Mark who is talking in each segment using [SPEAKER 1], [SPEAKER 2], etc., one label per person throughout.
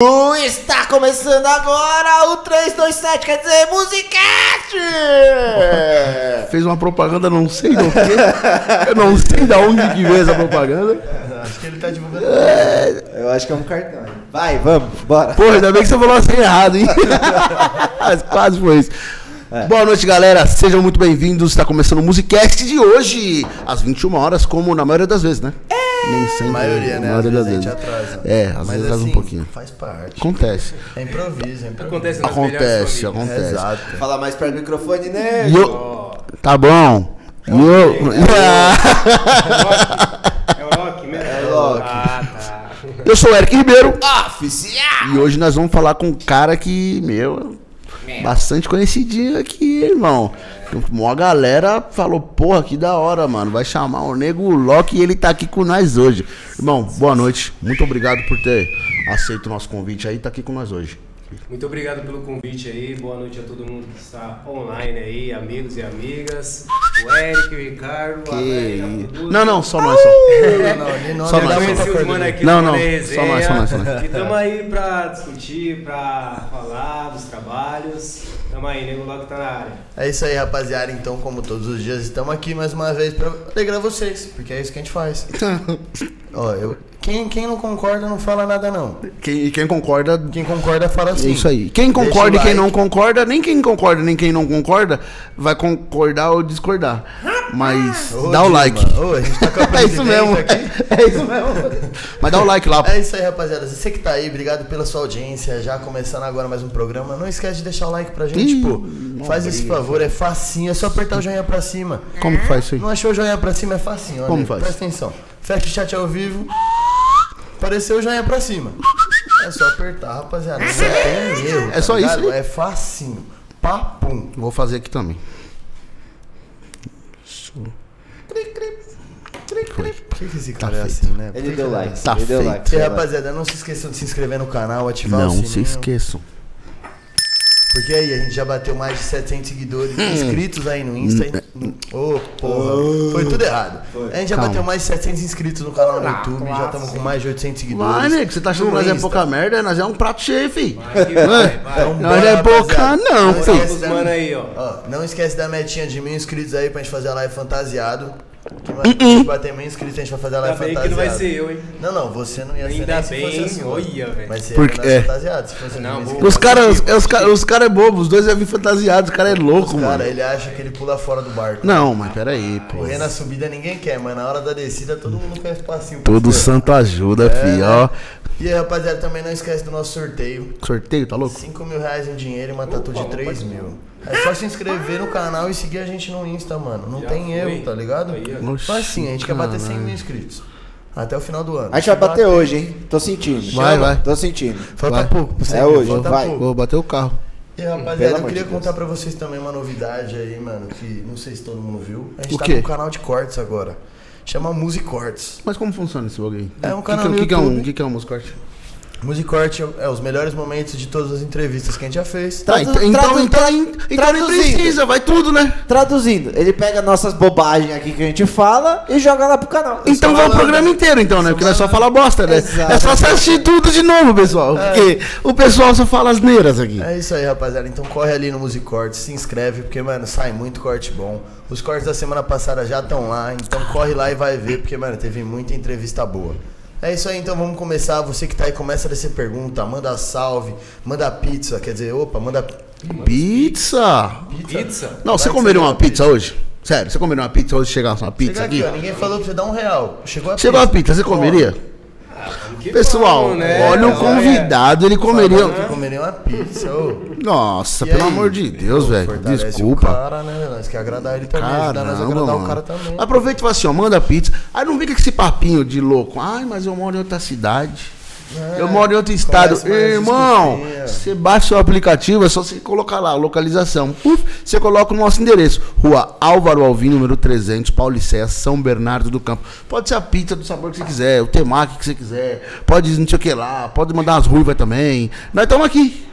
[SPEAKER 1] Uh, Está começando agora o 327, quer dizer, Musicast!
[SPEAKER 2] Fez uma propaganda, não sei do quê. Eu não sei da onde que veio essa propaganda.
[SPEAKER 3] Acho que ele tá divulgando. Eu acho que é um cartão. Vai, vamos, bora.
[SPEAKER 2] Porra, ainda bem que você falou assim errado, hein? Mas Quase foi isso. Boa noite, galera. Sejam muito bem-vindos. Está começando o Musicast de hoje, às 21 horas, como na maioria das vezes, né? É. Nem sempre.
[SPEAKER 3] A maioria, né?
[SPEAKER 2] Na
[SPEAKER 3] Às
[SPEAKER 2] maioria
[SPEAKER 3] vezes
[SPEAKER 2] das
[SPEAKER 3] a
[SPEAKER 2] vezes.
[SPEAKER 3] gente atrasa. assim,
[SPEAKER 2] É, às vezes atrasa um pouquinho.
[SPEAKER 3] Faz parte.
[SPEAKER 2] Acontece.
[SPEAKER 3] É improviso, é improviso.
[SPEAKER 4] Acontece nas melhores
[SPEAKER 2] Acontece,
[SPEAKER 4] famílias.
[SPEAKER 2] acontece.
[SPEAKER 3] Exato. Fala mais perto do microfone, né?
[SPEAKER 2] E eu... Tá bom. E
[SPEAKER 3] um
[SPEAKER 2] eu...
[SPEAKER 4] É o Loki mesmo? É
[SPEAKER 3] o Loki.
[SPEAKER 4] Ah, tá.
[SPEAKER 2] eu sou o Eric Ribeiro.
[SPEAKER 1] Oficial!
[SPEAKER 2] E hoje nós vamos falar com um cara que, meu, é bastante conhecidinho aqui, irmão. Uma galera falou, porra, que da hora, mano. Vai chamar o Nego Loki e ele tá aqui com nós hoje. Irmão, boa noite. Muito obrigado por ter aceito o nosso convite aí e tá aqui com nós hoje.
[SPEAKER 4] Muito obrigado pelo convite aí. Boa noite a todo mundo que está online aí, amigos e amigas. O Eric, o Ricardo, a
[SPEAKER 2] E...
[SPEAKER 4] América, o Dudu.
[SPEAKER 2] Não, não, só nós só.
[SPEAKER 4] É.
[SPEAKER 3] Não, não, ele não
[SPEAKER 2] Só
[SPEAKER 3] ele
[SPEAKER 2] nós, só
[SPEAKER 3] não é
[SPEAKER 4] Conheci
[SPEAKER 2] nós.
[SPEAKER 4] os
[SPEAKER 3] acordo.
[SPEAKER 4] mano aqui
[SPEAKER 2] Não,
[SPEAKER 4] do
[SPEAKER 2] não,
[SPEAKER 4] Rolê
[SPEAKER 2] só nós, só nós, só nós.
[SPEAKER 4] E estamos aí pra discutir, pra falar dos trabalhos. Tamo aí, nego logo tá na área.
[SPEAKER 3] É isso aí, rapaziada. Então, como todos os dias, estamos aqui mais uma vez pra alegrar vocês, porque é isso que a gente faz. Ó, eu... quem, quem não concorda não fala nada, não.
[SPEAKER 2] Quem, e quem concorda,
[SPEAKER 3] Quem concorda fala
[SPEAKER 2] é
[SPEAKER 3] sim.
[SPEAKER 2] isso aí. Quem
[SPEAKER 3] Deixa
[SPEAKER 2] concorda
[SPEAKER 3] o
[SPEAKER 2] e quem
[SPEAKER 3] like.
[SPEAKER 2] não concorda, nem quem concorda nem quem não concorda, vai concordar ou discordar. Mas
[SPEAKER 3] Ô,
[SPEAKER 2] dá o
[SPEAKER 3] Dilma,
[SPEAKER 2] like.
[SPEAKER 3] ô, a gente tá com a
[SPEAKER 2] É isso mesmo.
[SPEAKER 3] presidenta aqui.
[SPEAKER 2] É isso mesmo. Mas dá o like lá. pô.
[SPEAKER 3] É isso aí, rapaziada. Você que tá aí, obrigado pela sua audiência. Já começando agora mais um programa. Não esquece de deixar o like pra gente,
[SPEAKER 2] Ih,
[SPEAKER 3] pô.
[SPEAKER 2] não
[SPEAKER 3] Faz esse favor, é facinho. É só apertar o joinha pra cima.
[SPEAKER 2] Como que faz isso aí?
[SPEAKER 3] Não achou o joinha pra cima? É facinho, olha.
[SPEAKER 2] Como faz?
[SPEAKER 3] Presta atenção. Fecha o chat ao vivo. Apareceu o joinha pra cima. É só apertar, rapaziada. Não tem erro.
[SPEAKER 2] É
[SPEAKER 3] tá
[SPEAKER 2] só
[SPEAKER 3] ligado?
[SPEAKER 2] isso aí?
[SPEAKER 3] É facinho. Papum.
[SPEAKER 2] Vou fazer aqui também.
[SPEAKER 3] Por que que esse cara
[SPEAKER 2] Tá
[SPEAKER 3] é
[SPEAKER 2] feito.
[SPEAKER 3] assim, né? Por
[SPEAKER 5] Ele
[SPEAKER 3] que
[SPEAKER 5] deu
[SPEAKER 3] que é
[SPEAKER 5] like.
[SPEAKER 2] Tá
[SPEAKER 5] ele deu
[SPEAKER 2] feito.
[SPEAKER 5] like.
[SPEAKER 3] assim? E
[SPEAKER 5] deu
[SPEAKER 3] aí,
[SPEAKER 5] like.
[SPEAKER 3] rapaziada, não se esqueçam de se inscrever no canal, ativar o
[SPEAKER 2] Não
[SPEAKER 3] sininho.
[SPEAKER 2] se esqueçam.
[SPEAKER 3] Porque aí, a gente já bateu mais de 700 seguidores
[SPEAKER 2] Hum.
[SPEAKER 3] inscritos aí no Insta. hein? Ô, porra,
[SPEAKER 5] Hum.
[SPEAKER 3] foi tudo errado. A gente já
[SPEAKER 2] Calma.
[SPEAKER 3] bateu mais de 700 inscritos no canal no YouTube, já estamos com mais de 800 seguidores.
[SPEAKER 2] Vai, nego, você tá achando que
[SPEAKER 3] no
[SPEAKER 2] nós é
[SPEAKER 3] Insta.
[SPEAKER 2] pouca merda? Nós é um prato cheio, fi.
[SPEAKER 4] Vai que vai, vai.
[SPEAKER 3] Então,
[SPEAKER 2] Nós
[SPEAKER 3] bora,
[SPEAKER 2] é pouca
[SPEAKER 3] rapaziada.
[SPEAKER 2] não,
[SPEAKER 3] Não
[SPEAKER 2] fi.
[SPEAKER 3] esquece.
[SPEAKER 4] Os mano aí, ó.
[SPEAKER 3] Ó, não esquece da metinha de mil inscritos aí pra gente fazer a live fantasiado. Que, mano,
[SPEAKER 2] Uh-uh.
[SPEAKER 3] se a gente bater mil inscritos, a gente vai fazer a
[SPEAKER 4] Ainda
[SPEAKER 3] live
[SPEAKER 4] bem
[SPEAKER 3] fantasiado.
[SPEAKER 4] que não vai ser eu, hein?
[SPEAKER 3] Não, não, você não ia ser
[SPEAKER 4] Ainda
[SPEAKER 3] nem se fosse
[SPEAKER 4] bem,
[SPEAKER 3] a sua.
[SPEAKER 4] olha, velho.
[SPEAKER 3] Mas você
[SPEAKER 2] Porque-
[SPEAKER 3] ia ser
[SPEAKER 2] é.
[SPEAKER 3] fantasiado se fosse
[SPEAKER 4] Não,
[SPEAKER 3] mil
[SPEAKER 4] boa.
[SPEAKER 3] inscritos.
[SPEAKER 2] Os caras os cara, os cara é bobo, os dois é vir fantasiados, os caras é louco, mano.
[SPEAKER 3] Cara, ele acha que ele pula fora do barco.
[SPEAKER 2] Não, mas peraí, pô.
[SPEAKER 3] Correr na subida ninguém quer, mas na hora da descida todo mundo quer espacinho. pra
[SPEAKER 2] Todo
[SPEAKER 3] você.
[SPEAKER 2] santo ajuda, fi, ó.
[SPEAKER 3] E aí, rapaziada, também não esquece do nosso sorteio.
[SPEAKER 2] Sorteio, tá louco?
[SPEAKER 3] 5 mil reais em dinheiro e uma tatu de
[SPEAKER 4] Opa,
[SPEAKER 3] 3 mil. É só se inscrever no canal e seguir a gente no Insta, mano. Não
[SPEAKER 4] Já
[SPEAKER 3] tem
[SPEAKER 4] foi.
[SPEAKER 3] erro, tá ligado?
[SPEAKER 4] Aí, ó.
[SPEAKER 3] Só assim, a gente quer bater 100 mil inscritos. Até o final do ano.
[SPEAKER 5] A gente vai
[SPEAKER 3] Se
[SPEAKER 5] bater hoje, hein? Tô sentindo.
[SPEAKER 2] Vai, vai.
[SPEAKER 5] Tô sentindo.
[SPEAKER 3] Falta
[SPEAKER 2] Vai.
[SPEAKER 3] pouco. pra você
[SPEAKER 5] É
[SPEAKER 3] ver,
[SPEAKER 5] hoje,
[SPEAKER 3] falta
[SPEAKER 5] vai.
[SPEAKER 3] pouco.
[SPEAKER 2] Vou bater o carro.
[SPEAKER 3] E rapaziada,
[SPEAKER 5] Pelo
[SPEAKER 3] eu
[SPEAKER 5] amor
[SPEAKER 3] queria
[SPEAKER 5] de Deus.
[SPEAKER 3] contar pra vocês também uma novidade aí, mano, que não sei se todo mundo viu. A gente
[SPEAKER 2] O
[SPEAKER 3] tá
[SPEAKER 2] quê?
[SPEAKER 3] com um canal de cortes agora. Chama Music Cortes.
[SPEAKER 2] Mas como funciona esse bagulho aí?
[SPEAKER 3] É um
[SPEAKER 2] Que
[SPEAKER 3] canal
[SPEAKER 2] que,
[SPEAKER 3] no
[SPEAKER 2] que que é um,
[SPEAKER 3] YouTube.
[SPEAKER 2] que que é um muscorte?
[SPEAKER 3] Musicorte é os melhores momentos de todas as entrevistas que a gente já fez.
[SPEAKER 2] Tá,
[SPEAKER 5] Tradu-
[SPEAKER 2] então, então,
[SPEAKER 5] tradu-
[SPEAKER 2] então, então nem
[SPEAKER 5] traduzindo.
[SPEAKER 2] precisa, vai tudo, né?
[SPEAKER 5] Traduzindo, ele pega nossas bobagens aqui que a gente fala e joga lá pro canal. Tá
[SPEAKER 2] Então vai o
[SPEAKER 3] falando.
[SPEAKER 2] programa inteiro, então, né? Porque não é só falar bosta, né?
[SPEAKER 5] Exato.
[SPEAKER 2] É só você assistir tudo de novo, pessoal. Porque o pessoal só fala as neiras aqui.
[SPEAKER 3] É isso aí, rapaziada. Então corre ali no Musicorte, se inscreve, porque, mano, sai muito corte bom. Os cortes da semana passada já estão lá, então corre lá e vai ver, porque, mano, teve muita entrevista boa. É isso aí, então vamos começar. Você que tá aí, começa a descer pergunta, manda salve, manda pizza, quer dizer, opa, manda
[SPEAKER 2] Pizza!
[SPEAKER 4] Pizza?
[SPEAKER 2] Não, você
[SPEAKER 3] que
[SPEAKER 2] comeria
[SPEAKER 3] você
[SPEAKER 2] uma
[SPEAKER 3] dá uma
[SPEAKER 2] pizza hoje? Sério, você comeria uma pizza hoje, chegasse uma
[SPEAKER 3] Chega
[SPEAKER 2] pizza
[SPEAKER 3] aqui,
[SPEAKER 2] aqui?
[SPEAKER 3] ó, ninguém falou pra você dar um real. Chegou a
[SPEAKER 2] Chegou a pizza, você comeria?
[SPEAKER 4] Que
[SPEAKER 2] Pessoal,
[SPEAKER 4] bom, né?
[SPEAKER 2] olha o
[SPEAKER 4] Olha.
[SPEAKER 2] convidado, ele
[SPEAKER 3] Comeria, que
[SPEAKER 2] comeria...
[SPEAKER 3] comeria uma pizza, ô.
[SPEAKER 2] Nossa,
[SPEAKER 3] E
[SPEAKER 2] pelo
[SPEAKER 3] aí?
[SPEAKER 2] amor de Deus,
[SPEAKER 3] Pô,
[SPEAKER 2] velho.
[SPEAKER 3] fortalece O
[SPEAKER 2] Desculpa.
[SPEAKER 3] cara, né? Nós quer agradar ele também. ajudar nós a
[SPEAKER 2] Caramba,
[SPEAKER 3] agradar
[SPEAKER 2] mano.
[SPEAKER 3] o cara também.
[SPEAKER 2] Aproveita e fala assim, ó, manda pizza. Aí não fica com esse papinho de louco. Ai, mas eu moro em outra cidade.
[SPEAKER 3] É,
[SPEAKER 2] eu moro em outro estado.
[SPEAKER 3] começa mais
[SPEAKER 2] Irmão,
[SPEAKER 3] desculpinha.
[SPEAKER 2] você baixa o seu aplicativo, é só você colocar lá a localização. Uf, você coloca o nosso endereço. Rua Álvaro Alvim, número 300, Paulicéia, São Bernardo do Campo. Pode ser a pizza do sabor que você quiser, o temaki que você quiser. Pode não sei o que lá, pode mandar umas ruivas também. Nós estamos aqui.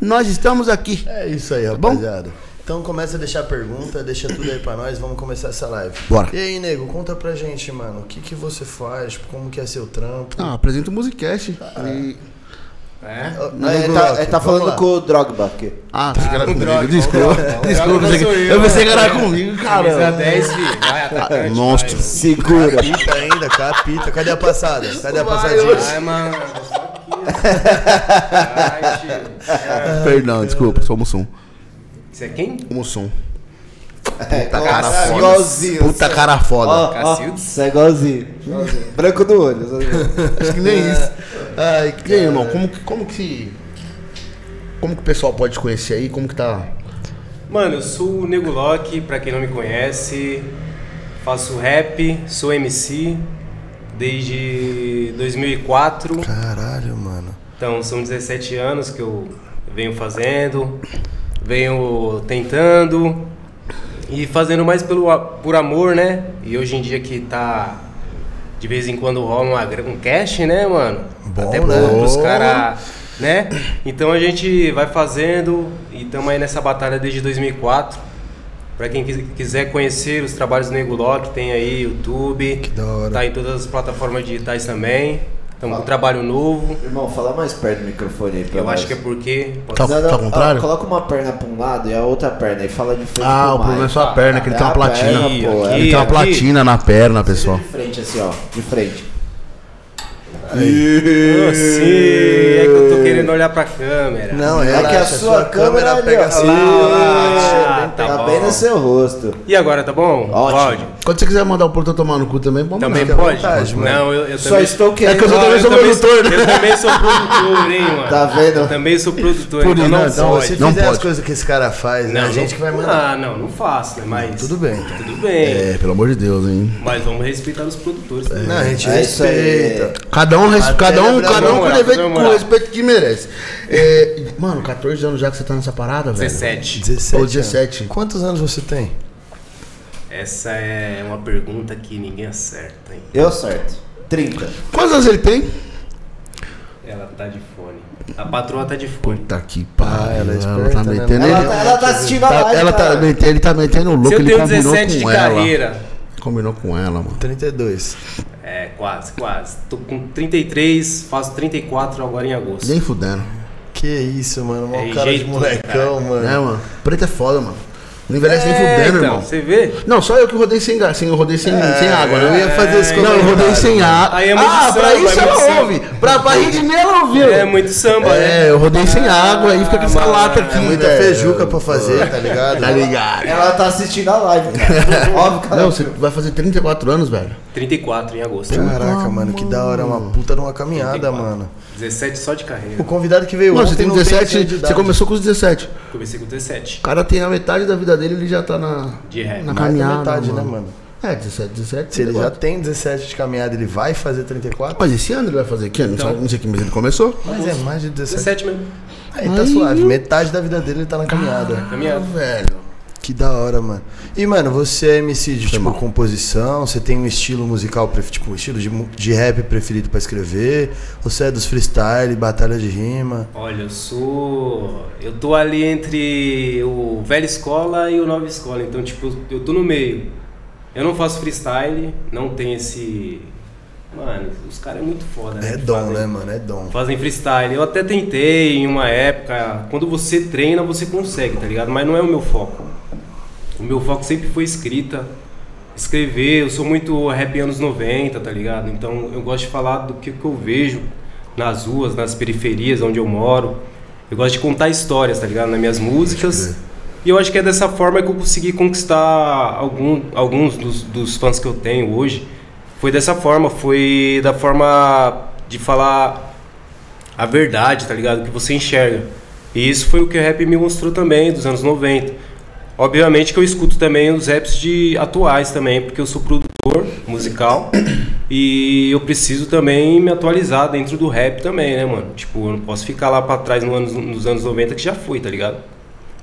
[SPEAKER 2] Nós estamos aqui.
[SPEAKER 3] É isso aí,
[SPEAKER 2] bom?
[SPEAKER 3] rapaziada. Então começa a deixar pergunta, deixa tudo aí pra nós, vamos começar essa live.
[SPEAKER 2] Bora.
[SPEAKER 3] E aí, nego, conta pra gente, mano, o que que você faz, como que é seu trampo?
[SPEAKER 2] Ah, apresenta o Musicast. E
[SPEAKER 4] É?
[SPEAKER 5] Não, ele, tá, ele tá falando com o Drogba aqui.
[SPEAKER 2] Ah, você que era
[SPEAKER 4] com
[SPEAKER 2] comigo.
[SPEAKER 4] droga,
[SPEAKER 2] Desculpa.
[SPEAKER 4] com droga.
[SPEAKER 2] Desculpa,
[SPEAKER 4] Droga
[SPEAKER 2] pensei
[SPEAKER 4] sou
[SPEAKER 2] que-
[SPEAKER 4] eu,
[SPEAKER 2] eu é pensei que era
[SPEAKER 4] né?
[SPEAKER 2] comigo,
[SPEAKER 4] Camisa
[SPEAKER 2] cara. É,
[SPEAKER 4] 10, filho. Vai, atacante.
[SPEAKER 2] monstro.
[SPEAKER 5] Segura.
[SPEAKER 3] Capita ainda, capita. Cadê a passada? Cadê a
[SPEAKER 4] Vai,
[SPEAKER 3] passadinha?
[SPEAKER 4] vai mano. Só aqui, ó. Vai, tio. É.
[SPEAKER 2] Perdão, desculpa, sou o Mussum.
[SPEAKER 4] Isso é quem?
[SPEAKER 2] O Mussum. É,
[SPEAKER 5] Puta
[SPEAKER 2] cara foda.
[SPEAKER 5] Igualzinho.
[SPEAKER 2] Puta cara
[SPEAKER 5] Ó,
[SPEAKER 2] foda.
[SPEAKER 5] ó,
[SPEAKER 4] Cacildes.
[SPEAKER 5] isso é igualzinho. Branco do olho. só igual.
[SPEAKER 2] Acho que nem isso.
[SPEAKER 3] Ai,
[SPEAKER 2] É. E aí, irmão, como, que- como que. Como que o pessoal pode te conhecer aí? Como que tá.
[SPEAKER 4] Mano, eu sou o Nego Loki, pra quem não me conhece, faço rap, sou MC desde 2004,
[SPEAKER 3] Caralho, mano.
[SPEAKER 4] então são 17 anos que eu venho fazendo, venho tentando e fazendo mais pelo, a- por amor, né? E hoje em dia que tá, de vez em quando rola uma gra- um cash, né, mano?
[SPEAKER 3] Bom,
[SPEAKER 4] Até
[SPEAKER 3] né?
[SPEAKER 4] bom pros caras, né? Então a gente vai fazendo e estamos aí nessa batalha desde 2004. Pra quem quis- quiser conhecer os trabalhos do Nego Lock, tem aí YouTube,
[SPEAKER 3] da hora.
[SPEAKER 4] tá em todas as plataformas digitais também. Estamos com um trabalho novo.
[SPEAKER 5] Irmão, fala mais perto do microfone aí pra
[SPEAKER 4] Eu
[SPEAKER 5] nós.
[SPEAKER 4] acho que é porque.
[SPEAKER 2] Tá, tá ao contrário?
[SPEAKER 5] ó, Coloca uma perna pra um lado e a outra perna e fala de frente
[SPEAKER 2] Ah,
[SPEAKER 5] pro
[SPEAKER 2] o problema é
[SPEAKER 5] mic.
[SPEAKER 2] só a perna, que ele
[SPEAKER 5] É
[SPEAKER 2] tem uma
[SPEAKER 5] a
[SPEAKER 2] platina.
[SPEAKER 5] perna, pô, é
[SPEAKER 2] Ele tem uma platina na perna, pessoal.
[SPEAKER 5] De frente assim, ó. De frente.
[SPEAKER 4] Eu sei, é que eu tô querendo olhar pra câmera.
[SPEAKER 3] Não,
[SPEAKER 5] É
[SPEAKER 3] relaxa,
[SPEAKER 5] que a sua, câmera, ali,
[SPEAKER 3] pega
[SPEAKER 5] ó,
[SPEAKER 3] assim.
[SPEAKER 5] lá,
[SPEAKER 4] Ah,
[SPEAKER 5] lá,
[SPEAKER 4] tá
[SPEAKER 5] tá
[SPEAKER 4] bom.
[SPEAKER 5] bem no seu rosto.
[SPEAKER 4] E agora, tá bom?
[SPEAKER 5] Ótimo.
[SPEAKER 2] Quando você quiser mandar o portão tomar no cu também, pode
[SPEAKER 4] Também
[SPEAKER 2] mandar.
[SPEAKER 4] pode?
[SPEAKER 3] vontade, mano.
[SPEAKER 4] não, eu, eu
[SPEAKER 5] Só
[SPEAKER 4] também.
[SPEAKER 5] estou querendo...
[SPEAKER 2] É que eu sou
[SPEAKER 4] Ah,
[SPEAKER 2] também sou produtor, né?
[SPEAKER 4] Eu também sou produtor, hein, mano?
[SPEAKER 5] Tá vendo?
[SPEAKER 4] Eu também sou produtor,
[SPEAKER 2] Por
[SPEAKER 4] então não
[SPEAKER 2] isso, então,
[SPEAKER 3] Então,
[SPEAKER 4] pode.
[SPEAKER 3] se
[SPEAKER 2] Não
[SPEAKER 3] fizer as
[SPEAKER 2] pode.
[SPEAKER 3] coisas que esse cara faz, né?
[SPEAKER 4] Não,
[SPEAKER 3] a gente
[SPEAKER 4] não-
[SPEAKER 3] que vai mandar.
[SPEAKER 4] Ah, não, não faço, né? Mas.
[SPEAKER 3] Tudo bem, então.
[SPEAKER 4] Tudo bem.
[SPEAKER 2] É, pelo amor de Deus, hein?
[SPEAKER 4] Mas vamos respeitar os produtores também.
[SPEAKER 3] Não, a gente
[SPEAKER 5] É isso aí.
[SPEAKER 3] respeita.
[SPEAKER 2] Cada um, res-
[SPEAKER 3] Até
[SPEAKER 2] cada um,
[SPEAKER 3] Gabriel
[SPEAKER 2] cada um com, o
[SPEAKER 4] Moura,
[SPEAKER 2] dever-
[SPEAKER 4] Gabriel
[SPEAKER 2] com
[SPEAKER 4] Moura.
[SPEAKER 2] o respeito que merece. É, mano, 14 anos já que você tá nessa parada, velho.
[SPEAKER 4] 17.
[SPEAKER 3] 17.
[SPEAKER 2] Ou 17.
[SPEAKER 3] anos. Quantos anos você tem?
[SPEAKER 4] Essa é uma pergunta que ninguém acerta, hein?
[SPEAKER 5] Eu certo. 30.
[SPEAKER 2] Quantos anos ele tem?
[SPEAKER 4] Ela tá de fone. A patroa tá de fone.
[SPEAKER 2] Puta que pariu.
[SPEAKER 3] ela é
[SPEAKER 2] ela
[SPEAKER 3] esperta,
[SPEAKER 2] tá
[SPEAKER 3] né?
[SPEAKER 2] metendo
[SPEAKER 5] Ela,
[SPEAKER 2] ele.
[SPEAKER 5] tá, ela tá assistindo a
[SPEAKER 2] tá-
[SPEAKER 5] live.
[SPEAKER 2] ela tá metendo- ele tá metendo louco,
[SPEAKER 4] Se eu
[SPEAKER 2] ele
[SPEAKER 4] tenho
[SPEAKER 2] combinou
[SPEAKER 4] 17 de
[SPEAKER 2] com ela.
[SPEAKER 4] carreira.
[SPEAKER 2] Combinou com ela, mano.
[SPEAKER 3] 32.
[SPEAKER 4] É, quase, quase. Tô com 33, faço 34 agora em agosto.
[SPEAKER 2] Nem fudendo.
[SPEAKER 3] Que isso, mano. Mó
[SPEAKER 4] É
[SPEAKER 3] cara de
[SPEAKER 4] jeito,
[SPEAKER 3] molecão, mano.
[SPEAKER 2] Né, mano? Preto é foda, mano. Não envelhece nem
[SPEAKER 4] É,
[SPEAKER 2] fudendo,
[SPEAKER 4] então,
[SPEAKER 2] irmão.
[SPEAKER 4] Você vê?
[SPEAKER 2] Não, só eu que rodei sem gás, sem, eu rodei sem, sem água, né?
[SPEAKER 3] eu ia fazer esse
[SPEAKER 2] Não, eu
[SPEAKER 3] comentário,
[SPEAKER 2] rodei sem água.
[SPEAKER 4] Aí é muito
[SPEAKER 2] ah, pra isso
[SPEAKER 4] samba, é muito
[SPEAKER 2] ela
[SPEAKER 4] samba.
[SPEAKER 2] ouve. Pra, pra rir de mim ela ouviu.
[SPEAKER 4] É muito samba,
[SPEAKER 2] É,
[SPEAKER 4] né?
[SPEAKER 2] eu rodei sem água, aí fica com essa
[SPEAKER 4] mano,
[SPEAKER 2] lata
[SPEAKER 4] é
[SPEAKER 2] aqui.
[SPEAKER 3] Ah, Muita
[SPEAKER 2] velho.
[SPEAKER 3] fejuca pra fazer, tá ligado?
[SPEAKER 2] Tá ligado?
[SPEAKER 5] Ela tá assistindo a live, cara. Óbvio que ela... é
[SPEAKER 2] Não, você vai fazer 34 anos, velho.
[SPEAKER 4] 34 em agosto.
[SPEAKER 3] Caraca, mano, que da hora. É uma puta numa caminhada, mano.
[SPEAKER 4] 17 só de
[SPEAKER 3] O
[SPEAKER 4] carreira.
[SPEAKER 3] convidado que veio
[SPEAKER 2] Mano,
[SPEAKER 3] ontem
[SPEAKER 2] você tem
[SPEAKER 3] não tem
[SPEAKER 2] 17,
[SPEAKER 3] noção de idade.
[SPEAKER 2] você começou com os 17.
[SPEAKER 4] Comecei com 17.
[SPEAKER 2] O cara tem a metade da vida dele, ele já tá na,
[SPEAKER 4] De rap.
[SPEAKER 2] na
[SPEAKER 4] Mais
[SPEAKER 3] Mais da
[SPEAKER 2] caminhada.
[SPEAKER 3] metade,
[SPEAKER 2] mano.
[SPEAKER 3] né, mano?
[SPEAKER 2] É, 17, 17.
[SPEAKER 3] Se ele já
[SPEAKER 2] 34.
[SPEAKER 3] tem 17 de caminhada, ele vai fazer 34?
[SPEAKER 2] Mas esse ano ele vai fazer que ano? Não
[SPEAKER 4] Então.
[SPEAKER 2] sabe- Não sei que mês ele começou.
[SPEAKER 3] Mas é mais de 17.
[SPEAKER 4] 17 mesmo.
[SPEAKER 3] Aí tá suave. Metade da vida dele ele tá na caminhada.
[SPEAKER 2] Ah,
[SPEAKER 4] Caminhada.
[SPEAKER 2] velho.
[SPEAKER 3] Que da hora, mano. E, mano, você é MC de, tipo,
[SPEAKER 2] mal.
[SPEAKER 3] composição? Você tem um estilo musical, pref- tipo, um estilo de, mu- de rap preferido pra escrever? Você é dos freestyle, batalha de rima?
[SPEAKER 4] Olha, eu sou. Eu tô ali entre o velha escola e o nova escola. Então, tipo, eu tô no meio. Eu não faço freestyle, não tem esse. Mano, os caras é muito foda, né?
[SPEAKER 3] É
[SPEAKER 4] que
[SPEAKER 3] dom,
[SPEAKER 4] fazem-
[SPEAKER 3] né, mano? É dom.
[SPEAKER 4] Fazem freestyle. Eu até tentei em uma época. Quando você treina, você consegue, tá ligado? Mas não é o meu foco. O meu foco sempre foi escrita. Escrever. Eu sou muito rap anos 90, tá ligado? Então eu gosto de falar do que, que eu vejo nas ruas, nas periferias onde eu moro. Eu gosto de contar histórias, tá ligado? Nas minhas músicas. E eu acho que é dessa forma que eu consegui conquistar algum, alguns dos, dos fãs que eu tenho hoje. Foi dessa forma, foi da forma de falar a verdade, tá ligado? Que você enxerga. E isso foi o que o rap me mostrou também, dos anos 90. Obviamente que eu escuto também os raps de atuais também, porque eu sou produtor musical e eu preciso também me atualizar dentro do rap também, né, mano? Tipo, eu não posso ficar lá pra trás no anos, nos anos 90 que já foi, tá ligado?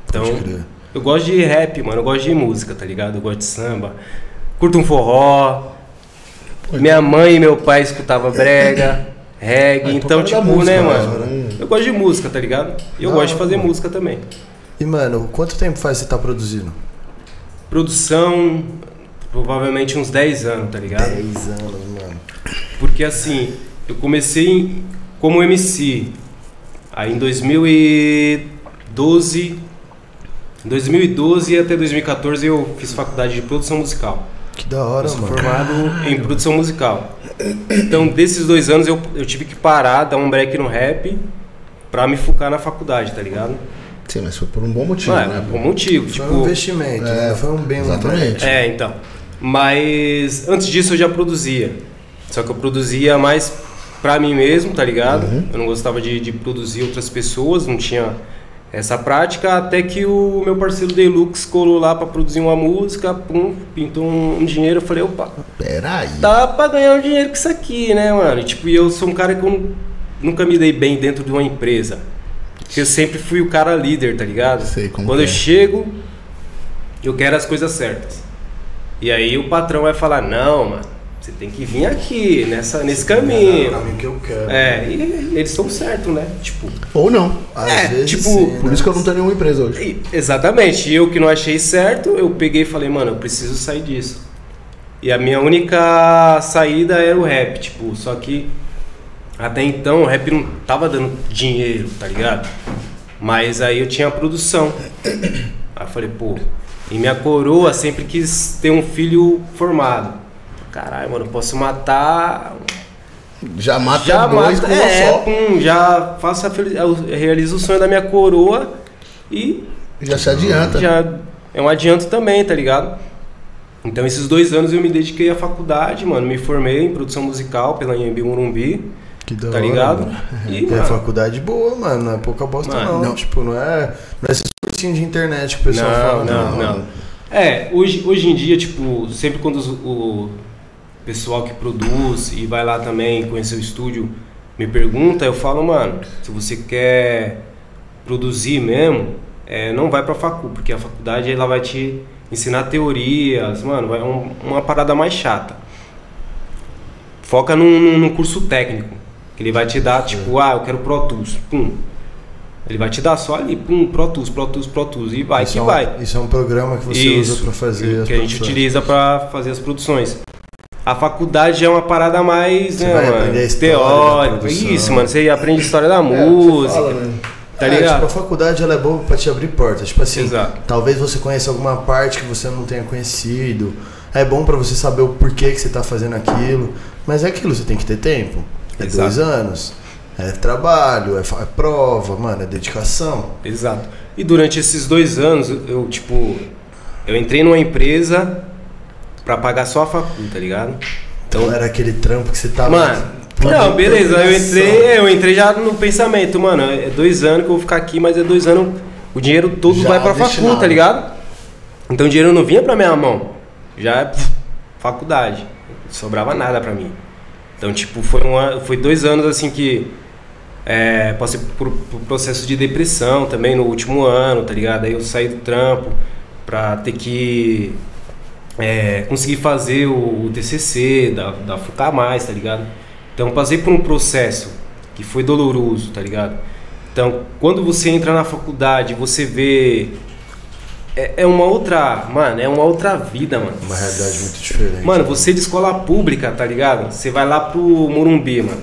[SPEAKER 4] Então,
[SPEAKER 3] crer.
[SPEAKER 4] eu gosto de rap, mano, eu gosto de música, tá ligado? Eu gosto de samba, curto um forró. Minha é. mãe e meu pai escutava brega, reggae,
[SPEAKER 2] cara
[SPEAKER 4] então,
[SPEAKER 2] da
[SPEAKER 4] tipo,
[SPEAKER 2] música,
[SPEAKER 4] né,
[SPEAKER 2] né,
[SPEAKER 4] mano?
[SPEAKER 2] mano?
[SPEAKER 4] Eu gosto de música, tá ligado? E eu
[SPEAKER 3] Da
[SPEAKER 4] gosto de
[SPEAKER 3] hora,
[SPEAKER 4] fazer
[SPEAKER 3] mano.
[SPEAKER 4] música também.
[SPEAKER 3] E, mano, quanto tempo faz você tá produzindo?
[SPEAKER 4] Produção, provavelmente uns 10 anos, tá ligado?
[SPEAKER 3] 10 anos, mano.
[SPEAKER 4] Porque assim, eu comecei em- como MC. Aí em 2012, 2012 até 2014 eu fiz faculdade de produção musical.
[SPEAKER 3] Que da hora,
[SPEAKER 4] Eu sou
[SPEAKER 3] mano.
[SPEAKER 4] formado em produção musical. Então, desses dois anos eu, eu tive que parar, dar um break no rap pra me focar na faculdade, tá ligado?
[SPEAKER 2] Sim, mas foi por um bom motivo,
[SPEAKER 4] Não, é,
[SPEAKER 2] né?
[SPEAKER 4] por um motivo.
[SPEAKER 3] Foi
[SPEAKER 4] Tipo,
[SPEAKER 3] um investimento, né? Foi um bem, um
[SPEAKER 2] Exatamente.
[SPEAKER 4] É, então. Mas antes disso eu já produzia. Só que eu produzia mais pra mim mesmo, tá ligado?
[SPEAKER 3] Uhum.
[SPEAKER 4] Eu não gostava de, de produzir outras pessoas, não tinha essa prática, até que o meu parceiro Deluxe colou lá pra produzir uma música, pum, pintou um, um dinheiro, eu falei, opa,
[SPEAKER 2] Peraí.
[SPEAKER 4] dá pra ganhar um dinheiro com isso aqui, né, mano? E, tipo, e eu sou um cara que eu nu- nunca me dei bem dentro de uma empresa. Porque eu sempre fui o cara líder, tá ligado?
[SPEAKER 2] Sei como
[SPEAKER 4] Quando
[SPEAKER 2] que
[SPEAKER 4] eu
[SPEAKER 2] é.
[SPEAKER 4] chego, eu quero as coisas certas. E aí o patrão vai falar, não, mano, você tem que vir aqui, nessa, nesse
[SPEAKER 3] É o
[SPEAKER 4] caminho.
[SPEAKER 3] caminho que eu quero.
[SPEAKER 4] É, e eles estão certos, né? Tipo,
[SPEAKER 2] Ou não.
[SPEAKER 3] Às
[SPEAKER 4] É,
[SPEAKER 3] vezes
[SPEAKER 4] tipo,
[SPEAKER 3] sim,
[SPEAKER 2] Por
[SPEAKER 3] né?
[SPEAKER 2] isso que eu não tenho nenhuma empresa hoje.
[SPEAKER 4] E- Exatamente. E eu que não achei certo, eu peguei e falei, mano, eu preciso sair disso. E a minha única saída era o rap, tipo, só que até então o rap não tava dando dinheiro, tá ligado? Mas aí eu tinha a produção. Aí eu falei, pô, e minha coroa sempre quis ter um filho formado. Caralho, mano, eu posso matar
[SPEAKER 2] Já mata
[SPEAKER 4] já
[SPEAKER 2] dois
[SPEAKER 4] mata,
[SPEAKER 2] com uma
[SPEAKER 4] é,
[SPEAKER 2] só.
[SPEAKER 4] com- já faço a fel- eu realizo o sonho da minha coroa e
[SPEAKER 2] Já se
[SPEAKER 3] Tá.
[SPEAKER 2] adianta.
[SPEAKER 4] já é um adianto também, tá ligado? Então esses dois anos eu me dediquei à faculdade, mano. Me formei em produção musical pela Inhembi Morumbi,
[SPEAKER 3] Que da
[SPEAKER 4] tá
[SPEAKER 3] hora,
[SPEAKER 4] ligado?
[SPEAKER 3] mano.
[SPEAKER 4] E,
[SPEAKER 3] É
[SPEAKER 4] mano,
[SPEAKER 3] faculdade boa, mano. Não é pouca bosta,
[SPEAKER 4] Mano,
[SPEAKER 3] não.
[SPEAKER 4] não.
[SPEAKER 3] Tipo, não é, não é esses cursinhos de internet que o pessoal
[SPEAKER 4] não,
[SPEAKER 3] fala. né,
[SPEAKER 4] não, não. É, hoje, hoje em dia, tipo, sempre quando os- o pessoal que produz e vai lá também conhecer o estúdio me pergunta, eu falo, mano, se você quer produzir mesmo, é, não vai pra facu, porque a faculdade ela vai te ensinar teorias, mano, vai um- uma parada mais chata. Foca num, num- num curso técnico, que ele vai te dar, tipo, ah, eu quero Pro Tools, pum. Ele vai te dar só ali, pum, Pro Tools, Pro Tools, Pro Tools, e vai
[SPEAKER 3] isso
[SPEAKER 4] que
[SPEAKER 3] é um,
[SPEAKER 4] vai
[SPEAKER 3] Isso é um programa que você usa pra fazer as
[SPEAKER 4] que a gente
[SPEAKER 3] produções.
[SPEAKER 4] utiliza pra fazer as produções. A faculdade é uma parada mais,
[SPEAKER 3] Você
[SPEAKER 4] né,
[SPEAKER 3] vai
[SPEAKER 4] mano,
[SPEAKER 3] aprender a história da
[SPEAKER 4] teórica.
[SPEAKER 3] produção.
[SPEAKER 4] Isso, mano, você aprende a história da
[SPEAKER 2] É,
[SPEAKER 4] música,
[SPEAKER 2] você fala, né?
[SPEAKER 4] tá
[SPEAKER 3] É,
[SPEAKER 4] ligado?
[SPEAKER 3] tipo, a faculdade ela é boa pra te abrir portas. Tipo assim,
[SPEAKER 4] Exato.
[SPEAKER 3] talvez você conheça alguma parte que você não tenha conhecido. É bom pra você saber o porquê que você tá fazendo aquilo. Mas é aquilo, você tem que ter tempo. É
[SPEAKER 4] Exato.
[SPEAKER 3] dois anos. É trabalho, é, fa- é prova, mano, é dedicação.
[SPEAKER 4] Exato. E durante esses dois anos, eu, tipo, eu entrei numa empresa pra pagar só a facu, tá ligado?
[SPEAKER 3] Então era aquele trampo que você tava.
[SPEAKER 4] Mano,
[SPEAKER 3] Pô,
[SPEAKER 4] não,
[SPEAKER 3] que
[SPEAKER 4] beleza, eu
[SPEAKER 3] dedicação.
[SPEAKER 4] entrei, eu entrei já no pensamento, mano, é dois anos que eu vou ficar aqui, mas é dois anos, o dinheiro todo
[SPEAKER 2] Já
[SPEAKER 4] vai pra facu,
[SPEAKER 2] destinado.
[SPEAKER 4] tá ligado? Então o dinheiro não vinha pra minha mão, já é pff, faculdade, não sobrava nada pra mim. Então, tipo, foi, um ano, foi dois anos assim que é, passei por, por processo de depressão também no último ano, tá ligado? Aí eu saí do trampo pra ter que é, conseguir fazer o, o TCC da, da Fucar Mais, tá ligado? Então passei por um processo que foi doloroso, tá ligado? Então quando você entra na faculdade, você vê é, é uma outra, mano, é uma outra vida, mano.
[SPEAKER 3] Uma realidade muito diferente.
[SPEAKER 4] Mano, você é de escola pública, tá ligado? Você vai lá pro Morumbi, mano.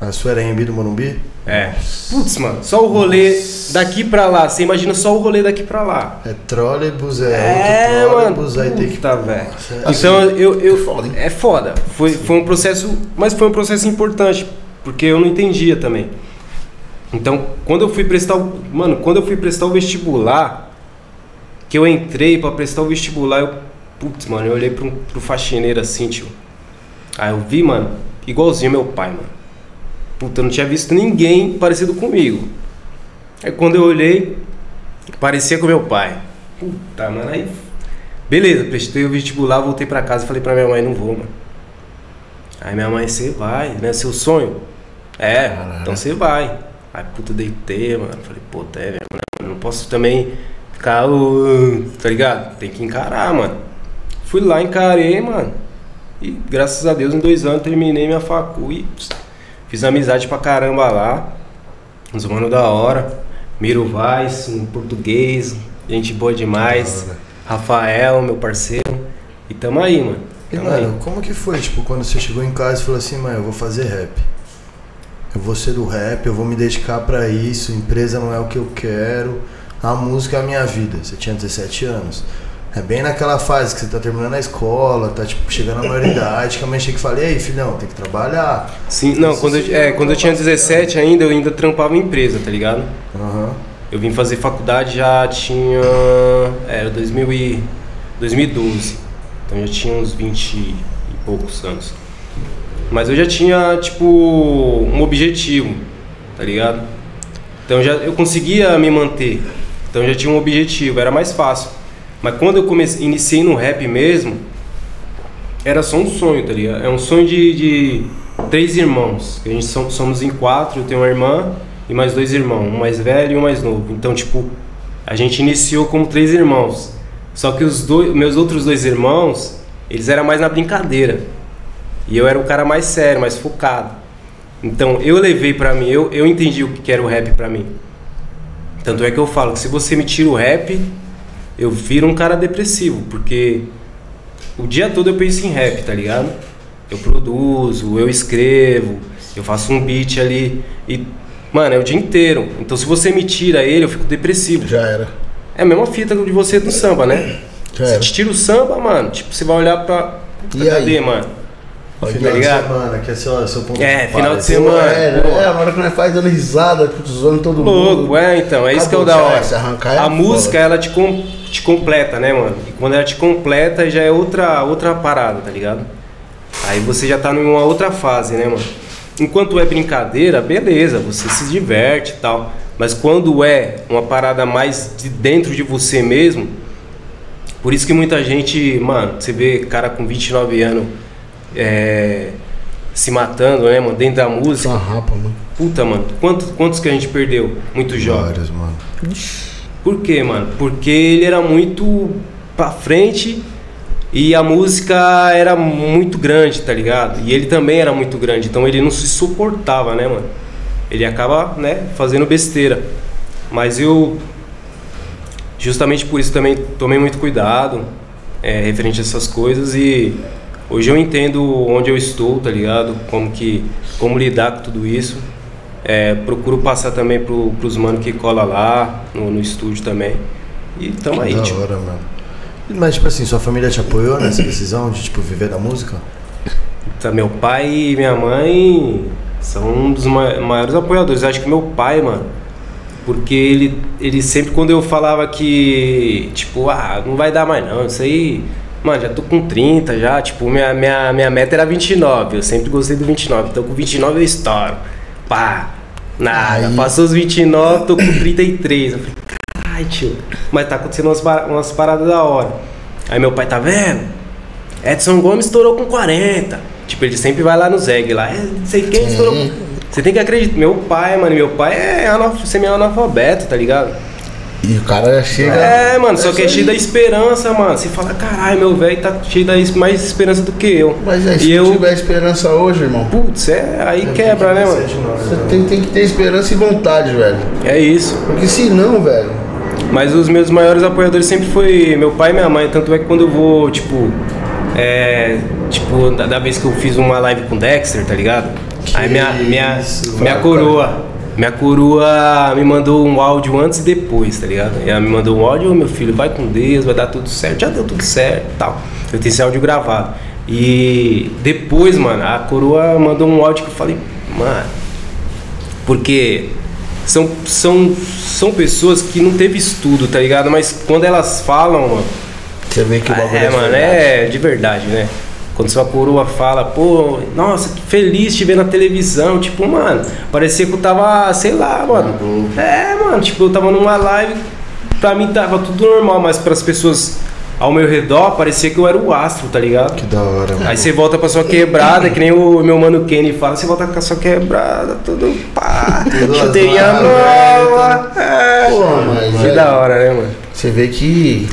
[SPEAKER 3] A sua era Embi do Morumbi?
[SPEAKER 4] É. Putz, mano, só o rolê daqui pra lá. Você imagina só o rolê daqui pra lá.
[SPEAKER 3] É trólebus, é,
[SPEAKER 4] É,
[SPEAKER 3] outro
[SPEAKER 4] mano.
[SPEAKER 3] trólebus, aí tem que.
[SPEAKER 4] Puta, velho.
[SPEAKER 3] Assim,
[SPEAKER 4] Então eu. eu
[SPEAKER 2] é foda, hein?
[SPEAKER 4] é foda. Foi, foi um processo. Mas foi um processo importante. Porque eu não entendia também. Então, quando eu fui prestar. o- Mano, quando eu fui prestar o vestibular. Que eu entrei pra prestar o vestibular, eu. Putz, mano, eu olhei pro, pro faxineiro assim, tio. Aí eu vi, mano, igualzinho meu pai, mano. Puta, eu não tinha visto ninguém parecido comigo. Aí quando eu olhei, parecia com meu pai. Puta, mano, aí. Beleza, prestei o vestibular, voltei pra casa e falei pra minha mãe, não vou, mano. Aí minha mãe, você vai, né? Seu sonho? É, então você vai. Aí, puta, deitei, mano. Falei, puta, é, velho, mano, não posso também ficar, "Ah", tá ligado? Tem que encarar, mano. Fui lá, encarei, mano. E graças a Deus, em dois anos, terminei minha facu e fiz amizade pra caramba lá. Uns mano da hora. Miro Vaz, um português, gente boa demais. Rafael, meu parceiro. E tamo aí, mano.
[SPEAKER 3] E,
[SPEAKER 4] Tamo aí.
[SPEAKER 3] mano, como que foi, tipo, quando você chegou em casa e falou assim, mãe, eu vou fazer rap? Eu vou ser do rap, eu vou me dedicar pra isso, empresa não é o que eu quero, a música é a minha vida. Você tinha 17 anos. É bem naquela fase que você tá terminando a escola, tá tipo, chegando à maioridade, que a mãe chega e fala, ei filhão, tem que trabalhar.
[SPEAKER 4] Sim, não, quando eu, é, quando eu tinha 17 ainda, eu ainda trampava em empresa, tá ligado?
[SPEAKER 3] Aham.
[SPEAKER 4] Eu vim fazer faculdade já tinha. é, Era 2000 e, 2012. Então já tinha uns 20 e poucos anos. Mas eu já tinha, tipo, um objetivo, tá ligado? Então já eu conseguia me manter. Então já tinha um objetivo, era mais fácil. Mas quando eu comecei, iniciei no rap mesmo, era só um sonho, tá ligado? É um sonho de, de três irmãos. que A gente som- somos em quatro, eu tenho uma irmã e mais dois irmãos, um mais velho e um mais novo. Então, tipo, a gente iniciou como três irmãos. Só que os dois, meus outros dois irmãos, eles eram mais na brincadeira. E eu era o cara mais sério, mais focado. Então, eu levei pra mim, eu, eu entendi o que era o rap pra mim. Tanto é que eu falo que se você me tira o rap, eu viro um cara depressivo, porque o dia todo eu penso em rap, tá ligado? Eu produzo, eu escrevo, eu faço um beat ali e mano, é o dia inteiro. Então se você me tira ele, eu fico depressivo.
[SPEAKER 3] Já era.
[SPEAKER 4] É a mesma fita de você do samba, né?
[SPEAKER 3] Já
[SPEAKER 4] Se
[SPEAKER 3] era.
[SPEAKER 4] te tira o samba, mano, tipo, você vai olhar pra
[SPEAKER 2] E
[SPEAKER 4] pra
[SPEAKER 2] aí?
[SPEAKER 4] cadê, mano?
[SPEAKER 3] Final de
[SPEAKER 4] ligado?
[SPEAKER 3] semana, que é seu, seu ponto
[SPEAKER 4] É,
[SPEAKER 3] de
[SPEAKER 4] final de
[SPEAKER 3] paz.
[SPEAKER 4] semana.
[SPEAKER 2] É,
[SPEAKER 4] pô.
[SPEAKER 2] é, a hora que nós faz dando risada, tipo, zoando todo mundo.
[SPEAKER 4] Louco, é, então, é isso que é o da
[SPEAKER 2] Acabou,
[SPEAKER 4] hora.
[SPEAKER 2] se arrancar é
[SPEAKER 4] a
[SPEAKER 2] foda.
[SPEAKER 4] música, ela te, com- te completa, né, mano? E quando ela te completa, já é outra, outra parada, tá ligado? Aí você já tá numa outra fase, né, mano? Enquanto é brincadeira, beleza, você se diverte e tal. Mas quando é uma parada mais de dentro de você mesmo, por isso que muita gente, mano, você vê cara com 29 anos é, se matando, né, mano, dentro da música.
[SPEAKER 2] Sarrapa, mano.
[SPEAKER 4] Puta, mano, quantos, quantos que a gente perdeu? Muito jovem.
[SPEAKER 3] Vários, mano.
[SPEAKER 4] Por quê, mano? Porque ele era muito pra frente e a música era muito grande, tá ligado? E ele também era muito grande, então ele não se suportava, né, mano? Ele acaba, né, fazendo besteira. Mas eu, justamente por isso também tomei muito cuidado é, referente a essas coisas e hoje eu entendo onde eu estou, tá ligado? Como que, como lidar com tudo isso. É, procuro passar também pro, pros mano que cola lá no, no estúdio também. E tamo aí,
[SPEAKER 3] da
[SPEAKER 4] tipo.
[SPEAKER 3] hora, mano. Mas, tipo assim, sua família te apoiou nessa decisão de, tipo, viver da música?
[SPEAKER 4] Tá, meu pai e minha mãe são um dos ma- maiores apoiadores. Acho que meu pai, mano. Porque ele, ele sempre, quando eu falava que, tipo, ah, não vai dar mais não, isso aí. Mano, já tô com 30 já, tipo, minha, minha, minha meta era 29, eu sempre gostei do 29, então com 29 eu estouro. Pá, nada,
[SPEAKER 3] Aí.
[SPEAKER 4] passou os 29, tô com 33. Eu falei, Ai, tio. Mas tá acontecendo umas, para- umas paradas da hora. Aí meu pai tá vendo? Edson Gomes estourou com 40. Tipo, ele sempre vai lá no Zeg lá. É, não sei quem estourou com. Você tem que acreditar. Meu pai, mano, meu pai é anaf- semi-analfabeto, tá ligado?
[SPEAKER 2] E o cara chega.
[SPEAKER 4] É, mano, só que é cheio da esperança, mano. Você fala, caralho, meu velho tá cheio da es- mais esperança do que eu.
[SPEAKER 2] Mas aí, se
[SPEAKER 4] e
[SPEAKER 2] não
[SPEAKER 4] eu,
[SPEAKER 2] tiver esperança hoje, irmão,
[SPEAKER 4] putz, é, aí quebra, né, mano?
[SPEAKER 2] você tem, tem que ter esperança e vontade, velho.
[SPEAKER 4] É isso.
[SPEAKER 2] Porque se não, velho.
[SPEAKER 4] Mas os meus maiores apoiadores sempre foi meu pai e minha mãe. Tanto é que quando eu vou, tipo. É. Tipo, da, da vez que eu fiz uma live com o Dexter, tá ligado? Aí minha, minha,
[SPEAKER 3] isso,
[SPEAKER 4] minha
[SPEAKER 3] cara.
[SPEAKER 4] coroa. Minha coroa me mandou um áudio antes e depois, tá ligado? Ela me mandou um áudio, "Ô, meu filho, vai com Deus, vai dar tudo certo. Já deu tudo certo e tal. Eu tenho esse áudio gravado. E depois, mano, a coroa mandou um áudio que eu falei, mano, porque são, são, são pessoas que não teve estudo, tá ligado? Mas quando elas falam, mano,
[SPEAKER 2] Você vê que o bagulho
[SPEAKER 4] é, mano, é de verdade, né? Quando sua coroa fala, pô, nossa, que feliz te ver na televisão. Tipo, mano, parecia que eu tava, sei lá, mano. É, mano, tipo, eu tava numa live, pra mim tava tudo normal, mas pras pessoas ao meu redor, parecia que eu era o astro, tá ligado?
[SPEAKER 3] Que da hora, mano.
[SPEAKER 4] Aí você volta pra sua quebrada, que nem o meu mano Kenny fala, você volta com a sua quebrada, tudo pá,
[SPEAKER 3] Tudo
[SPEAKER 4] chutei a
[SPEAKER 3] azul,
[SPEAKER 4] bola. é.
[SPEAKER 2] Pô, mas,
[SPEAKER 4] Que
[SPEAKER 2] velho,
[SPEAKER 4] da hora, né, mano?
[SPEAKER 2] Você vê que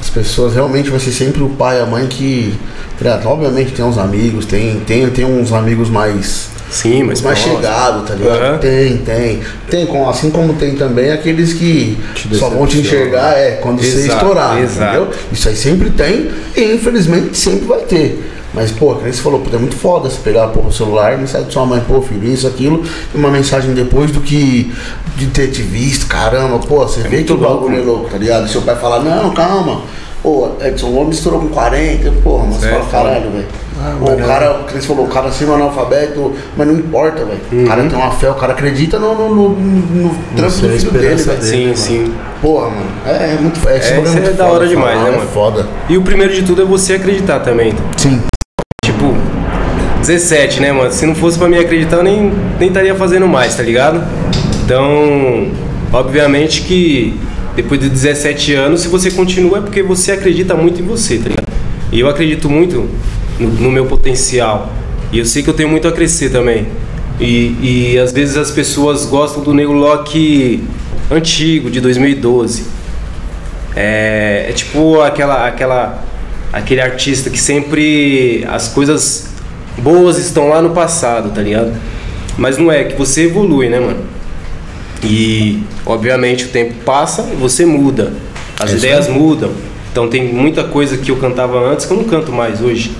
[SPEAKER 2] as pessoas realmente vai ser sempre o pai e a mãe que. tá ligado? Obviamente tem uns amigos, tem, tem, tem uns amigos mais.
[SPEAKER 4] Sim, mas
[SPEAKER 2] mais chegados, tá ligado?
[SPEAKER 4] Aham.
[SPEAKER 2] Tem, tem. Tem, com- assim como tem também aqueles que
[SPEAKER 3] Te
[SPEAKER 2] só vão te
[SPEAKER 3] decepcionam.
[SPEAKER 2] enxergar é, quando você
[SPEAKER 4] Exato,
[SPEAKER 2] estourar,
[SPEAKER 4] exato.
[SPEAKER 2] entendeu? Isso aí sempre tem e infelizmente sempre vai ter. Mas, pô, que nem você falou, puta, é muito foda você pegar porra, o celular, mensagem de sua mãe, pô, filho, isso, aquilo, e uma mensagem depois do que de ter te visto, caramba, pô, você vê que o bagulho é louco, tá ligado? E seu pai fala, não, calma, pô, Edson, o homem estourou com 40, porra, mas você
[SPEAKER 4] É,
[SPEAKER 2] fala,
[SPEAKER 4] foda.
[SPEAKER 2] caralho, velho.
[SPEAKER 3] Ah,
[SPEAKER 2] Pô, o cara, que nem você falou, o cara sendo analfabeto, mas não importa, velho. O
[SPEAKER 3] Uhum.
[SPEAKER 2] cara tem uma fé, o cara acredita no, no, no, no, no trampo
[SPEAKER 3] sei,
[SPEAKER 2] do
[SPEAKER 3] a
[SPEAKER 2] filho dele,
[SPEAKER 3] esperança
[SPEAKER 2] velho.
[SPEAKER 3] dele. né?
[SPEAKER 4] Sim, sim.
[SPEAKER 2] Porra, mano, é, é muito foda.
[SPEAKER 4] É, isso é da hora demais, né, mano?
[SPEAKER 2] É foda.
[SPEAKER 4] E o primeiro de tudo é você acreditar também. então.
[SPEAKER 2] Sim.
[SPEAKER 4] Tipo, 17, né, mano? Se não fosse pra mim acreditar, eu nem, nem estaria fazendo mais, tá ligado? Então, obviamente que depois de 17 anos, se você continua, é porque você acredita muito em você, tá ligado? E eu acredito muito no, no meu potencial. E eu sei que eu tenho muito a crescer também. E, e às vezes as pessoas gostam do Nego Loki antigo, de 2012. É, é tipo aquela, aquela, aquele artista que sempre as coisas boas estão lá no passado, tá ligado? Mas não é, que você evolui, né, mano? E, obviamente, o tempo passa e você muda. As ideias mudam. Então, tem muita coisa que eu cantava antes que eu não canto mais hoje.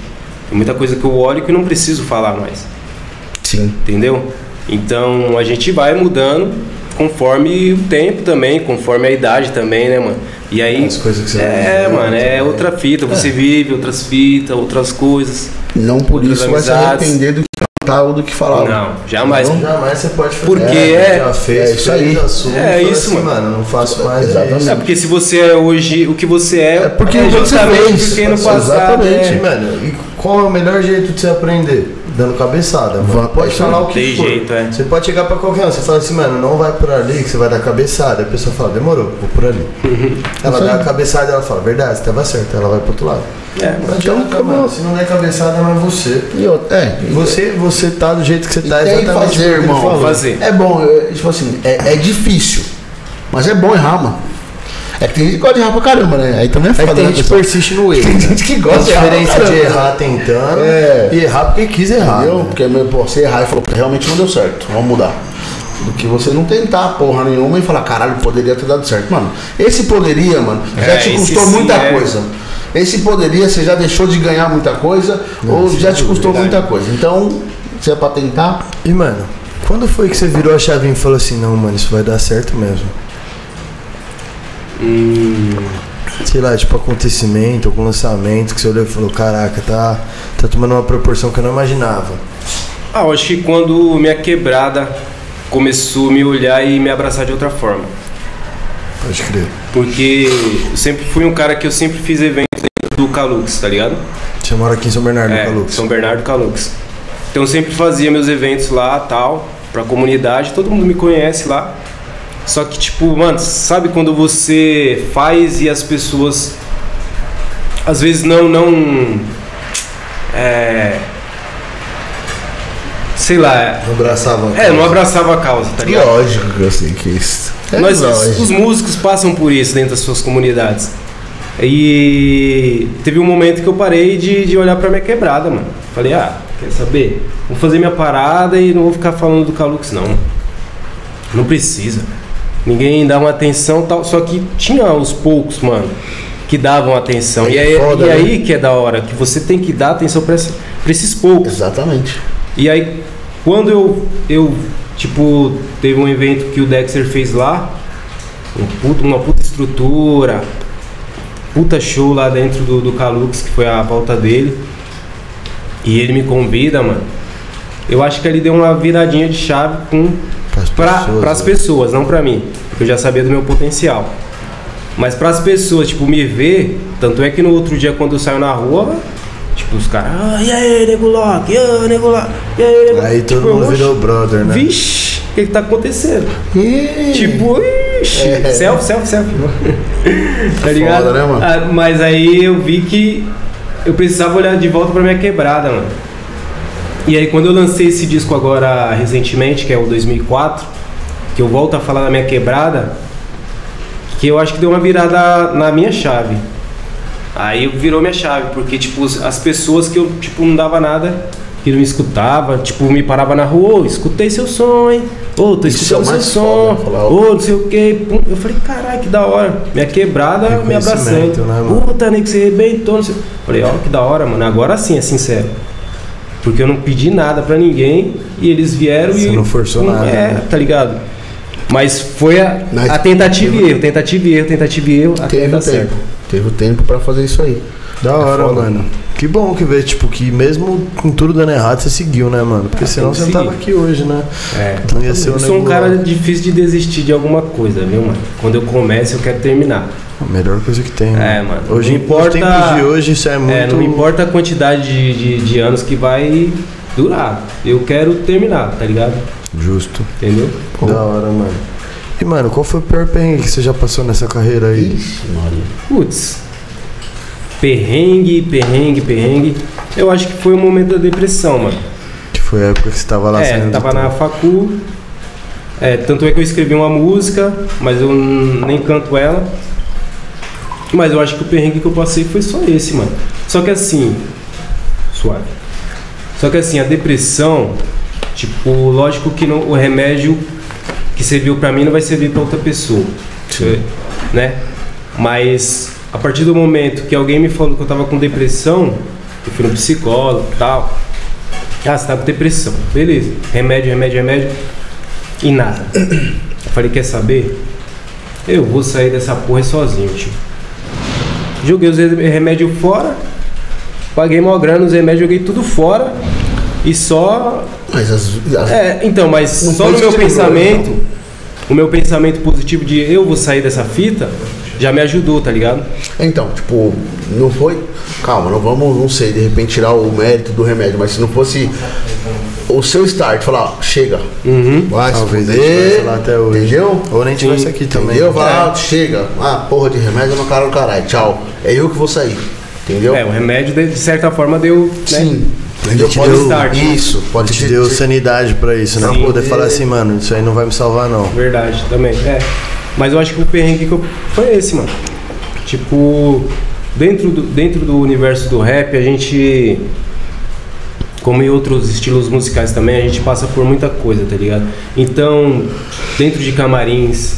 [SPEAKER 4] Tem muita coisa que eu olho que eu não preciso falar mais Ah,
[SPEAKER 2] Sim.
[SPEAKER 4] entendeu? Então a gente vai mudando conforme o tempo também, conforme a idade também, né, mano? E aí.
[SPEAKER 3] As coisas que você vai né?
[SPEAKER 4] É,
[SPEAKER 3] vivendo
[SPEAKER 4] mano, é
[SPEAKER 3] também.
[SPEAKER 4] outra fita, você vive outras fitas, outras coisas.
[SPEAKER 2] Não por
[SPEAKER 4] Outras
[SPEAKER 2] isso vai se
[SPEAKER 4] amizades.
[SPEAKER 2] arrepender do que cantar ou do que falar.
[SPEAKER 4] Não, jamais.
[SPEAKER 2] Não
[SPEAKER 3] Jamais você pode fazer.
[SPEAKER 4] Porque é-
[SPEAKER 3] Já fez,
[SPEAKER 2] Então, é isso
[SPEAKER 3] fez,
[SPEAKER 2] aí.
[SPEAKER 3] assume,
[SPEAKER 4] É
[SPEAKER 3] fala
[SPEAKER 4] isso,
[SPEAKER 3] assim,
[SPEAKER 4] mano.
[SPEAKER 3] mano. Não faço mais.
[SPEAKER 2] Exatamente.
[SPEAKER 4] É
[SPEAKER 3] isso.
[SPEAKER 4] porque se você é hoje o que você é, é
[SPEAKER 2] porque o que você
[SPEAKER 4] justamente
[SPEAKER 2] fez,
[SPEAKER 4] porque no passado.
[SPEAKER 2] exatamente.
[SPEAKER 4] é.
[SPEAKER 3] E, Mano, e qual é o melhor jeito de você aprender? Dando cabeçada. mano.
[SPEAKER 2] Vai-
[SPEAKER 3] pode falar o que
[SPEAKER 4] Tem
[SPEAKER 3] for.
[SPEAKER 4] jeito, é.
[SPEAKER 3] Você pode chegar pra qualquer um. Você fala assim, mano, não vai por ali que você vai dar cabeçada. A pessoa fala, demorou, vou por ali.
[SPEAKER 4] Uhum.
[SPEAKER 3] ela dá a cabeçada ela fala, verdade, você tava certo. Ela vai pro outro lado.
[SPEAKER 4] É,
[SPEAKER 3] Não adianta,
[SPEAKER 2] Então, acabou.
[SPEAKER 3] mano. Se não der cabeçada, não é você.
[SPEAKER 2] E outra, é, e-
[SPEAKER 3] Você, você tá do jeito que você
[SPEAKER 2] e
[SPEAKER 3] tá,
[SPEAKER 2] tem que
[SPEAKER 3] exatamente
[SPEAKER 2] fazer,
[SPEAKER 3] porque ele
[SPEAKER 2] irmão.
[SPEAKER 3] falou.
[SPEAKER 4] Fazer.
[SPEAKER 2] É bom, é, tipo assim, é, é difícil. Mas é bom errar, mano. É que tem gente que gosta de errar pra caramba, né? Aí também é
[SPEAKER 3] É
[SPEAKER 2] foda,
[SPEAKER 3] que tem
[SPEAKER 2] né,
[SPEAKER 3] gente que
[SPEAKER 2] pessoal?
[SPEAKER 3] persiste no erro.
[SPEAKER 2] Tem
[SPEAKER 3] né?
[SPEAKER 2] gente que gosta de
[SPEAKER 3] Tem diferença
[SPEAKER 2] errar. né?
[SPEAKER 3] de errar tentando
[SPEAKER 2] É.
[SPEAKER 3] e errar porque quis errar.
[SPEAKER 2] Entendeu?
[SPEAKER 3] né?
[SPEAKER 2] Porque meu, pô, você errar e falou, "Pô, realmente não deu certo, vamos mudar. Do que você não tentar porra nenhuma e falar, caralho, poderia ter dado certo. Mano, esse poderia, mano, já
[SPEAKER 4] É,
[SPEAKER 2] te
[SPEAKER 4] esse
[SPEAKER 2] custou
[SPEAKER 4] sim,
[SPEAKER 2] muita
[SPEAKER 4] é.
[SPEAKER 2] coisa. Esse poderia, você já deixou de ganhar muita coisa ou já te custou muita coisa. Então, se é pra tentar,
[SPEAKER 3] E, mano, quando foi que você virou a chavinha e falou assim, não, mano, isso vai dar certo mesmo?
[SPEAKER 4] Hum.
[SPEAKER 3] Sei lá, tipo acontecimento, algum lançamento que você olhou e falou, caraca, tá, tá tomando uma proporção que eu não imaginava.
[SPEAKER 4] Ah, eu acho que quando minha quebrada começou a me olhar e me abraçar de outra forma.
[SPEAKER 3] Pode crer.
[SPEAKER 4] Porque eu sempre fui um cara que eu sempre fiz eventos dentro do Calux, tá ligado?
[SPEAKER 3] Você mora aqui em São Bernardo, né,
[SPEAKER 4] É,
[SPEAKER 3] Calux.
[SPEAKER 4] São Bernardo Calux. Então eu sempre fazia meus eventos lá, tal, pra comunidade, todo mundo me conhece lá. Só que tipo, mano, sabe quando você faz e as pessoas às vezes não não é sei lá,
[SPEAKER 3] Não abraçava.
[SPEAKER 4] é, não abraçava a causa, tá ligado?
[SPEAKER 2] é lógico que eu sei que isso. É
[SPEAKER 4] Nós,
[SPEAKER 2] lógico.
[SPEAKER 4] os músicos passam por isso dentro das suas comunidades. E teve um momento que eu parei de, de olhar pra minha quebrada, mano. Falei, ah, quer saber? Vou fazer minha parada e não vou ficar falando do Calux, não. Não precisa. Ninguém dá uma atenção e tal. Só que tinha os poucos, mano, que davam atenção. E aí,
[SPEAKER 3] Foda,
[SPEAKER 4] e
[SPEAKER 3] né?
[SPEAKER 4] aí que é da hora, que você tem que dar atenção pra, esse- pra esses poucos.
[SPEAKER 2] Exatamente.
[SPEAKER 4] E aí, quando eu, eu, tipo, teve um evento que o Dexter fez lá, um puto- uma puta estrutura, puta show lá dentro do, do Calux, que foi a volta dele, e ele me convida, mano. Eu acho que ele deu uma viradinha de chave com
[SPEAKER 3] Pras
[SPEAKER 4] pra,
[SPEAKER 3] pessoas,
[SPEAKER 4] pras
[SPEAKER 3] né?
[SPEAKER 4] pessoas, não pra mim, porque eu já sabia do meu potencial. Mas pras pessoas, tipo, me ver, tanto é que no outro dia quando eu saio na rua, tipo, os caras, ah, e aí, Nego Lock, e aí, Nego Lock, e aí, Nego Lock?"
[SPEAKER 3] Aí todo
[SPEAKER 4] Tipo, eu,
[SPEAKER 3] mundo
[SPEAKER 4] "Oxe,
[SPEAKER 3] virou brother, né?
[SPEAKER 4] Vixe, o que, que tá acontecendo? Tipo, ixi,
[SPEAKER 2] É.
[SPEAKER 4] self, self, self. tá
[SPEAKER 2] É
[SPEAKER 4] ligado?
[SPEAKER 2] foda, né, mano?
[SPEAKER 4] Ah, mas aí eu vi que eu precisava olhar de volta pra minha quebrada, mano. E aí quando eu lancei esse disco agora recentemente, que é o 2004, que eu volto a falar da minha quebrada, que eu acho que deu uma virada na minha chave. Aí virou minha chave, porque tipo, as pessoas que eu tipo não dava nada, que não escutava, tipo, me parava na rua, ô, escutei seu som, hein? Ô, tô
[SPEAKER 3] Isso é o
[SPEAKER 4] escutando seu
[SPEAKER 3] mais
[SPEAKER 4] som,
[SPEAKER 3] foda, falar,
[SPEAKER 4] ô, não sei o que. Eu falei, caralho, que da hora. Minha quebrada me abraçando.
[SPEAKER 3] Reconhecimento, né, mano?
[SPEAKER 4] Puta, nego, você arrebentou, não sei. Falei, ó, que da hora, mano. Agora sim é sincero. Porque eu não pedi nada pra ninguém e eles vieram
[SPEAKER 3] Você
[SPEAKER 4] e.
[SPEAKER 3] não forçou nada,
[SPEAKER 4] É,
[SPEAKER 3] né?
[SPEAKER 4] tá ligado? Mas foi a,
[SPEAKER 2] Mas-
[SPEAKER 4] a tentativa e erro, tentativa e erro, tentativa e erro, até
[SPEAKER 2] Teve
[SPEAKER 4] dar
[SPEAKER 2] o tempo.
[SPEAKER 4] certo.
[SPEAKER 2] Teve o tempo pra fazer isso aí.
[SPEAKER 4] É
[SPEAKER 3] Da hora,
[SPEAKER 2] foda.
[SPEAKER 3] mano. Que bom que vê, tipo, que mesmo com tudo dando errado, você seguiu, né, mano? Porque senão
[SPEAKER 4] Ah, tem que
[SPEAKER 3] você não tava
[SPEAKER 4] seguir.
[SPEAKER 3] aqui hoje, né?
[SPEAKER 4] É.
[SPEAKER 3] Não ia ser o
[SPEAKER 4] Eu sou um
[SPEAKER 3] nego
[SPEAKER 4] cara
[SPEAKER 3] lá.
[SPEAKER 4] difícil de desistir de alguma coisa, viu, mano? Quando eu começo, eu quero terminar.
[SPEAKER 3] A melhor coisa que tem.
[SPEAKER 4] É, mano.
[SPEAKER 3] Hoje,
[SPEAKER 4] Não importa-
[SPEAKER 3] nos tempos de hoje, isso é muito...
[SPEAKER 4] É, não me importa a quantidade de, de, de anos que vai durar. Eu quero terminar, tá ligado?
[SPEAKER 3] Justo.
[SPEAKER 4] Entendeu?
[SPEAKER 3] Da hora, mano. E, mano, qual foi o pior perrengue que você já passou nessa carreira aí?
[SPEAKER 2] Ixi, Maria.
[SPEAKER 4] Putz. Perrengue, perrengue, perrengue. Eu acho que foi o momento da depressão, mano.
[SPEAKER 3] Que foi a época que você tava lá
[SPEAKER 4] é,
[SPEAKER 3] saindo do
[SPEAKER 4] tava na facu. É, tanto é que eu escrevi uma música, mas eu n- nem canto ela. Mas eu acho que o perrengue que eu passei foi só esse, mano. Só que assim. Suave. Só que assim, a depressão, tipo, lógico que não, o remédio que serviu pra mim não vai servir pra outra pessoa. Né? Mas a partir do momento que alguém me falou que eu tava com depressão, eu fui no psicólogo e tal. Ah, você tá com depressão. Beleza. Remédio, remédio, remédio. E nada. Eu falei, quer saber? Eu vou sair dessa porra sozinho, tio. Joguei os re- remédios fora. Paguei mó grana, os remédios, joguei tudo fora. E só
[SPEAKER 2] Mas as. as-
[SPEAKER 4] é, então, mas
[SPEAKER 2] Não
[SPEAKER 4] só
[SPEAKER 2] foi
[SPEAKER 4] no meu
[SPEAKER 2] isso que você falou,
[SPEAKER 4] pensamento, o meu pensamento positivo de eu vou sair dessa fita, já me ajudou, tá ligado?
[SPEAKER 2] Então, tipo, não foi. Calma, não vamos, não sei, de repente tirar o mérito do remédio, mas se não fosse o seu start, falar, ó, chega.
[SPEAKER 4] Uhum.
[SPEAKER 2] Vai, se
[SPEAKER 3] Talvez a
[SPEAKER 2] fuder,
[SPEAKER 3] gente tivesse lá até hoje.
[SPEAKER 2] Entendeu?
[SPEAKER 3] Ou nem tivesse aqui também. né?
[SPEAKER 2] Entendeu?
[SPEAKER 4] É.
[SPEAKER 2] Vai, lá, chega. Ah, porra de remédio no cara do caralho. Tchau. É eu que vou sair. Entendeu?
[SPEAKER 4] É, o remédio, de, de certa forma, deu. né?
[SPEAKER 2] Sim. Entendeu?
[SPEAKER 3] Ele te
[SPEAKER 2] Pode
[SPEAKER 3] deu-
[SPEAKER 2] start. Isso, pode
[SPEAKER 3] Te
[SPEAKER 2] te
[SPEAKER 3] deu sanidade pra isso, né?
[SPEAKER 4] Sim.
[SPEAKER 3] Poder falar assim, mano, isso aí não vai me salvar, não.
[SPEAKER 4] Verdade, também. É. Mas eu acho que o perrengue que eu. Foi esse, mano. Tipo, dentro do, dentro do universo do rap, a gente. Como em outros estilos musicais também, a gente passa por muita coisa, tá ligado? Então, dentro de camarins,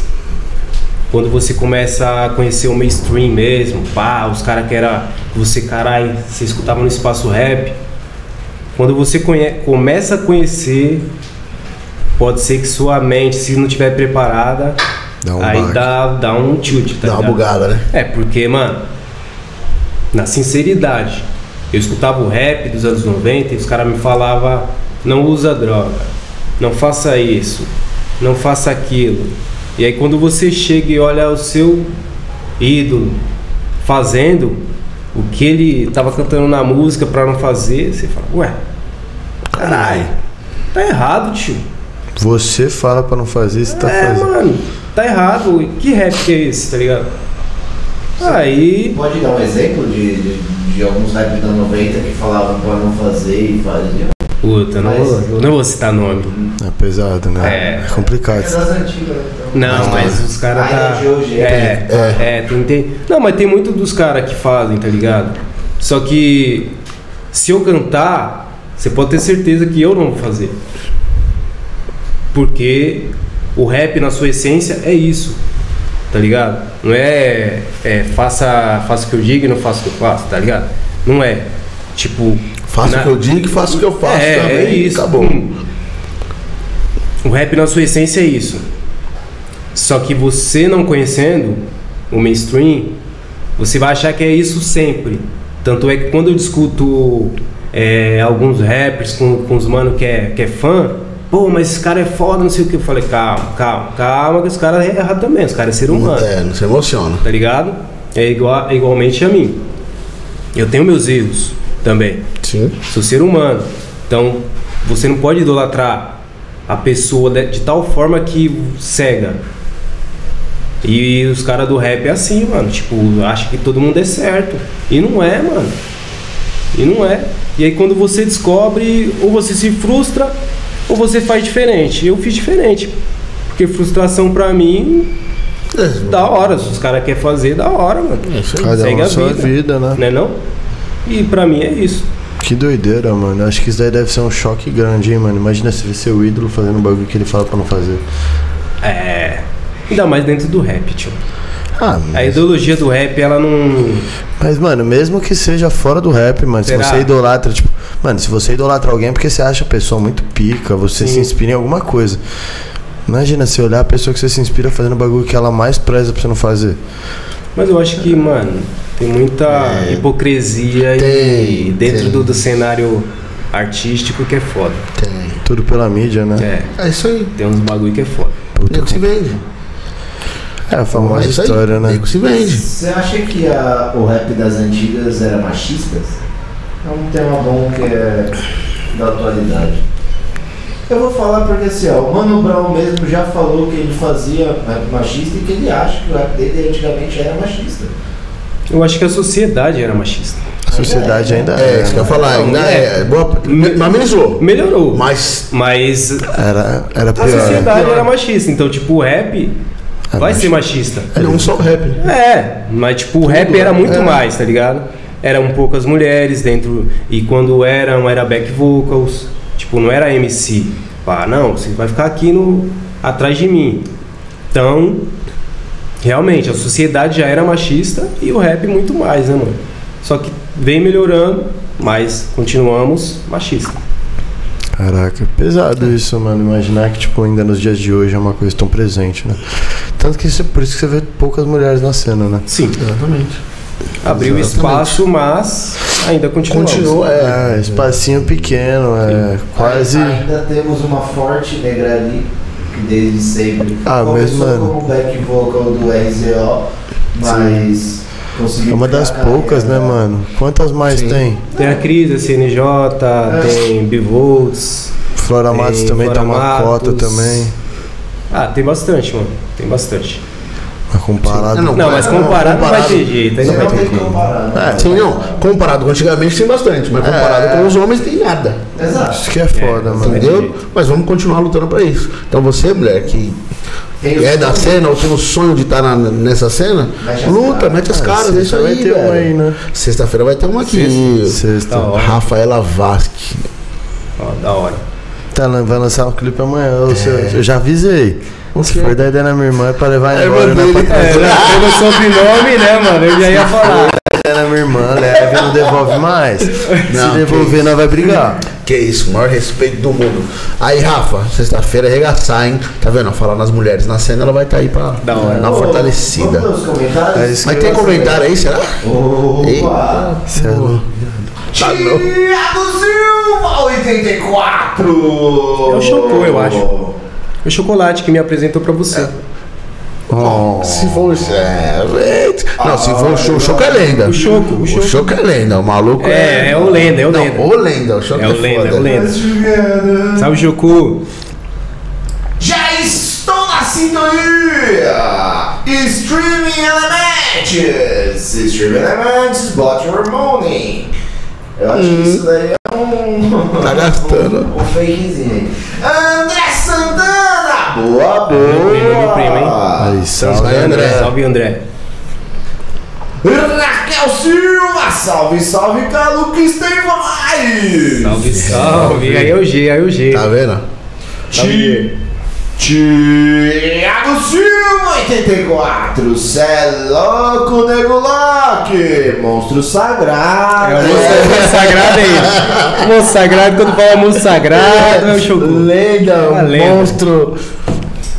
[SPEAKER 4] quando você começa a conhecer o mainstream mesmo, pá, os caras que era. que Você, caralho, você escutava no espaço rap. Quando você conhe- começa a conhecer Pode ser que sua mente, se não tiver preparada,
[SPEAKER 3] Dá um
[SPEAKER 4] aí
[SPEAKER 3] baque.
[SPEAKER 4] dá, dá um tilt, tá
[SPEAKER 2] Dá uma
[SPEAKER 4] ligado?
[SPEAKER 2] bugada, né?
[SPEAKER 4] É, porque, mano, na sinceridade, eu escutava o rap dos anos 90 e os caras me falavam, não usa droga, não faça isso, não faça aquilo. E aí quando você chega e olha o seu ídolo fazendo o que ele tava cantando na música pra não fazer, você fala, ué, caralho, tá errado, tio.
[SPEAKER 3] Você fala pra não fazer, você tá
[SPEAKER 4] É,
[SPEAKER 3] fazendo.
[SPEAKER 4] mano, tá errado. Que rap que é esse, tá ligado? Aí.
[SPEAKER 1] Pode dar um exemplo de, de, de alguns rap da 90 que falavam pra não fazer e faziam?
[SPEAKER 4] Puta, não,
[SPEAKER 1] Mas-
[SPEAKER 4] vou, não vou citar nome.
[SPEAKER 3] É pesado, né?
[SPEAKER 4] É.
[SPEAKER 3] É, complicado.
[SPEAKER 1] É das antigas,
[SPEAKER 5] né?
[SPEAKER 1] então.
[SPEAKER 4] Não, mas os caras
[SPEAKER 1] Ah,
[SPEAKER 4] tá.
[SPEAKER 1] é de hoje,
[SPEAKER 4] É, é, tem, tem. Não, mas tem muito dos caras que fazem, tá ligado? Só que se eu cantar, você pode ter certeza que eu não vou fazer. Porque o rap na sua essência é isso. Tá ligado? Não é, é, faça, faça o que eu digo e não faça o que eu faço, tá ligado? Não é. Tipo.
[SPEAKER 2] Faço
[SPEAKER 4] na-
[SPEAKER 2] o que eu digo e faço o que eu faço
[SPEAKER 4] é,
[SPEAKER 2] também.
[SPEAKER 4] é isso.
[SPEAKER 2] Acabou.
[SPEAKER 4] Hum. O rap na sua essência é isso. Só que você não conhecendo o mainstream, você vai achar que é isso sempre. Tanto é que quando eu discuto é, alguns rappers com, com os mano que é, que é fã, pô, mas esse cara é foda, não sei o que. Eu falei, calma, calma, calma, que os caras erram também, os caras é ser humano
[SPEAKER 2] É, não se emociona.
[SPEAKER 4] tá ligado? É igual, é igualmente a mim. Eu tenho meus erros também.
[SPEAKER 2] Sim.
[SPEAKER 4] Sou ser humano. Então, você não pode idolatrar a pessoa de, de tal forma que cega. E os caras do rap é assim, mano. Tipo, acha que todo mundo é certo. E não é, mano. E não é. E aí quando você descobre, ou você se frustra, ou você faz diferente. Eu fiz diferente. Porque frustração pra mim da hora, se os caras querem fazer, da hora, mano.
[SPEAKER 2] É, isso aí.
[SPEAKER 3] Cada um
[SPEAKER 4] Segue
[SPEAKER 3] a
[SPEAKER 4] a
[SPEAKER 3] sua vida,
[SPEAKER 4] vida.
[SPEAKER 3] né?
[SPEAKER 4] Né não? E pra mim é isso.
[SPEAKER 3] Que doideira, mano. Acho que isso daí deve ser um choque grande, hein, mano. Imagina se vê seu ídolo fazendo um bagulho que ele fala pra não fazer.
[SPEAKER 4] É. Ainda mais dentro do rap, tio.
[SPEAKER 3] Ah,
[SPEAKER 4] A ideologia do rap, ela não.
[SPEAKER 3] Mas, mano, mesmo que seja fora do rap, mano,
[SPEAKER 4] Será?
[SPEAKER 3] se você idolatra, tipo, mano, se você idolatra alguém é porque você acha a pessoa muito pica, você
[SPEAKER 4] Sim.
[SPEAKER 3] se inspira em alguma coisa. Imagina se olhar a pessoa que você se inspira fazendo o bagulho que ela mais preza pra você não fazer.
[SPEAKER 4] Mas eu acho que, mano, tem muita hipocrisia e-
[SPEAKER 1] Tem,
[SPEAKER 4] dentro
[SPEAKER 1] tem.
[SPEAKER 4] do, do cenário artístico que é foda.
[SPEAKER 1] Tem.
[SPEAKER 3] Tudo pela mídia, né?
[SPEAKER 4] É,
[SPEAKER 2] É isso aí.
[SPEAKER 4] tem uns bagulho que é foda.
[SPEAKER 2] Nego se vende.
[SPEAKER 3] É, a famosa
[SPEAKER 2] é isso aí.
[SPEAKER 3] história, né?
[SPEAKER 2] Nego se vende.
[SPEAKER 1] Você acha que a- o rap das antigas era machista? É um tema bom que é da atualidade. Eu vou falar porque assim, ó, o Mano Brown mesmo já falou que ele fazia rap machista e que ele acha que o rap dele antigamente era machista.
[SPEAKER 4] Eu acho que a sociedade era machista.
[SPEAKER 3] A sociedade ainda
[SPEAKER 2] É, isso que eu ia falar. Ainda é. boa- Mas menos
[SPEAKER 4] Melhorou.
[SPEAKER 2] Mas
[SPEAKER 4] Mas a
[SPEAKER 3] Era, era pior.
[SPEAKER 4] sociedade
[SPEAKER 2] pior.
[SPEAKER 4] era machista. Então, tipo, o rap
[SPEAKER 3] É
[SPEAKER 4] vai ser machista.
[SPEAKER 2] não só o rap. né?
[SPEAKER 4] É, mas tipo, o rap era muito
[SPEAKER 2] É.
[SPEAKER 4] mais, tá ligado? Eram poucas mulheres dentro. E quando eram, era back vocals. Tipo, não era MC. Pá, não, você vai ficar aqui no, atrás de mim. Então, realmente, a sociedade já era machista e o rap muito mais, né, mano? Só que vem melhorando, mas continuamos machista.
[SPEAKER 3] Caraca,
[SPEAKER 2] É.
[SPEAKER 3] pesado isso, mano. Imaginar que, tipo, ainda nos dias de hoje é uma coisa tão presente, né? Tanto que isso, por isso que você vê poucas mulheres na cena, né?
[SPEAKER 4] Sim,
[SPEAKER 2] Exatamente.
[SPEAKER 4] abriu
[SPEAKER 2] É, Exatamente.
[SPEAKER 4] espaço, mas ainda continuamos.
[SPEAKER 2] Continuou, é.
[SPEAKER 3] É, espacinho pequeno, é quase.
[SPEAKER 1] Ainda temos uma forte negra ali, que desde sempre.
[SPEAKER 3] Ah, mas,
[SPEAKER 1] Começou
[SPEAKER 3] mano-
[SPEAKER 1] como back vocal do RZO, mas conseguiu.
[SPEAKER 3] É uma das
[SPEAKER 1] criar a
[SPEAKER 3] poucas, né,
[SPEAKER 1] carreira.
[SPEAKER 3] mano? Quantas mais
[SPEAKER 2] Sim.
[SPEAKER 3] tem?
[SPEAKER 4] Tem a Cris, a CNJ,
[SPEAKER 2] É.
[SPEAKER 4] tem Bivolts.
[SPEAKER 3] Flora
[SPEAKER 4] Tem
[SPEAKER 3] Matos também tá uma
[SPEAKER 4] Flora
[SPEAKER 3] cota
[SPEAKER 4] Matos.
[SPEAKER 3] também.
[SPEAKER 4] Ah, tem bastante, mano. Tem bastante.
[SPEAKER 3] Mas comparado.
[SPEAKER 2] Sim. Não,
[SPEAKER 4] Não, mas
[SPEAKER 2] não,
[SPEAKER 4] comparado não vai
[SPEAKER 2] comparado.
[SPEAKER 4] ter jeito. aí
[SPEAKER 1] Você
[SPEAKER 4] Não vai
[SPEAKER 1] não
[SPEAKER 4] ter
[SPEAKER 1] tem como
[SPEAKER 4] jeito.
[SPEAKER 1] comparar, né?
[SPEAKER 2] Sim, não. Comparado com antigamente tem bastante,
[SPEAKER 1] É.
[SPEAKER 2] mas comparado com os homens tem nada.
[SPEAKER 1] Exato.
[SPEAKER 3] Isso que é foda, mano.
[SPEAKER 4] exatamente.
[SPEAKER 2] Entendeu? Mas vamos continuar lutando pra isso. Então você, mulher, que
[SPEAKER 1] Tem
[SPEAKER 2] é
[SPEAKER 1] os-
[SPEAKER 2] da cena ou tem o sonho de estar na- nessa cena,
[SPEAKER 1] Mete as
[SPEAKER 2] luta,
[SPEAKER 1] caras.
[SPEAKER 2] mete as caras, é isso
[SPEAKER 3] Sexta
[SPEAKER 2] aí,
[SPEAKER 3] vai ter
[SPEAKER 2] velho.
[SPEAKER 3] uma aí, né?
[SPEAKER 2] Sexta-feira vai ter uma aqui.
[SPEAKER 3] Sexta.
[SPEAKER 4] Tá, ó.
[SPEAKER 2] Rafaela Vasque.
[SPEAKER 4] Ó, da hora.
[SPEAKER 3] Tá, lan- vai lançar um clipe amanhã. Eu, se- eu já avisei. Se
[SPEAKER 2] É. quê?
[SPEAKER 3] for da ideia da minha irmã, é pra levar
[SPEAKER 2] É,
[SPEAKER 3] embora.
[SPEAKER 2] mano,
[SPEAKER 3] Não é
[SPEAKER 2] ele-
[SPEAKER 3] pra
[SPEAKER 4] É,
[SPEAKER 3] trazer.
[SPEAKER 4] pelo sobrenome, né, mano? Eu já ia falar.
[SPEAKER 3] É da minha irmã, leve, não devolve mais.
[SPEAKER 2] Não,
[SPEAKER 3] Se
[SPEAKER 2] que
[SPEAKER 3] devolver, nós vai brigar.
[SPEAKER 2] Que é isso, maior respeito do mundo. Aí, Rafa, sexta-feira é arregaçar, hein? Tá vendo? Falar nas mulheres na cena, ela vai estar aí pra
[SPEAKER 4] Da hora.
[SPEAKER 2] dar uma
[SPEAKER 1] Ô,
[SPEAKER 2] fortalecida.
[SPEAKER 1] Vamos ler os comentários?
[SPEAKER 3] É isso
[SPEAKER 2] Mas tem comentário aí, será?
[SPEAKER 1] Opa!
[SPEAKER 2] Eita.
[SPEAKER 3] Cê é louco.
[SPEAKER 2] Tá louco.
[SPEAKER 1] Tiago Silva, 84!
[SPEAKER 4] É o Chocô, eu acho. O chocolate que me apresentou pra você.
[SPEAKER 2] Oh, se for. É, velho. não, se for o show, o show que é lenda.
[SPEAKER 4] Ah, O Choco, o
[SPEAKER 2] O
[SPEAKER 4] Choco.
[SPEAKER 2] show que é lenda. O maluco
[SPEAKER 4] É, é o lenda, é o
[SPEAKER 2] Não,
[SPEAKER 4] lenda.
[SPEAKER 2] O lenda, o show
[SPEAKER 4] É o lenda, é
[SPEAKER 2] foda.
[SPEAKER 4] o lenda. Salve, Choco.
[SPEAKER 1] Já estou na sintonia! Streaming Elements! Streaming Elements, Blood Harmony! Eu acho
[SPEAKER 4] Hum.
[SPEAKER 1] que isso daí é um.
[SPEAKER 2] Tá gastando.
[SPEAKER 1] Um fakezinho aí. André Santana! Boa, boa!
[SPEAKER 4] Meu primo, meu primo, hein?
[SPEAKER 3] Aí,
[SPEAKER 2] Vai,
[SPEAKER 3] salve,
[SPEAKER 2] André.
[SPEAKER 3] André.
[SPEAKER 4] Salve, André.
[SPEAKER 1] Raquel Silva, salve, salve, Caluca Estevão!
[SPEAKER 4] Salve, salve. Aí é o G, aí é o G.
[SPEAKER 2] Tá vendo?
[SPEAKER 1] Ti- Tiago Silva, 84, cê é louco, nego Loki, monstro sagrado.
[SPEAKER 4] É o moço- moço sagrado aí. Moço sagrado, quando fala moço sagrado, é o Choco.
[SPEAKER 3] Lenda,
[SPEAKER 4] Uma lenda.
[SPEAKER 3] monstro.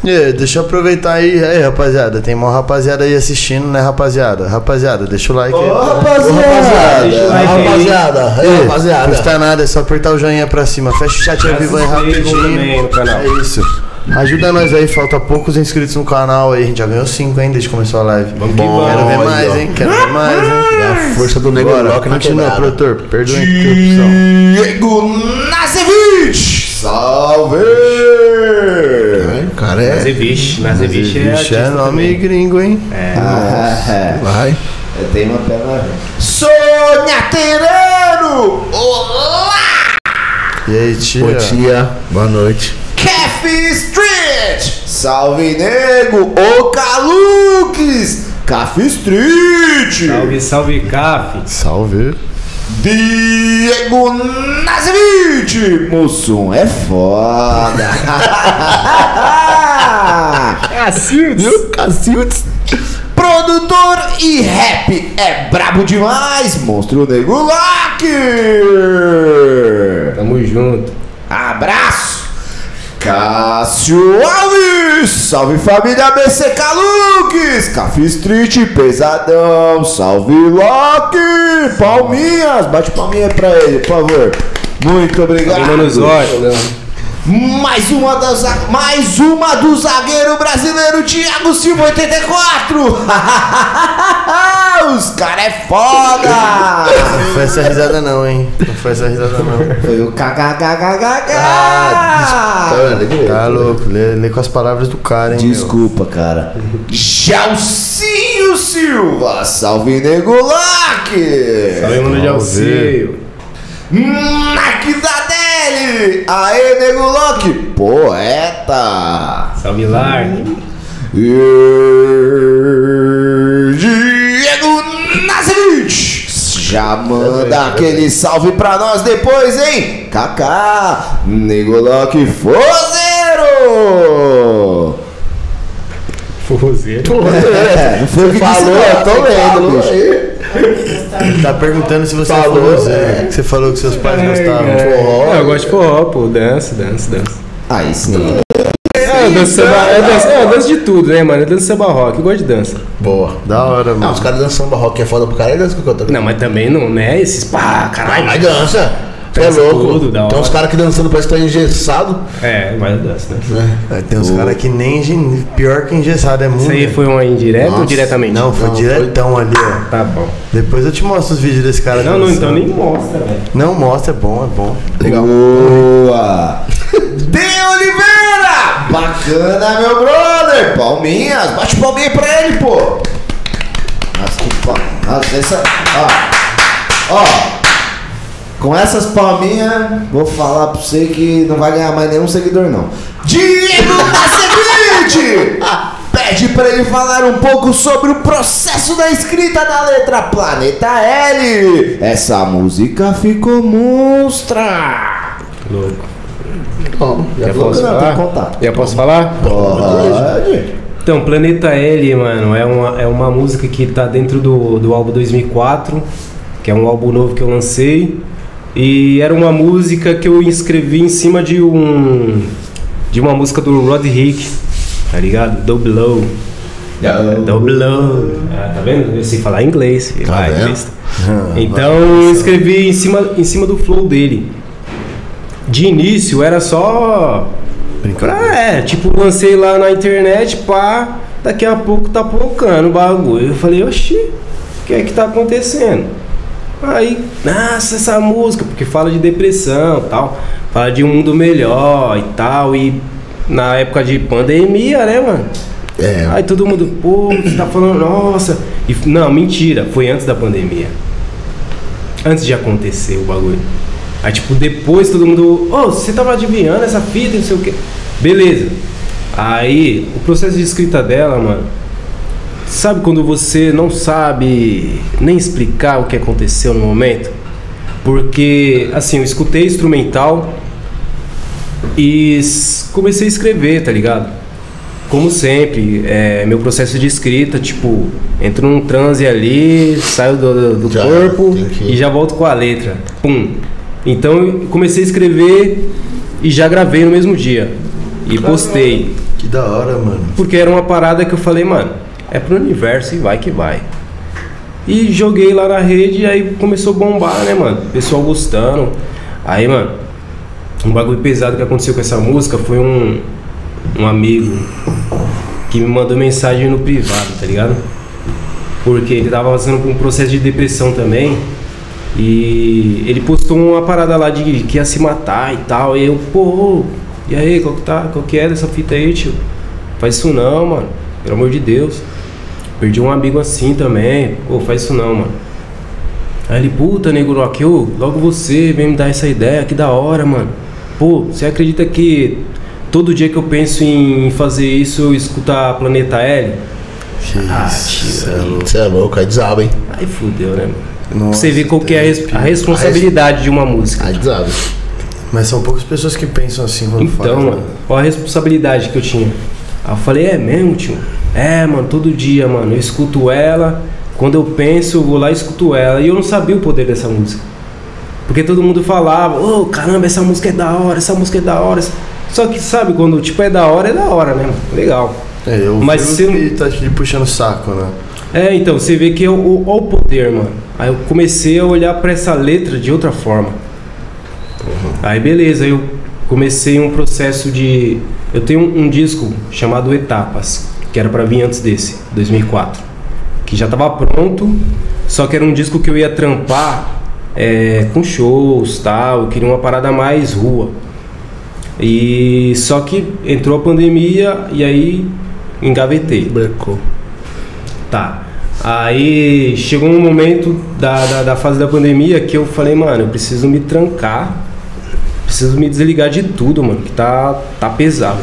[SPEAKER 3] É, deixa eu aproveitar aí, aí, rapaziada. Tem uma rapaziada aí assistindo, né, rapaziada? Rapaziada, deixa o like aí.
[SPEAKER 1] rapaziada.
[SPEAKER 4] Deixa o like aí.
[SPEAKER 2] Rapaziada,
[SPEAKER 3] Ei,
[SPEAKER 2] ei,
[SPEAKER 3] Não
[SPEAKER 2] rapaziada.
[SPEAKER 3] custa nada, é só apertar o joinha pra cima. Fecha o chat ao vivo aí
[SPEAKER 4] se inscrevam também
[SPEAKER 3] rapidinho.
[SPEAKER 4] no canal.
[SPEAKER 3] É isso. Ajuda nós aí, falta poucos inscritos no canal aí. A gente já ganhou 5, hein, desde que começou a live.
[SPEAKER 4] que vamos.
[SPEAKER 3] Quero ver
[SPEAKER 2] Olha,
[SPEAKER 3] mais,
[SPEAKER 2] ó.
[SPEAKER 3] hein? Quero ver mais, hein?
[SPEAKER 2] Força do nego
[SPEAKER 3] Bora,
[SPEAKER 2] Loki na
[SPEAKER 3] continua,
[SPEAKER 2] quebrada.
[SPEAKER 3] produtor. Perdoe a interrupção.
[SPEAKER 1] Diego Nascevich, salve.
[SPEAKER 2] Vai, cara, é.
[SPEAKER 4] Nazevich. Nazevich é
[SPEAKER 3] Vixe, é
[SPEAKER 4] artista
[SPEAKER 3] nome
[SPEAKER 4] também.
[SPEAKER 3] gringo, hein?
[SPEAKER 2] Vai.
[SPEAKER 1] Eu tenho uma perna. Sônia Terano, olá.
[SPEAKER 3] E aí, tia?
[SPEAKER 2] Boa tia, boa noite.
[SPEAKER 1] Kathy Street! Salve nego! Ô Calux! Café Street!
[SPEAKER 4] Salve, salve, Caf.
[SPEAKER 3] Salve.
[SPEAKER 5] Diego Nazimite! Mussum é foda!
[SPEAKER 4] É assim,
[SPEAKER 6] Viu? Cacildes.
[SPEAKER 5] Produtor e rap é brabo demais! Monstro Negro Lock!
[SPEAKER 4] Tamo junto.
[SPEAKER 5] Abraço! Cássio Alves! Salve família BCK Lucas! Café Street Pesadão! Salve Loki! Palminhas! Bate palminha pra ele, por favor! Muito obrigado!
[SPEAKER 4] Queimando os olhos, né?
[SPEAKER 5] Mais uma, da za- mais uma do zagueiro brasileiro Thiago Silva 84! Os cara é foda!
[SPEAKER 3] Não foi essa risada não, hein? Não foi essa risada não.
[SPEAKER 5] Foi o kkkkkk!
[SPEAKER 3] Ah, Tá
[SPEAKER 5] Calou.
[SPEAKER 3] louco, lê, lê com as palavras do cara, hein? meu?
[SPEAKER 5] Desculpa, cara. Jalcinho Silva, salve Negulac!
[SPEAKER 4] Salve, mano
[SPEAKER 3] Salve.
[SPEAKER 4] de auxílio.
[SPEAKER 5] Nakizadelli! Aê, Negulac! Poeta!
[SPEAKER 4] Salve, Lark.
[SPEAKER 5] Diego Nazarite! Já manda aquele salve pra nós depois, hein? Kaká, Negoloc Fozeiro!
[SPEAKER 4] Forrozeiro.
[SPEAKER 5] É, não foi o que
[SPEAKER 6] Falou,
[SPEAKER 5] eu
[SPEAKER 6] tô lendo, bicho.
[SPEAKER 3] Tá perguntando se você falou, é. Zé. que Você falou que seus pais gostavam de forró.
[SPEAKER 4] é. Eu gosto de tá forró, pô. Dança, dança, dança.
[SPEAKER 5] Aí sim.
[SPEAKER 4] É, eu danço, samba- eu danço, é, eu danço de tudo, né, mano? Eu danço samba rock, eu gosto de dança.
[SPEAKER 3] Boa. Da hora, mano.
[SPEAKER 2] Não, os caras dançam samba rock é foda pro caralho, dança com o cantor.
[SPEAKER 4] Não, mas também não, né? Esses pá, caralho.
[SPEAKER 2] Mas dança. É
[SPEAKER 4] Dança
[SPEAKER 2] louco.
[SPEAKER 4] tudo, da
[SPEAKER 2] Tem
[SPEAKER 4] hora.
[SPEAKER 2] uns caras que dançando parece que tá engessado.
[SPEAKER 4] É, mas eu danço, né?
[SPEAKER 3] É, tem uns caras que nem engen- pior que engessado, é muito.
[SPEAKER 4] Isso aí foi uma indireta ou diretamente?
[SPEAKER 3] Não, foi diretão ali, ó.
[SPEAKER 4] Tá bom.
[SPEAKER 3] Depois eu te mostro os vídeos desse cara.
[SPEAKER 4] Não, não,
[SPEAKER 3] dançando.
[SPEAKER 4] então nem mostra, velho.
[SPEAKER 3] Não mostra, é bom, é bom.
[SPEAKER 5] Boa! De Oliveira! Bacana, meu brother! Palminhas! Bate palminha pra ele, pô! Nossa, que pal... Nossa, essa... Ó. Ó. Com essas palminhas, vou falar pra você que não vai ganhar mais nenhum seguidor, não. Diego Nascimento! Pede pra ele falar um pouco sobre o processo da escrita da letra Planeta L. Essa música ficou monstra.
[SPEAKER 4] Louco.
[SPEAKER 2] Bom, já
[SPEAKER 4] Já
[SPEAKER 2] falou.
[SPEAKER 4] posso
[SPEAKER 5] não, tem que
[SPEAKER 4] falar?
[SPEAKER 5] contar.
[SPEAKER 4] Já posso falar?
[SPEAKER 5] Pode.
[SPEAKER 4] Então, Planeta L, mano, é uma, é uma música que tá dentro do, do álbum 2004, que é um álbum novo que eu lancei. E era uma música que eu escrevi em cima de um. de uma música do Rod Rick, tá ligado? Double Low. Double Low. Ah, tá vendo? Eu sei falar inglês. Vai, besta. Então, eu escrevi em cima, em cima do flow dele. De início era só. Pra, é, tipo, lancei lá na internet, pá, daqui a pouco tá pocando o bagulho. Eu falei, oxi, o que é que tá acontecendo? Aí, nossa, essa música, porque fala de depressão tal, fala de um mundo melhor e tal, e na época de pandemia, né, mano?
[SPEAKER 2] É.
[SPEAKER 4] Aí todo mundo, pô, você tá falando, nossa. E, f- não, mentira, foi antes da pandemia. Antes de acontecer o bagulho. Aí, tipo, depois todo mundo, ô, você tava adivinhando essa fita e não sei o quê. Beleza. Aí, o processo de escrita dela, mano. Sabe quando você não sabe nem explicar o que aconteceu no momento? Porque, assim, eu escutei instrumental e s- comecei a escrever, tá ligado? Como sempre, é, meu processo de escrita, tipo, entro num transe ali, saio do, do
[SPEAKER 2] Já,
[SPEAKER 4] corpo
[SPEAKER 2] tem que-
[SPEAKER 4] e já volto com a letra. Pum. Então eu comecei a escrever e já gravei no mesmo dia. E postei.
[SPEAKER 3] Que da hora, mano.
[SPEAKER 4] Porque era uma parada que eu falei, mano, é pro universo e vai que vai. E joguei lá na rede e aí começou a bombar, né, mano? Pessoal gostando. Aí, mano, um bagulho pesado que aconteceu com essa música foi um, um amigo que me mandou mensagem no privado, tá ligado? Porque ele tava passando por um processo de depressão também. E ele postou uma parada lá de que ia se matar e tal. E eu, pô, e aí, qual que tá? Qual que é dessa fita aí, tio? Faz isso não, mano. Pelo amor de Deus. Perdi um amigo assim também. Pô, faz isso não, mano. Aí ele, puta, nego Rock, ô, logo você vem me dar essa ideia, que da hora, mano. Pô, você acredita que todo dia que eu penso em fazer isso, eu escuto a Planeta L?
[SPEAKER 3] Jesus. Ah,
[SPEAKER 2] Você é louco, aí desaba, hein?
[SPEAKER 4] Aí fudeu, né, mano?
[SPEAKER 3] Nossa,
[SPEAKER 4] você vê qual que é a, res- a responsabilidade de uma música.
[SPEAKER 7] Adizado.
[SPEAKER 3] Mas são poucas pessoas que pensam assim quando
[SPEAKER 4] Então,
[SPEAKER 3] falam.
[SPEAKER 4] mano, qual a responsabilidade que eu tinha? Aí eu falei, é mesmo, tio? É, mano, todo dia, mano. Eu escuto ela, quando eu penso, eu vou lá e escuto ela. E eu não sabia o poder dessa música. Porque todo mundo falava, ô caramba, essa música é da hora, essa música é da hora. Só que sabe, quando tipo é da hora, é da hora, né, mano? Legal.
[SPEAKER 3] É, eu
[SPEAKER 4] Mas
[SPEAKER 3] vi
[SPEAKER 4] se-
[SPEAKER 3] que tá te puxando o saco, né?
[SPEAKER 4] É, então, você vê que eu, o, ó o poder, mano. Aí eu comecei a olhar pra essa letra de outra forma. Aí beleza, aí eu comecei um processo de. Eu tenho um, um disco chamado Etapas, que era pra vir antes desse, 2004. Que já tava pronto, só que era um disco que eu ia trampar é, com shows tal. Eu queria uma parada mais rua. E só que entrou a pandemia e aí engavetei.
[SPEAKER 7] Brecou.
[SPEAKER 4] Tá. Aí chegou um momento da, da, da fase da pandemia que eu falei, mano, eu preciso me trancar, preciso me desligar de tudo, mano, que tá, tá pesado.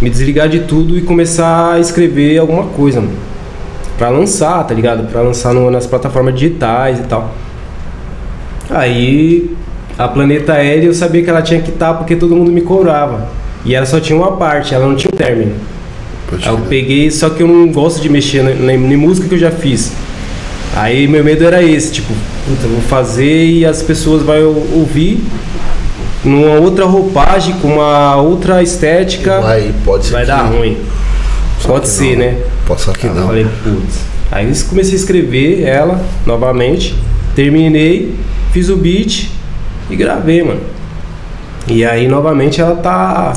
[SPEAKER 4] Me desligar de tudo e começar a escrever alguma coisa, mano. Pra lançar, tá ligado? Pra lançar no- nas plataformas digitais e tal. Aí a Planeta L eu sabia que ela tinha que estar porque todo mundo me cobrava. E ela só tinha uma parte, ela não tinha um término. Aí eu peguei, só que eu não gosto de mexer na, na- em música que eu já fiz. Aí meu medo era esse, tipo, puta, eu vou fazer e as pessoas vão ouvir numa outra roupagem, com uma outra estética, vai,
[SPEAKER 7] Vai, pode ser. que-
[SPEAKER 4] dar ruim. Pode
[SPEAKER 7] que
[SPEAKER 4] ser,
[SPEAKER 7] não.
[SPEAKER 4] né?
[SPEAKER 7] Pode ser que
[SPEAKER 4] Aí eu
[SPEAKER 7] não.
[SPEAKER 4] Falei, putz. Aí eu comecei a escrever ela novamente, terminei, fiz o beat e gravei, mano. E aí novamente ela tá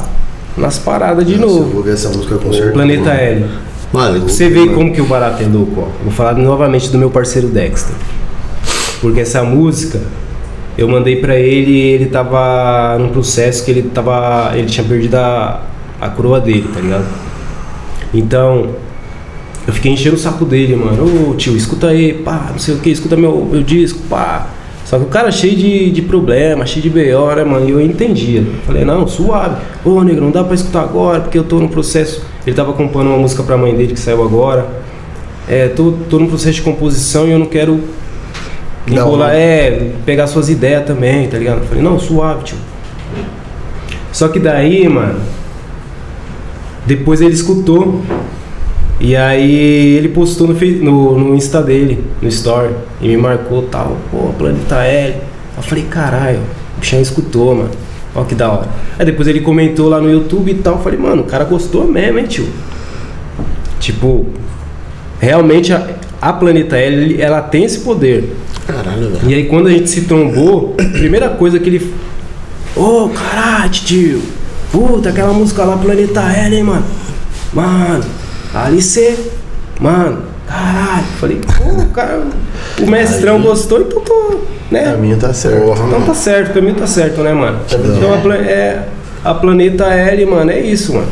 [SPEAKER 4] nas paradas de
[SPEAKER 3] Nossa, Eu
[SPEAKER 4] novo.
[SPEAKER 3] vou ver essa música com certeza.
[SPEAKER 4] Planeta L.
[SPEAKER 7] Mano,
[SPEAKER 4] Você vê como que o barato é louco, ó. Vou falar novamente do meu parceiro Dexter. Porque essa música eu mandei pra ele e ele tava num processo que ele tava. ele tinha perdido a, a coroa dele, tá ligado? Então, eu fiquei enchendo o saco dele, mano. Ô tio, escuta aí, pá, não sei o que, escuta meu, meu disco, pá. Só que o cara é cheio de, de problema, cheio de B.O., né, mano? E eu entendia. Falei, não, suave. Ô, negro, não dá pra escutar agora, porque eu tô no processo. Ele tava compondo uma música pra mãe dele que saiu agora. É, tô, tô num processo de composição e eu não quero
[SPEAKER 3] Não,
[SPEAKER 4] enrolar,
[SPEAKER 3] né?
[SPEAKER 4] é, pegar suas ideias também, tá ligado? Falei, não, suave, tio. Só que daí, mano, depois ele escutou e aí ele postou no, Face- no, no Insta dele, no Story, e me marcou tal, pô, Planeta tá L. Eu falei, caralho, o bichão escutou, mano. Ó que da hora. Aí depois ele comentou lá no YouTube e tal, eu falei, mano, o cara gostou mesmo, hein, tio? Tipo, realmente a, a Planeta L, ela tem esse poder.
[SPEAKER 7] Caralho, velho.
[SPEAKER 4] E aí quando a gente se trombou, a primeira coisa que ele. Ô, caralho, tio! Puta, aquela música lá, Planeta L, hein, mano? Mano, ali cê. Mano, caralho. Falei, pô, cara, o mestrão gostou, então tô.
[SPEAKER 3] A
[SPEAKER 4] Né?
[SPEAKER 3] minha tá certo.
[SPEAKER 4] Então tá certo, o caminho tá certo, né, mano? Então a, pla- é, a Planeta L, mano, é isso, mano.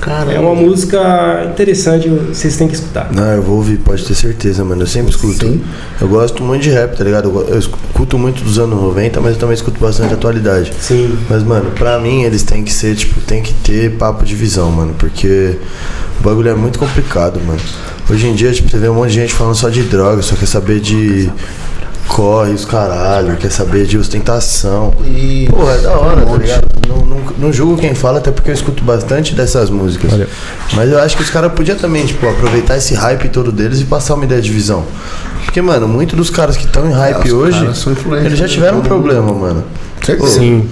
[SPEAKER 7] Caralho.
[SPEAKER 4] É uma música interessante, vocês têm que escutar.
[SPEAKER 3] Não, eu vou ouvir, pode ter certeza, mano. Eu sempre escuto.
[SPEAKER 7] Sim.
[SPEAKER 3] Eu gosto muito de rap, tá ligado? Eu go- Eu escuto muito dos anos 90, mas eu também escuto bastante atualidade.
[SPEAKER 4] Sim.
[SPEAKER 3] Mas, mano, pra mim eles têm que ser, tipo, tem que ter papo de visão, mano. Porque o bagulho é muito complicado, mano. Hoje em dia, tipo, você vê um monte de gente falando só de droga, só quer saber de. Corre os caralho, quer saber de ostentação.
[SPEAKER 7] E...
[SPEAKER 3] Pô, é da
[SPEAKER 7] Um
[SPEAKER 3] hora, tá ligado? Não, não, não julgo quem fala, até porque eu escuto bastante dessas músicas. Mas eu acho que os caras podiam também, tipo, aproveitar esse hype todo deles e passar uma ideia de visão. Porque, mano, muitos dos caras que estão em hype
[SPEAKER 7] É, os
[SPEAKER 3] hoje,
[SPEAKER 7] caras são influentes,
[SPEAKER 3] eles já
[SPEAKER 7] né?
[SPEAKER 3] tiveram um
[SPEAKER 7] Todo
[SPEAKER 3] problema, mano.
[SPEAKER 7] Certeza.
[SPEAKER 4] Sim,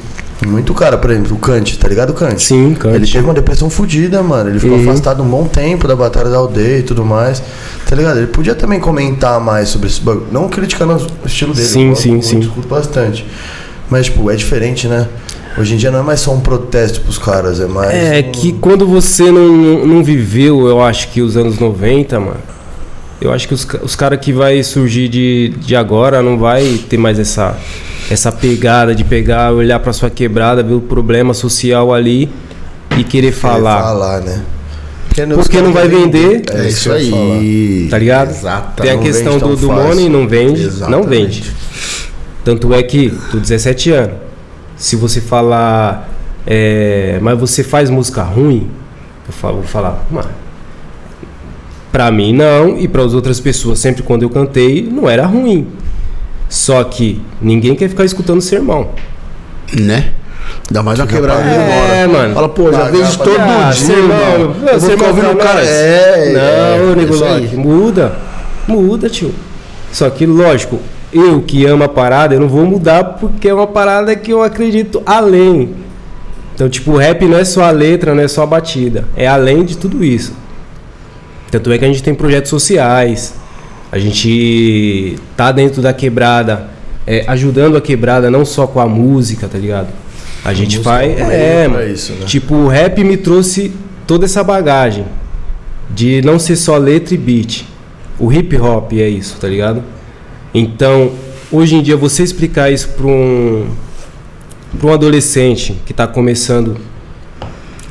[SPEAKER 3] Muito cara, por exemplo, o Kant, tá ligado, o Kant?
[SPEAKER 4] sim, cara.
[SPEAKER 3] Ele teve uma depressão fodida, mano. Ele ficou afastado um bom tempo da batalha da aldeia e tudo mais. Tá ligado? Ele podia também comentar mais sobre esse bagulho. Não criticando o estilo dele.
[SPEAKER 4] Sim,
[SPEAKER 3] eu
[SPEAKER 4] sim,
[SPEAKER 3] muito,
[SPEAKER 4] sim.
[SPEAKER 3] Escuto bastante. Mas, tipo, é diferente, né? Hoje em dia não é mais só um protesto pros caras, é mais.
[SPEAKER 4] É
[SPEAKER 3] um-
[SPEAKER 4] que quando você não, não- não viveu, eu acho que os anos 90, mano. Eu acho que os, ca- os caras que vai surgir de, de agora não vai ter mais essa, essa pegada de pegar, olhar pra sua quebrada, ver o problema social ali e querer falar.
[SPEAKER 3] Falar, né? Porque, não-
[SPEAKER 4] Porque não vai vender,
[SPEAKER 7] É isso
[SPEAKER 3] que eu ia falar.
[SPEAKER 7] aí.
[SPEAKER 4] tá ligado?
[SPEAKER 7] Exato.
[SPEAKER 4] Tem a
[SPEAKER 3] não
[SPEAKER 4] questão
[SPEAKER 3] vende tão
[SPEAKER 4] do, do
[SPEAKER 3] fácil.
[SPEAKER 4] money, não vende, não
[SPEAKER 7] Exatamente.
[SPEAKER 4] vende. Tanto é que, tu 17 anos, se você falar, é, mas você faz música ruim, eu falo, vou falar, mano, pra mim não, e para as outras pessoas, sempre quando eu cantei, não era ruim. Só que ninguém quer ficar escutando sermão.
[SPEAKER 2] Né? Dá mais uma quebrada de embora.
[SPEAKER 4] É, mano.
[SPEAKER 2] Fala, pô, já
[SPEAKER 3] Ah,
[SPEAKER 2] vejo
[SPEAKER 3] garapa-
[SPEAKER 2] todo
[SPEAKER 4] Ah,
[SPEAKER 2] dia,
[SPEAKER 4] sermão,
[SPEAKER 2] irmão.
[SPEAKER 4] meu,
[SPEAKER 2] Eu vou ficar
[SPEAKER 4] sermão
[SPEAKER 2] ouvindo o
[SPEAKER 4] pra
[SPEAKER 2] cara.
[SPEAKER 4] nós.
[SPEAKER 2] É,
[SPEAKER 4] Não,
[SPEAKER 2] é,
[SPEAKER 4] nego
[SPEAKER 2] isso aí.
[SPEAKER 4] Loki, muda. Muda, tio. Só que, lógico, eu que amo a parada, eu não vou mudar porque é uma parada que eu acredito além. Então, tipo, o rap não é só a letra, não é só a batida. É além de tudo isso. Tanto é que a gente tem projetos sociais. A gente tá dentro da quebrada, é, ajudando a quebrada não só com a música, tá ligado? A gente
[SPEAKER 3] música
[SPEAKER 4] faz.
[SPEAKER 3] é um
[SPEAKER 4] É,
[SPEAKER 3] meio pra
[SPEAKER 4] mano.
[SPEAKER 3] isso, né?
[SPEAKER 4] Tipo, o rap me trouxe toda essa bagagem de não ser só letra e beat. O hip hop é isso, tá ligado? Então, hoje em dia, você explicar isso para um, pra um adolescente que está começando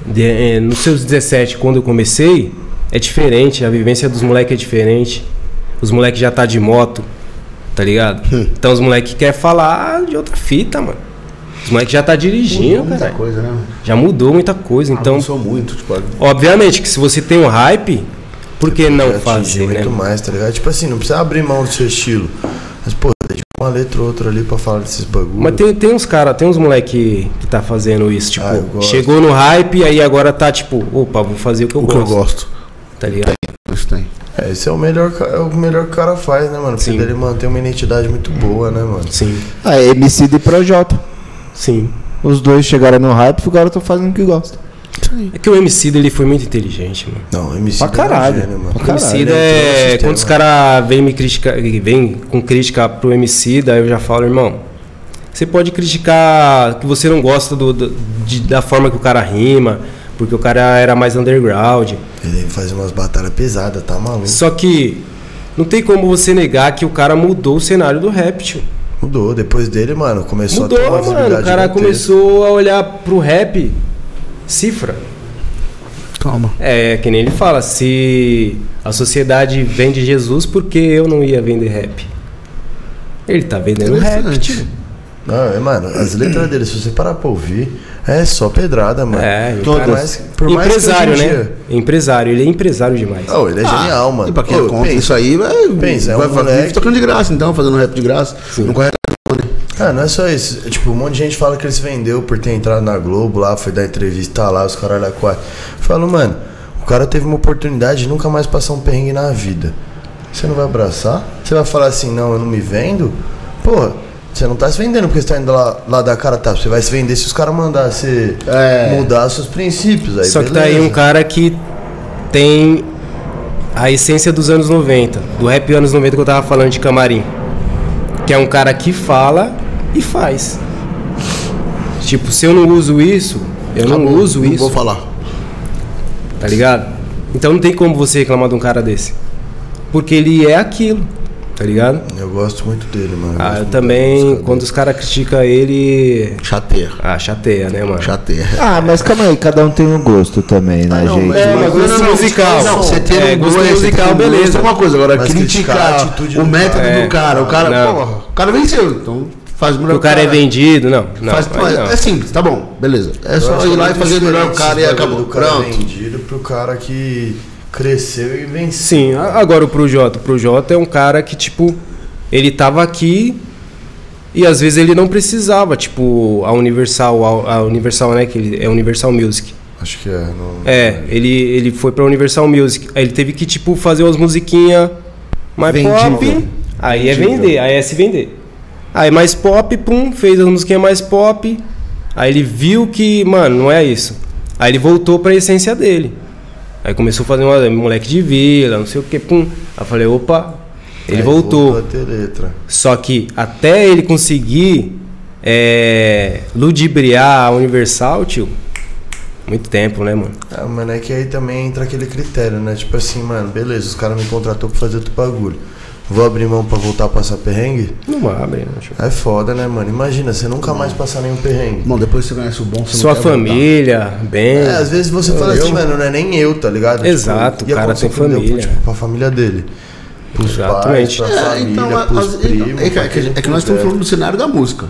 [SPEAKER 4] de- eh, nos seus 17, quando eu comecei, é diferente. A vivência dos moleques é diferente. Os moleques já tá de moto, tá ligado? Então, os moleques querem falar de outra fita, mano. Os moleques já tá dirigindo,
[SPEAKER 7] Muita
[SPEAKER 4] cara.
[SPEAKER 7] coisa, né?
[SPEAKER 4] Já mudou muita coisa. Então,
[SPEAKER 7] Avançou muito, tipo,
[SPEAKER 4] Obviamente que se você tem um hype, por que não
[SPEAKER 3] atingir
[SPEAKER 4] fazer, né?
[SPEAKER 3] muito mais, tá ligado? Tipo assim, não precisa abrir mão do seu estilo. Mas, pô, dedica uma letra ou outra ali pra falar desses bagulhos.
[SPEAKER 4] Mas tem, tem uns cara, tem uns moleque que tá fazendo isso, tipo,
[SPEAKER 3] Ah, eu gosto.
[SPEAKER 4] chegou no hype aí agora tá tipo, opa, vou fazer o que eu
[SPEAKER 2] O que
[SPEAKER 4] gosto,
[SPEAKER 2] eu gosto.
[SPEAKER 4] tá ligado?
[SPEAKER 2] Isso tem.
[SPEAKER 3] É, esse é o melhor, ca- é o melhor que o cara faz, né, mano? Porque
[SPEAKER 4] Sim.
[SPEAKER 3] ele mantém uma identidade muito boa, né, mano?
[SPEAKER 4] Sim,
[SPEAKER 5] Ah, é MC e Projota.
[SPEAKER 4] sim.
[SPEAKER 5] Os dois chegaram no hype e agora estão fazendo o que gostam.
[SPEAKER 4] É que o MC dele foi muito inteligente, mano.
[SPEAKER 3] Não, MC
[SPEAKER 5] Pra
[SPEAKER 3] dele é um
[SPEAKER 5] caralho.
[SPEAKER 3] gênio, mano.
[SPEAKER 5] Pra
[SPEAKER 4] O
[SPEAKER 5] caralho.
[SPEAKER 4] MC
[SPEAKER 3] ele entrou no
[SPEAKER 4] é,
[SPEAKER 3] sistema.
[SPEAKER 4] quando os caras vêm me criticar, vem com crítica pro MC, daí eu já falo, irmão, você pode criticar que você não gosta do, do- de- da forma que o cara rima, porque o cara era mais underground.
[SPEAKER 3] Ele faz umas batalhas pesadas, tá maluco?
[SPEAKER 4] Só que não tem como você negar que o cara mudou o cenário do rap, tio.
[SPEAKER 3] Mudou. Depois dele, mano, começou a ter uma
[SPEAKER 4] Mudou, mano. O
[SPEAKER 3] visibilidade
[SPEAKER 4] cara
[SPEAKER 3] gigantesca.
[SPEAKER 4] começou a olhar pro rap cifra.
[SPEAKER 2] Calma.
[SPEAKER 4] É, que nem ele fala, se a sociedade vende Jesus, por que eu não ia vender rap? Ele tá vendendo rap,
[SPEAKER 2] Interessante.
[SPEAKER 4] tio.
[SPEAKER 3] Não, é, mano, as letras dele, se você parar pra ouvir, é só pedrada, mano.
[SPEAKER 4] É, e o
[SPEAKER 3] Por
[SPEAKER 4] cara-
[SPEAKER 3] mais, por mais
[SPEAKER 4] empresário,
[SPEAKER 3] que hoje em
[SPEAKER 4] né? Ah,
[SPEAKER 3] dia-
[SPEAKER 4] Empresário, ele é empresário demais.
[SPEAKER 3] Oh, ele é genial, mano.
[SPEAKER 2] Ah, E pra quem
[SPEAKER 3] Ô,
[SPEAKER 2] é contra
[SPEAKER 3] pensa-
[SPEAKER 2] isso aí, vai,
[SPEAKER 3] pensa, é um
[SPEAKER 2] vai, vai
[SPEAKER 3] moleque-
[SPEAKER 2] tocando de graça, então, fazendo rap de graça. Não corre
[SPEAKER 3] Ah, não é só isso. Tipo, um monte de gente fala que ele se vendeu por ter entrado na Globo lá, foi dar entrevista lá, os caras lá quatro. Eu falo, mano, o cara teve uma oportunidade de nunca mais passar um perrengue na vida. Você não vai abraçar? Você vai falar assim, não, eu não me vendo? Pô, você não tá se vendendo porque você tá indo lá, lá da cara tá. Você vai se vender se os caras mandar você
[SPEAKER 2] É.
[SPEAKER 3] mudar seus princípios. Aí,
[SPEAKER 4] Só que tá
[SPEAKER 3] beleza.
[SPEAKER 4] aí um cara que tem a essência dos anos 90, do rap anos 90 que eu tava falando de camarim. Que é um cara que fala e faz. Tipo, se eu não uso isso, eu não
[SPEAKER 2] Acabou,
[SPEAKER 4] uso
[SPEAKER 2] não
[SPEAKER 4] isso,
[SPEAKER 2] vou falar.
[SPEAKER 4] tá ligado? Então não tem como você reclamar de um cara desse. Porque ele é aquilo, tá ligado?
[SPEAKER 3] Eu gosto muito dele, mano. gosto
[SPEAKER 4] Ah, eu
[SPEAKER 3] muito da
[SPEAKER 4] também,
[SPEAKER 3] música
[SPEAKER 4] quando os caras criticam ele.
[SPEAKER 2] Chateia.
[SPEAKER 4] Ah, chateia, né, mano?
[SPEAKER 2] Chateia.
[SPEAKER 5] Ah, mas calma aí, cada um tem um gosto também, né,
[SPEAKER 3] não,
[SPEAKER 5] gente?
[SPEAKER 3] mas-
[SPEAKER 5] É,
[SPEAKER 3] mas-
[SPEAKER 4] gosto musical.
[SPEAKER 2] Não, você tem
[SPEAKER 4] É,
[SPEAKER 2] um
[SPEAKER 4] gosto
[SPEAKER 2] gosto
[SPEAKER 4] musical,
[SPEAKER 2] musical,
[SPEAKER 4] beleza.
[SPEAKER 2] beleza. É uma coisa, agora
[SPEAKER 3] Mas
[SPEAKER 2] criticar
[SPEAKER 3] criticar a atitude
[SPEAKER 2] o
[SPEAKER 3] do
[SPEAKER 2] método
[SPEAKER 4] cara. É.
[SPEAKER 2] do cara. O cara,
[SPEAKER 4] Não.
[SPEAKER 2] porra, o cara venceu. Então faz melhor
[SPEAKER 4] O cara é vendido, não. não,
[SPEAKER 2] Faz,
[SPEAKER 4] aí não.
[SPEAKER 2] É simples, tá bom, beleza. É
[SPEAKER 3] Eu
[SPEAKER 2] só
[SPEAKER 3] acho
[SPEAKER 2] ir lá e
[SPEAKER 3] muito
[SPEAKER 2] fazer o melhor
[SPEAKER 3] diferente
[SPEAKER 2] cara e
[SPEAKER 3] esse
[SPEAKER 2] acabou.
[SPEAKER 3] bagulho Do cara
[SPEAKER 2] Pronto.
[SPEAKER 3] vendido pro cara que cresceu e venceu.
[SPEAKER 4] Sim, a- agora o Projota. O Projota é um cara que, tipo, ele tava aqui e às vezes ele não precisava, tipo, a Universal, a, a Universal, né? Que ele, é Universal Music.
[SPEAKER 3] Acho que é. Não...
[SPEAKER 4] É, ele, ele foi pra Universal Music. Aí ele teve que, tipo, fazer umas musiquinhas mais pop. Aí é vender, aí é se vender. Aí é mais pop, pum, fez as musiquinhas mais pop. Aí ele viu que, mano, não é isso. Aí ele voltou pra essência dele. Aí começou a fazer uma moleque de vila, não sei o que, pum. Aí eu falei, opa, ele
[SPEAKER 3] Aí
[SPEAKER 4] voltou.
[SPEAKER 3] É, a ter letra.
[SPEAKER 4] Só que até ele conseguir é, ludibriar a Universal, tio, muito tempo, né, mano?
[SPEAKER 3] Ah, mano, é que aí também entra aquele critério, né? Tipo assim, mano, beleza, os caras me contratou pra fazer outro bagulho. Vou abrir mão pra voltar a passar perrengue?
[SPEAKER 4] Não abre, né, tio?
[SPEAKER 3] É foda, né, mano? Imagina, você nunca mais passar nenhum perrengue.
[SPEAKER 2] Bom, depois que você conhece o bom, você não
[SPEAKER 4] Sua
[SPEAKER 2] quer
[SPEAKER 4] família, bem.
[SPEAKER 3] É, às vezes você fala
[SPEAKER 4] Eu-
[SPEAKER 3] assim, mano, não é nem eu, tá ligado? Tipo,
[SPEAKER 4] Exato, o
[SPEAKER 3] e
[SPEAKER 4] cara
[SPEAKER 3] aconteceu
[SPEAKER 4] tem
[SPEAKER 3] que não deu
[SPEAKER 4] família.
[SPEAKER 3] Pra, tipo, pra família dele. Pros pais,
[SPEAKER 4] Exatamente.
[SPEAKER 3] pra
[SPEAKER 2] voltar. É,
[SPEAKER 3] família,
[SPEAKER 2] então,
[SPEAKER 3] pros
[SPEAKER 2] as-
[SPEAKER 3] primos.
[SPEAKER 2] é, que- é que, é que nós estamos falando do cenário da música.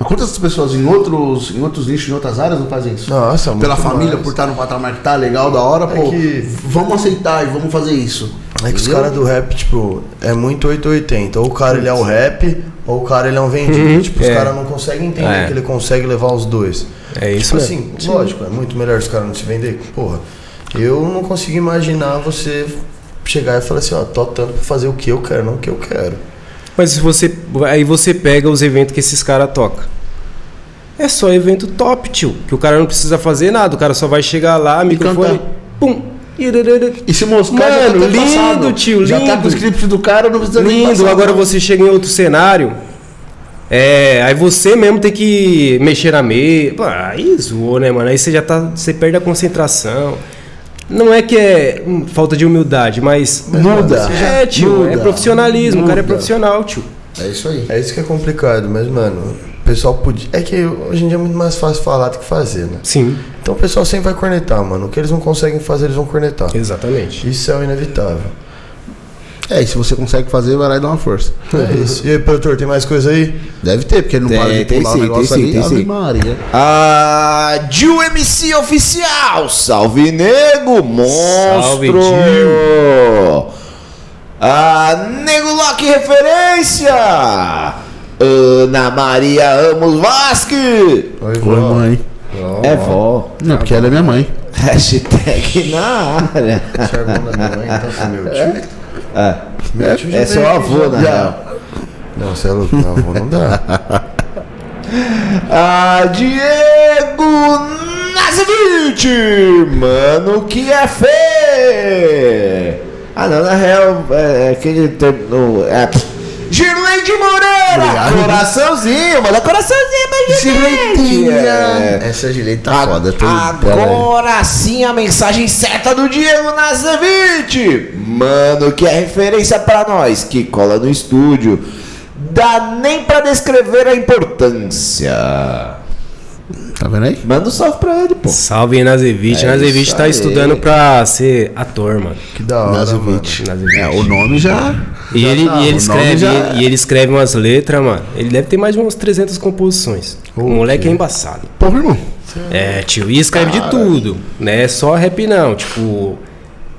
[SPEAKER 2] Mas quantas pessoas em outros, em outros nichos, em outras áreas não fazem isso?
[SPEAKER 3] Nossa,
[SPEAKER 2] Pela
[SPEAKER 3] muito
[SPEAKER 2] família,
[SPEAKER 3] mais.
[SPEAKER 2] por estar no patamar que tá legal, da hora, pô,
[SPEAKER 3] que-
[SPEAKER 2] vamos aceitar e vamos fazer isso.
[SPEAKER 3] É que os
[SPEAKER 2] Entendeu?
[SPEAKER 3] caras do rap, tipo, é muito 880. Ou o cara ele é o rap, ou o cara ele é um vendido. Tipo, os
[SPEAKER 4] É.
[SPEAKER 3] caras não conseguem entender
[SPEAKER 4] É.
[SPEAKER 3] que ele consegue levar os dois.
[SPEAKER 4] É isso
[SPEAKER 3] Tipo
[SPEAKER 4] mesmo.
[SPEAKER 3] assim, lógico, é muito melhor os caras não se vender. Porra, eu não consigo imaginar você chegar e falar assim, ó, tô tanto pra fazer o que eu quero, não o que eu quero.
[SPEAKER 4] Mas se você. Aí você pega os eventos que esses caras tocam. É só evento top, tio. Que o cara não precisa fazer nada. O cara só vai chegar lá, microfone.
[SPEAKER 2] cantar.
[SPEAKER 4] Pum.
[SPEAKER 2] E se mostrar
[SPEAKER 4] Mano,
[SPEAKER 2] já tá
[SPEAKER 4] lindo,
[SPEAKER 2] passado.
[SPEAKER 4] tio,
[SPEAKER 2] já tá
[SPEAKER 4] lindo.
[SPEAKER 2] com o script do cara, não precisa nem
[SPEAKER 4] Lindo.
[SPEAKER 2] passar.
[SPEAKER 4] Agora você chega em outro cenário. É, aí você mesmo tem que mexer na mesa. Pô, Aí zoou, né, mano? Aí você já tá. Você perde a concentração. Não é que é hum, falta de humildade, mas.
[SPEAKER 2] Muda.
[SPEAKER 4] É, tio, é
[SPEAKER 2] Muda.
[SPEAKER 4] profissionalismo. O cara é
[SPEAKER 2] Muda.
[SPEAKER 4] profissional, tio.
[SPEAKER 2] É isso aí.
[SPEAKER 3] É isso que é complicado, mas, mano, o pessoal podia. É que hoje em dia é muito mais fácil falar do que fazer, né?
[SPEAKER 4] Sim,
[SPEAKER 3] Então o pessoal sempre vai cornetar, mano. O que eles não conseguem fazer, eles vão cornetar.
[SPEAKER 4] exatamente.
[SPEAKER 3] Isso é o inevitável.
[SPEAKER 2] É, e se você consegue fazer, vai lá e dá uma força.
[SPEAKER 3] É isso. E aí, produtor, tem mais coisa aí?
[SPEAKER 2] Deve ter, porque ele não
[SPEAKER 5] Tem,
[SPEAKER 2] para de
[SPEAKER 5] tem
[SPEAKER 2] pular
[SPEAKER 5] sim,
[SPEAKER 2] o negócio
[SPEAKER 5] tem sim,
[SPEAKER 2] ali.
[SPEAKER 5] tem
[SPEAKER 2] Ave
[SPEAKER 5] sim.
[SPEAKER 2] Maria.
[SPEAKER 5] Ah, Gil MC Oficial! Salve, nego!
[SPEAKER 4] Salve,
[SPEAKER 5] Monstro! ah, Nego Loki Referência! Ana Maria Amos Vasque!
[SPEAKER 3] Oi,
[SPEAKER 2] Oi,
[SPEAKER 3] vó.
[SPEAKER 2] mãe.
[SPEAKER 5] É vó.
[SPEAKER 2] Não, porque ela é minha mãe.
[SPEAKER 5] Hashtag na área.
[SPEAKER 3] Você é irmão da minha mãe, então você é meu tio. Meu tio já
[SPEAKER 5] É seu
[SPEAKER 3] veio
[SPEAKER 5] avô,
[SPEAKER 3] aqui,
[SPEAKER 5] na
[SPEAKER 3] já-
[SPEAKER 5] real.
[SPEAKER 3] Não, você é louco, meu avô não dá.
[SPEAKER 5] Ah, Diego Nazavite! Mano, que é fé! Ah, não, na real, é, é aquele termo. É, pff. Girlei de Moreira! Coraçãozinho, manda coraçãozinho pra Girlei! É.
[SPEAKER 7] Essa direita
[SPEAKER 5] A-
[SPEAKER 7] tá foda. Tem Pera
[SPEAKER 5] Agora sim a mensagem certa do Diego Nazavite! Mano, que é referência pra nós, que cola no estúdio. Dá nem pra descrever a importância.
[SPEAKER 2] Tá vendo aí?
[SPEAKER 5] Manda um salve pra ele, pô.
[SPEAKER 4] Salve Nazevich.
[SPEAKER 5] É
[SPEAKER 4] Nazevich
[SPEAKER 5] isso
[SPEAKER 4] tá
[SPEAKER 5] aí.
[SPEAKER 4] estudando pra ser ator, mano.
[SPEAKER 3] Que da hora, mano.
[SPEAKER 2] Nazovich.
[SPEAKER 4] Nazovich.
[SPEAKER 2] É, o nome já.
[SPEAKER 4] E ele,
[SPEAKER 2] tá,
[SPEAKER 4] e ele
[SPEAKER 2] o nome
[SPEAKER 4] escreve,
[SPEAKER 2] já-
[SPEAKER 4] e ele escreve umas letras, mano. Ele deve ter mais de umas 300 composições. O moleque é embaçado.
[SPEAKER 2] Porra, irmão.
[SPEAKER 4] É, tio. E escreve de tudo. Não é só rap, não. Tipo,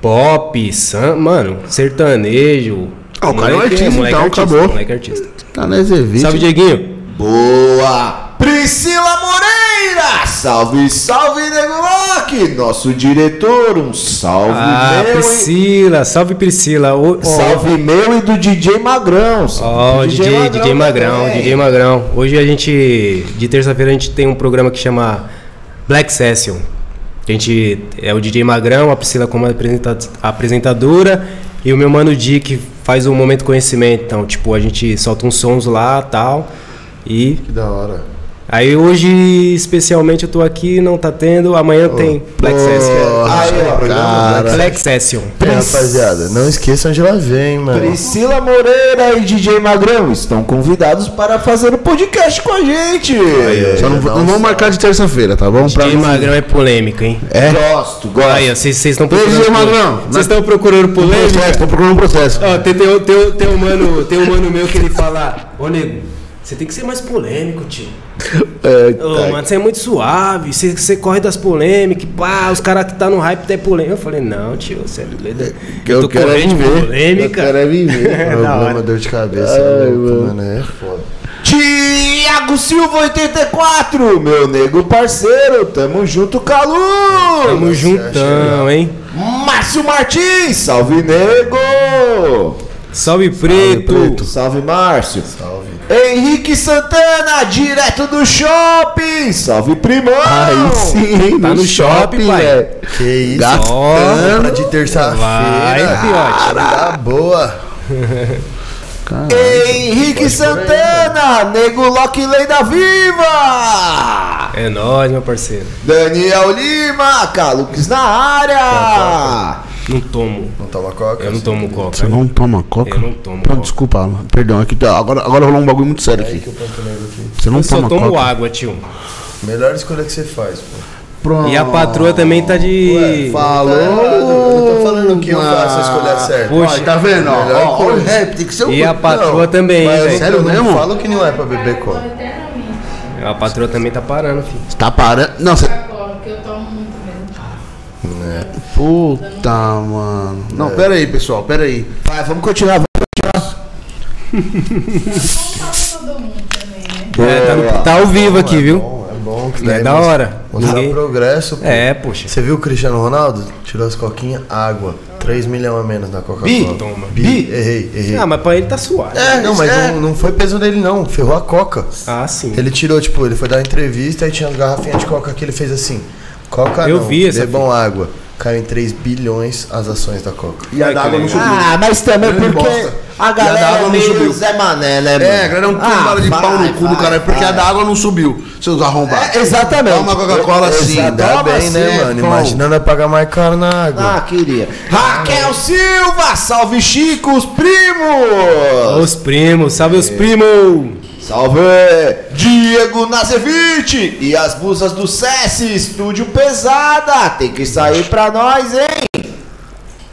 [SPEAKER 4] pop, sam, mano, sertanejo.
[SPEAKER 2] Ah, o cara é um
[SPEAKER 4] Moleque
[SPEAKER 2] artista,
[SPEAKER 4] moleque
[SPEAKER 2] então,
[SPEAKER 4] artista,
[SPEAKER 2] acabou.
[SPEAKER 4] Moleque é artista.
[SPEAKER 2] Tá na Ezevich.
[SPEAKER 4] Salve, Dieguinho.
[SPEAKER 5] Boa! Priscila Moreira! Salve, salve, Nego Loki! Nosso diretor, um salve
[SPEAKER 4] Ah,
[SPEAKER 5] meu e...
[SPEAKER 4] Priscila. Salve, Priscila. Ô, ó,
[SPEAKER 5] Salve meu e do DJ Magrão.
[SPEAKER 4] Ó,
[SPEAKER 5] Salve
[SPEAKER 4] o
[SPEAKER 5] do
[SPEAKER 4] DJ, Magrão,
[SPEAKER 5] né,
[SPEAKER 4] DJ Magrão,
[SPEAKER 5] também.
[SPEAKER 4] DJ Magrão. Hoje a gente, de terça-feira, a gente tem um programa que chama Black Session. A gente é o DJ Magrão, a Priscila como apresenta- apresentadora e o meu mano Di que faz o Momento Conhecimento. Então, tipo, a gente solta uns sons lá tal. E
[SPEAKER 3] Que da hora.
[SPEAKER 4] aí hoje, especialmente, eu tô aqui, não tá tendo. Amanhã tem Black Session.
[SPEAKER 5] Aí, ó,
[SPEAKER 4] Black Session.
[SPEAKER 3] É, rapaziada, não esqueçam de lá ver, hein, mano.
[SPEAKER 5] Priscila Moreira e DJ Magrão estão convidados para fazer o podcast com a gente.
[SPEAKER 3] É,
[SPEAKER 2] Só não,
[SPEAKER 3] um
[SPEAKER 2] não vamos marcar de terça-feira, tá bom? Pra
[SPEAKER 4] DJ
[SPEAKER 2] não- É,
[SPEAKER 4] Magrão é polêmico, hein?
[SPEAKER 5] Gosto, gosto.
[SPEAKER 4] é. Aí, ó, vocês vocês estão
[SPEAKER 2] Beijo,
[SPEAKER 4] procurando.
[SPEAKER 2] Magrão.
[SPEAKER 4] Vocês estão procurando polêmica?
[SPEAKER 2] Processo, tô procurando um processo.
[SPEAKER 4] Ó, tem, tem, tem, tem, um mano, tem um mano meu que ele fala: Ô nego, você tem que ser mais polêmico, tio. Ô,
[SPEAKER 2] Tá
[SPEAKER 4] mano, você é muito suave, você, você corre das polêmicas, pá, os caras que tá no hype até polêmica. Eu falei, não, tio, você é doido.
[SPEAKER 2] Que eu quero é
[SPEAKER 4] corrente
[SPEAKER 2] viver.
[SPEAKER 4] polêmica.
[SPEAKER 2] Eu quero é viver.
[SPEAKER 3] Problema, dor de cabeça, é louco, mano. É foda.
[SPEAKER 5] Tiago Silva 84, meu nego parceiro, tamo junto, Calu!
[SPEAKER 4] Tamo juntão, hein?
[SPEAKER 5] Márcio Martins, salve nego!
[SPEAKER 4] Salve preto.
[SPEAKER 5] Salve Márcio! Salve! Henrique Santana, direto do shopping! Salve primão!
[SPEAKER 2] Aí sim, hein?
[SPEAKER 4] Tá no shopping, pai.
[SPEAKER 2] velho.
[SPEAKER 3] Que isso,
[SPEAKER 2] Gastando.
[SPEAKER 3] Compra Tá de
[SPEAKER 4] Vai,
[SPEAKER 3] terça-feira.
[SPEAKER 4] fiote.
[SPEAKER 3] Tá boa.
[SPEAKER 2] Ah,
[SPEAKER 5] Henrique Santana,
[SPEAKER 2] né?
[SPEAKER 5] nego Loki Lenda Viva!
[SPEAKER 4] É nóis, meu parceiro.
[SPEAKER 5] Daniel Lima, Caluques na
[SPEAKER 2] Tá,
[SPEAKER 5] área!
[SPEAKER 4] Não tomo.
[SPEAKER 3] Não toma coca?
[SPEAKER 4] Eu não tomo coca.
[SPEAKER 2] Você não toma coca?
[SPEAKER 4] Eu não tomo
[SPEAKER 2] Pô,
[SPEAKER 4] coca.
[SPEAKER 2] desculpa, Alan. perdão. Aqui, tá, agora, agora rolou um bagulho muito sério aqui. Você não
[SPEAKER 4] Eu só
[SPEAKER 2] toma
[SPEAKER 4] tomo
[SPEAKER 2] coca?
[SPEAKER 4] água, tio.
[SPEAKER 3] é Melhor escolha que você faz, pô.
[SPEAKER 2] Pronto.
[SPEAKER 4] E a patroa também tá de.
[SPEAKER 3] Tá errado,
[SPEAKER 2] Falou.
[SPEAKER 3] Eu tô falando que eu faço a escolha certa.
[SPEAKER 4] Poxa.
[SPEAKER 2] Ó, tá vendo? ó?
[SPEAKER 3] Melhor
[SPEAKER 2] Ó, ó, o rap tem que ser o
[SPEAKER 4] E a patroa
[SPEAKER 3] Não,
[SPEAKER 4] também, hein,
[SPEAKER 3] mas é eu
[SPEAKER 4] velho.
[SPEAKER 3] não-
[SPEAKER 2] Sério
[SPEAKER 3] eu não
[SPEAKER 2] mesmo?
[SPEAKER 3] falo que não é pra beber coca.
[SPEAKER 4] A patroa também tá parando, filho.
[SPEAKER 2] Você tá parando. Não, você.
[SPEAKER 8] Agora, que eu tomo muito mesmo.
[SPEAKER 2] Puta, mano. Não, pera aí, pessoal, pera aí.
[SPEAKER 3] Vai, vamos continuar. vamos
[SPEAKER 8] Só pra todo mundo também, né?
[SPEAKER 4] É, tá, no- tá ao vivo aqui,
[SPEAKER 3] continuar.
[SPEAKER 4] viu?
[SPEAKER 3] É bom, é bom que
[SPEAKER 4] É
[SPEAKER 3] daí
[SPEAKER 4] da
[SPEAKER 3] mostra-
[SPEAKER 4] hora.
[SPEAKER 3] Mostrar
[SPEAKER 4] Ninguém-
[SPEAKER 3] progresso, pô.
[SPEAKER 4] É, poxa.
[SPEAKER 3] Você viu o Cristiano Ronaldo? Tirou as coquinhas, água. 3 milhões a menos na Coca-Cola.
[SPEAKER 4] Bi, toma.
[SPEAKER 3] Bi. Errei, errei.
[SPEAKER 4] Ah, mas pra ele tá suave.
[SPEAKER 3] É, não, mas
[SPEAKER 2] é.
[SPEAKER 3] Não, não foi peso dele não, ferrou a coca.
[SPEAKER 4] Ah, sim.
[SPEAKER 3] Ele tirou, tipo, ele foi dar uma entrevista e tinha as garrafinhas de coca que ele fez assim. Coca
[SPEAKER 4] Eu
[SPEAKER 3] não,
[SPEAKER 4] vi essa
[SPEAKER 3] bebam água. Caiu em 3 bilhões as ações da coca.
[SPEAKER 2] E a d'água não subiu.
[SPEAKER 5] Ah, mas também
[SPEAKER 2] Grande
[SPEAKER 5] porque
[SPEAKER 2] bosta.
[SPEAKER 5] a
[SPEAKER 2] E a da
[SPEAKER 5] galera
[SPEAKER 2] água
[SPEAKER 5] é
[SPEAKER 2] não
[SPEAKER 5] meio
[SPEAKER 2] subiu.
[SPEAKER 5] Zé Mané, né, mano?
[SPEAKER 2] É, galera, é um tumbado de
[SPEAKER 5] vai,
[SPEAKER 2] pau no cu do
[SPEAKER 5] vai,
[SPEAKER 2] cara, porque
[SPEAKER 5] vai.
[SPEAKER 2] a da água não subiu, seus arrombados.
[SPEAKER 5] É, exatamente.
[SPEAKER 2] Toma Coca-Cola sim.
[SPEAKER 3] Ainda
[SPEAKER 2] Toma
[SPEAKER 3] bem,
[SPEAKER 2] sim,
[SPEAKER 3] né, mano?
[SPEAKER 2] pão.
[SPEAKER 3] Imaginando é pagar mais caro na água.
[SPEAKER 5] Ah, queria. Raquel Silva, salve Chico, os primos!
[SPEAKER 4] Os primos, salve os primos!
[SPEAKER 5] Salve! Diego Nazevich e as blusas do SESI, estúdio pesada, tem que sair pra nós, hein?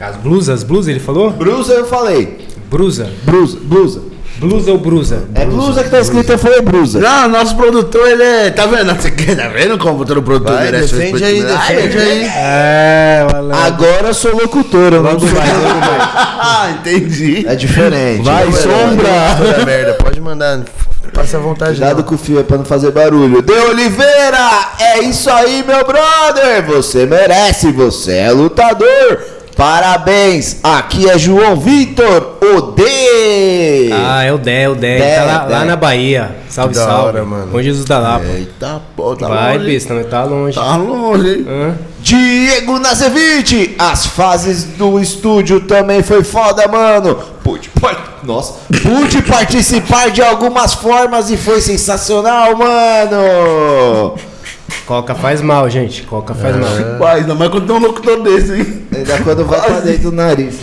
[SPEAKER 4] As blusas, blusa, ele falou?
[SPEAKER 5] Brusa eu falei.
[SPEAKER 4] Brusa?
[SPEAKER 5] Brusa, blusa.
[SPEAKER 4] Blusa ou brusa?
[SPEAKER 5] É blusa que tá escrita foi brusa.
[SPEAKER 2] Não, nosso produtor, ele é. Tá vendo? Você quer- Tá vendo como todo produtor
[SPEAKER 3] Vai,
[SPEAKER 2] merece
[SPEAKER 3] defende
[SPEAKER 2] respeito?
[SPEAKER 3] aí,
[SPEAKER 2] Ai,
[SPEAKER 3] defende aí.
[SPEAKER 4] É, valeu.
[SPEAKER 5] Agora eu sou locutora, eu não sou-
[SPEAKER 2] Ah, entendi.
[SPEAKER 5] É diferente.
[SPEAKER 3] Vai, sombra! Toda merda, pode mandar. Passa à vontade.
[SPEAKER 5] Cuidado
[SPEAKER 3] não.
[SPEAKER 5] com o fio, é pra não fazer barulho. De Oliveira, é isso aí, meu brother. Você merece, você é lutador. Parabéns, aqui é João Vitor, o D.
[SPEAKER 4] Ah, é o Dé, é o Dé.
[SPEAKER 5] Dé,
[SPEAKER 4] Ele tá lá,
[SPEAKER 5] Dé.
[SPEAKER 4] lá na Bahia. Salve,
[SPEAKER 3] Da
[SPEAKER 4] salve.
[SPEAKER 3] hora, mano.
[SPEAKER 4] Bom Jesus da Lapa.
[SPEAKER 2] Eita, pô, tá
[SPEAKER 4] Vai,
[SPEAKER 2] longe.
[SPEAKER 4] besta, mas tá longe.
[SPEAKER 2] Tá longe, hein?
[SPEAKER 4] Hã?
[SPEAKER 5] Diego Nazevich, as fases do estúdio também foi foda, mano. Pude, par- Nossa. Pude participar de algumas formas e foi sensacional, mano.
[SPEAKER 4] Coca faz mal, gente. Coca faz mal.
[SPEAKER 2] Vai, ainda mais quando tem um locutor desse, hein?
[SPEAKER 5] Ainda quando vai pra dentro do nariz.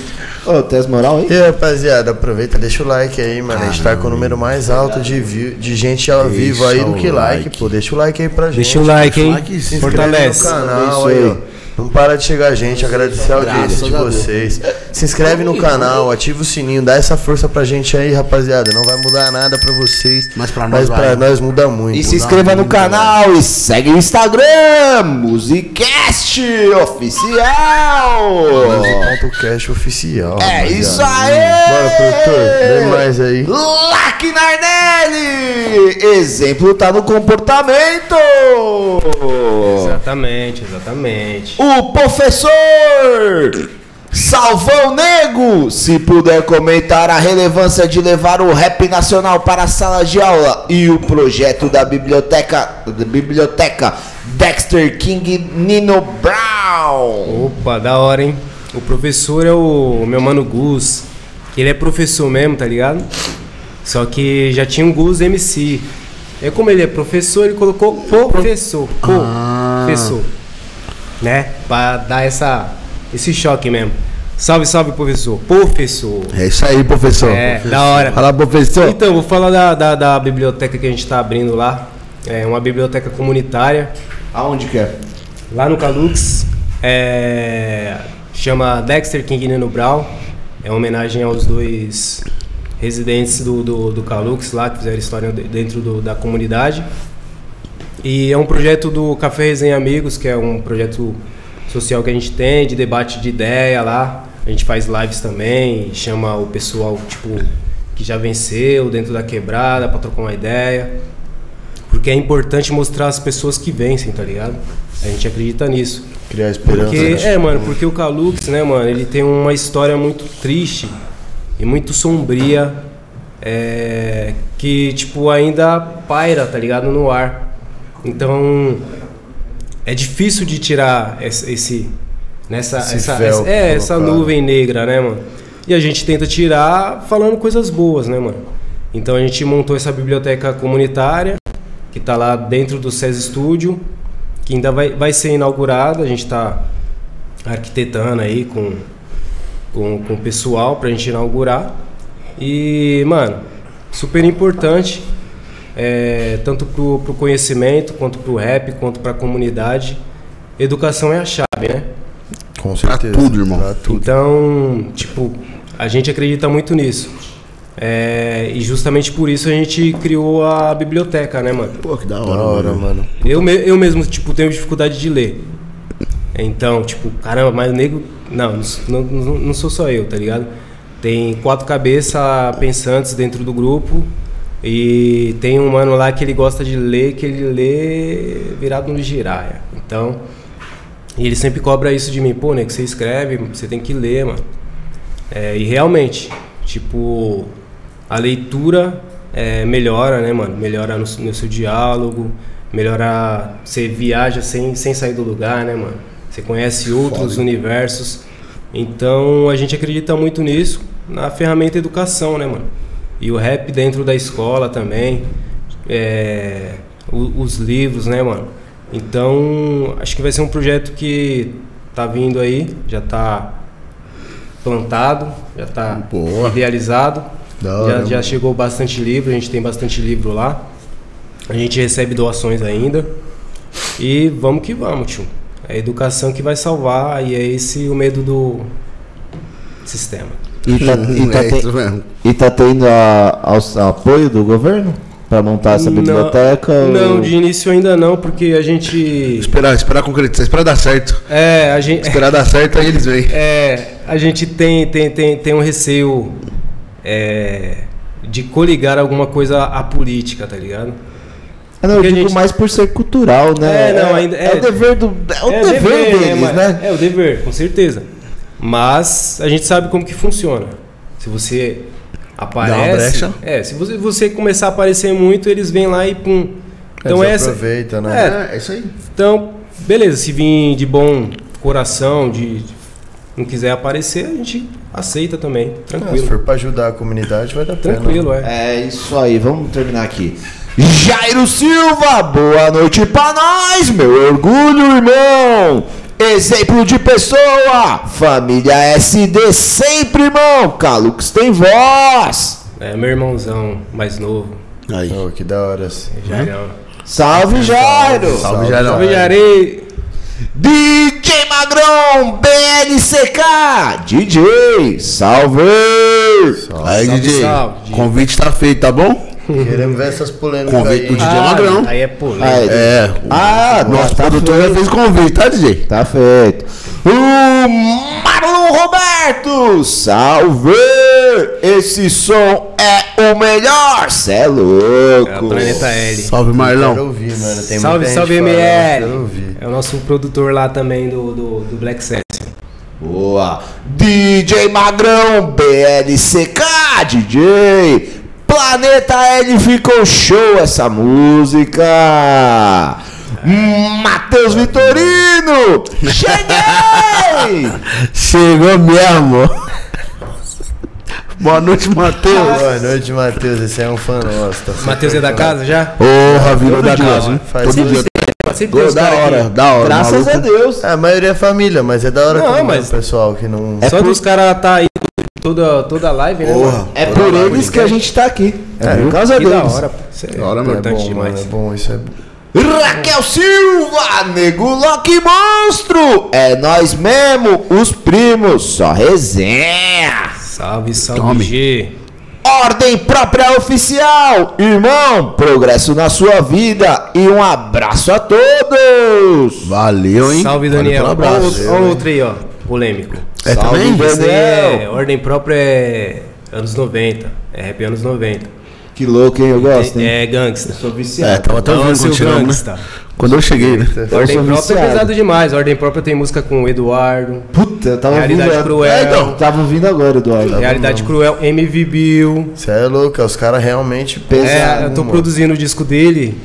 [SPEAKER 5] Ô, tem as moral aí?
[SPEAKER 3] E aí, rapaziada, aproveita, deixa o like aí, mano. a gente tá com o número mais alto de, vi- de gente ao vivo aí do que like. pô. Deixa o like aí pra gente.
[SPEAKER 4] Deixa o like, hein?
[SPEAKER 2] like, se
[SPEAKER 3] inscreve
[SPEAKER 4] Fortalece.
[SPEAKER 3] no canal
[SPEAKER 5] Isso
[SPEAKER 3] aí,
[SPEAKER 5] aí.
[SPEAKER 3] ó. Não para de chegar gente, agradecer a audiência de vocês. Se inscreve no canal, ativa o sininho, dá essa força pra gente aí, rapaziada. Não vai mudar nada pra vocês.
[SPEAKER 2] Mas pra nós
[SPEAKER 3] pra
[SPEAKER 2] vai.
[SPEAKER 3] nós muda muito.
[SPEAKER 5] E se inscreva
[SPEAKER 3] é
[SPEAKER 5] no canal e segue o Instagram, Musicast Oficial.
[SPEAKER 3] Ponto Cash oficial.
[SPEAKER 5] É
[SPEAKER 3] rapaziada.
[SPEAKER 5] isso aí!
[SPEAKER 3] Bora, produtor, vem mais aí.
[SPEAKER 5] Lac Nardelli! Exemplo tá no comportamento!
[SPEAKER 4] Exatamente, exatamente.
[SPEAKER 5] O professor! Salvão Nego! Se puder comentar a relevância de levar o rap nacional para a sala de aula e o projeto da biblioteca, da biblioteca Dexter King Nino Brown.
[SPEAKER 4] Opa, da hora, hein? O professor é o meu mano Gus. que Ele é professor mesmo, tá ligado? Só que já tinha um Gus MC. É como ele é professor, ele colocou professor. pô, Professor. Né? Pra dar essa, esse choque mesmo. Salve, salve, professor. Professor.
[SPEAKER 2] É isso aí, professor.
[SPEAKER 4] É, da hora.
[SPEAKER 2] Fala, professor.
[SPEAKER 4] Então, vou falar da, da, da biblioteca que a gente está abrindo lá. É uma biblioteca comunitária,
[SPEAKER 5] Aonde que é?
[SPEAKER 4] lá no Calux. É, chama Dexter King e Nino Brown. É uma homenagem aos dois residentes do, do, do Calux lá, que fizeram história de- dentro do- da comunidade. E é um projeto do Café Resenha Amigos, que é um projeto social que a gente tem, de debate de ideia lá. A gente faz lives também, chama o pessoal, tipo, que já venceu dentro da quebrada pra trocar uma ideia. Porque é importante mostrar as pessoas que vencem, tá ligado? A gente acredita nisso.
[SPEAKER 3] Criar esperança. né?
[SPEAKER 4] Porque, é, mano, porque o Calux, né, mano, ele tem uma história muito triste e muito sombria, é, que, tipo, ainda paira, tá ligado, no ar. Então, é difícil de tirar esse... esse nessa,
[SPEAKER 3] Esse
[SPEAKER 4] essa,
[SPEAKER 3] véu
[SPEAKER 4] essa- é, essa
[SPEAKER 3] colocado.
[SPEAKER 4] nuvem negra, né, mano? E a gente tenta tirar falando coisas boas, né, mano? Então a gente montou essa biblioteca comunitária, que tá lá dentro do SES Studio, que ainda vai, vai ser inaugurada, a gente tá arquitetando aí com, com, com o pessoal pra gente inaugurar. E, mano, super importante, é, tanto pro, pro conhecimento, quanto pro rap, quanto pra comunidade. Educação é a chave, né?
[SPEAKER 3] Com certeza.
[SPEAKER 2] tudo, irmão.
[SPEAKER 3] Pra tudo.
[SPEAKER 4] Então, tipo, a gente acredita muito nisso. É, e justamente por isso a gente criou a biblioteca, né, mano?
[SPEAKER 2] Pô, que da hora.
[SPEAKER 3] Da hora,
[SPEAKER 2] mano.
[SPEAKER 3] mano.
[SPEAKER 4] Eu, me- eu mesmo, tipo, tenho dificuldade de ler. Então, tipo, caramba, mas o nego. Não, não s- não, não, não sou só eu, tá ligado? Tem quatro cabeças pensantes dentro do grupo. E tem um mano lá que ele gosta de ler, que ele lê virado no giraia. Então. E ele sempre cobra isso de mim, pô, nego, você escreve, você tem que ler, mano. É, e realmente, tipo, a leitura é, melhora, né, mano? Melhora no, no seu diálogo, melhora. Você viaja sem, sem sair do lugar, né, mano? Você conhece outros universos. Então a gente acredita muito nisso, na ferramenta educação, né, mano? E o rap dentro da escola também. é, o- os livros, né, mano? Então, acho que vai ser um projeto que tá vindo aí, já tá plantado, já tá
[SPEAKER 2] Boa.
[SPEAKER 4] idealizado.
[SPEAKER 3] Da hora,
[SPEAKER 4] já, já chegou bastante livro, a gente tem bastante livro lá. A gente recebe doações ainda. E vamos que vamos, tio. É a educação que vai salvar e é esse o medo do sistema.
[SPEAKER 5] E tá, e tá,
[SPEAKER 2] é
[SPEAKER 5] te-
[SPEAKER 2] isso mesmo.
[SPEAKER 5] e tá tendo a- aos- apoio do governo pra montar essa
[SPEAKER 4] Não-
[SPEAKER 5] biblioteca?
[SPEAKER 4] Não,
[SPEAKER 5] ou-
[SPEAKER 4] de início ainda não, porque a gente.
[SPEAKER 2] Esperar, esperar concretizar, esperar dar certo.
[SPEAKER 4] É, a gente.
[SPEAKER 2] Esperar dar certo, aí eles vêm.
[SPEAKER 4] É, a gente tem, tem, tem, tem um receio é, de coligar alguma coisa à política, tá ligado?
[SPEAKER 5] Ah, não, eu
[SPEAKER 4] porque a
[SPEAKER 5] digo
[SPEAKER 4] gente-
[SPEAKER 5] mais por ser cultural, né?
[SPEAKER 4] É, não, ainda-
[SPEAKER 5] é,
[SPEAKER 4] é.
[SPEAKER 5] o dever do. É o dever, deles,
[SPEAKER 4] mano?
[SPEAKER 5] né?
[SPEAKER 4] É o dever, com certeza. Mas a gente sabe como que funciona. Se você aparece.
[SPEAKER 2] brecha.
[SPEAKER 4] É, se você, você começar a aparecer muito, eles vêm lá e pum. Então
[SPEAKER 3] Eles
[SPEAKER 4] essa.
[SPEAKER 3] Aproveita, né?
[SPEAKER 4] É,
[SPEAKER 2] é isso aí.
[SPEAKER 4] então, beleza, se vir de bom coração, de. de- não quiser aparecer, a gente aceita também.
[SPEAKER 3] Ah, se
[SPEAKER 4] Tranquilo.
[SPEAKER 3] for pra ajudar a comunidade, vai dar pena.
[SPEAKER 4] é. Tranquilo, é.
[SPEAKER 5] É isso aí, vamos terminar aqui. Jairo Silva, boa noite pra nós, meu orgulho, irmão! Exemplo de pessoa! Família SD sempre, irmão! Calux tem voz!
[SPEAKER 4] É, meu irmãozão mais novo,
[SPEAKER 2] Aí.
[SPEAKER 3] Oh, que da hora. assim.
[SPEAKER 4] Jairão.
[SPEAKER 5] Salve, Jairo!
[SPEAKER 2] Salve, Jairão.
[SPEAKER 4] Salve, Jairei!
[SPEAKER 5] DJ Magrão, BLCK, DJ, salve!
[SPEAKER 2] Tá. Aí,
[SPEAKER 4] Salve,
[SPEAKER 2] DJ.
[SPEAKER 4] salve, DJ.
[SPEAKER 2] Convite tá feito, tá bom?
[SPEAKER 3] Queremos ver essas polêmicas
[SPEAKER 2] Convite do
[SPEAKER 3] aí.
[SPEAKER 2] DJ Magrão.
[SPEAKER 4] Aí é polêmica.
[SPEAKER 5] Aí,
[SPEAKER 2] É. tá
[SPEAKER 5] Ah,
[SPEAKER 2] o nosso produtor já fez convite, tá, DJ?
[SPEAKER 5] Tá feito. O Marlon Roberto! Salve! Esse som é o melhor! Cê é
[SPEAKER 4] É,
[SPEAKER 5] louco!
[SPEAKER 4] Planeta L.
[SPEAKER 2] Salve,
[SPEAKER 3] Quero
[SPEAKER 2] Marlão.
[SPEAKER 3] ouvir, mano. Tem
[SPEAKER 4] salve,
[SPEAKER 3] muita
[SPEAKER 4] salve,
[SPEAKER 3] gente falando,
[SPEAKER 4] ML.
[SPEAKER 3] Quero ouvir.
[SPEAKER 4] É o nosso produtor lá também do, do, do Black Sense.
[SPEAKER 5] Boa! DJ Magrão, BLCK, DJ! Planeta L ficou show essa música! Matheus Vitorino! Cheguei!
[SPEAKER 2] Chegou mesmo. Boa noite, Matheus.
[SPEAKER 3] Boa noite, Matheus. Esse é um fã nosso. Tá
[SPEAKER 4] Matheus é da casa já?
[SPEAKER 2] Porra, virou da
[SPEAKER 5] dia,
[SPEAKER 2] casa, hein?
[SPEAKER 3] Faz
[SPEAKER 2] Todo
[SPEAKER 3] dois-
[SPEAKER 2] dia.
[SPEAKER 4] Sempre
[SPEAKER 2] Ô, Da hora, da hora.
[SPEAKER 5] Graças
[SPEAKER 2] maluco.
[SPEAKER 5] a Deus!
[SPEAKER 3] A maioria é família, mas é da hora
[SPEAKER 4] Não,
[SPEAKER 3] também,
[SPEAKER 4] mas-
[SPEAKER 3] o pessoal que não.
[SPEAKER 4] Só dos caras tá aí toda, toda live, né?
[SPEAKER 2] Porra.
[SPEAKER 4] mano?
[SPEAKER 5] É por eles que a gente tá aqui. É por causa
[SPEAKER 4] Que da
[SPEAKER 5] deles.
[SPEAKER 4] hora, pô. Isso é
[SPEAKER 2] Da hora, meu.
[SPEAKER 3] é
[SPEAKER 4] importante
[SPEAKER 3] bom, mano.
[SPEAKER 4] demais.
[SPEAKER 3] É bom, isso é bom.
[SPEAKER 5] Raquel Silva, nego Loki Monstro! É nós mesmo, os primos, só resenha!
[SPEAKER 4] Salve, salve,
[SPEAKER 2] Tome.
[SPEAKER 4] G.
[SPEAKER 5] Ordem própria oficial! Irmão, progresso na sua vida e um abraço a todos!
[SPEAKER 2] Valeu, hein?
[SPEAKER 4] Salve,
[SPEAKER 2] Valeu
[SPEAKER 4] Daniel. Olha
[SPEAKER 2] pelo um abraço.
[SPEAKER 4] outro- olha outro aí, ó. Polêmico.
[SPEAKER 2] É
[SPEAKER 5] Salve,
[SPEAKER 2] também?
[SPEAKER 5] Daniel.
[SPEAKER 4] Esse aí é ordem própria é anos 90. É rap anos 90.
[SPEAKER 5] Que louco, hein? Eu gosto, hein?
[SPEAKER 4] É gangsta.
[SPEAKER 5] Sou
[SPEAKER 2] É,
[SPEAKER 5] viciado.
[SPEAKER 2] tava até ouvindo
[SPEAKER 4] Lance o
[SPEAKER 2] quando chegamos, né?
[SPEAKER 4] gangsta.
[SPEAKER 2] Quando eu cheguei, né?
[SPEAKER 5] Eu sou
[SPEAKER 4] Ordem própria é
[SPEAKER 5] viciado.
[SPEAKER 4] pesado demais. Ordem própria tem música com o Eduardo,
[SPEAKER 5] Puta, eu tava
[SPEAKER 4] Realidade
[SPEAKER 5] ouvindo.
[SPEAKER 4] cruel.
[SPEAKER 5] É, então, tava ouvindo agora, Eduardo.
[SPEAKER 4] Realidade Cruel, MV Bill.
[SPEAKER 3] Você é louco, os caras realmente
[SPEAKER 5] Pesado,
[SPEAKER 4] É, eu tô
[SPEAKER 3] mano.
[SPEAKER 4] produzindo o disco dele.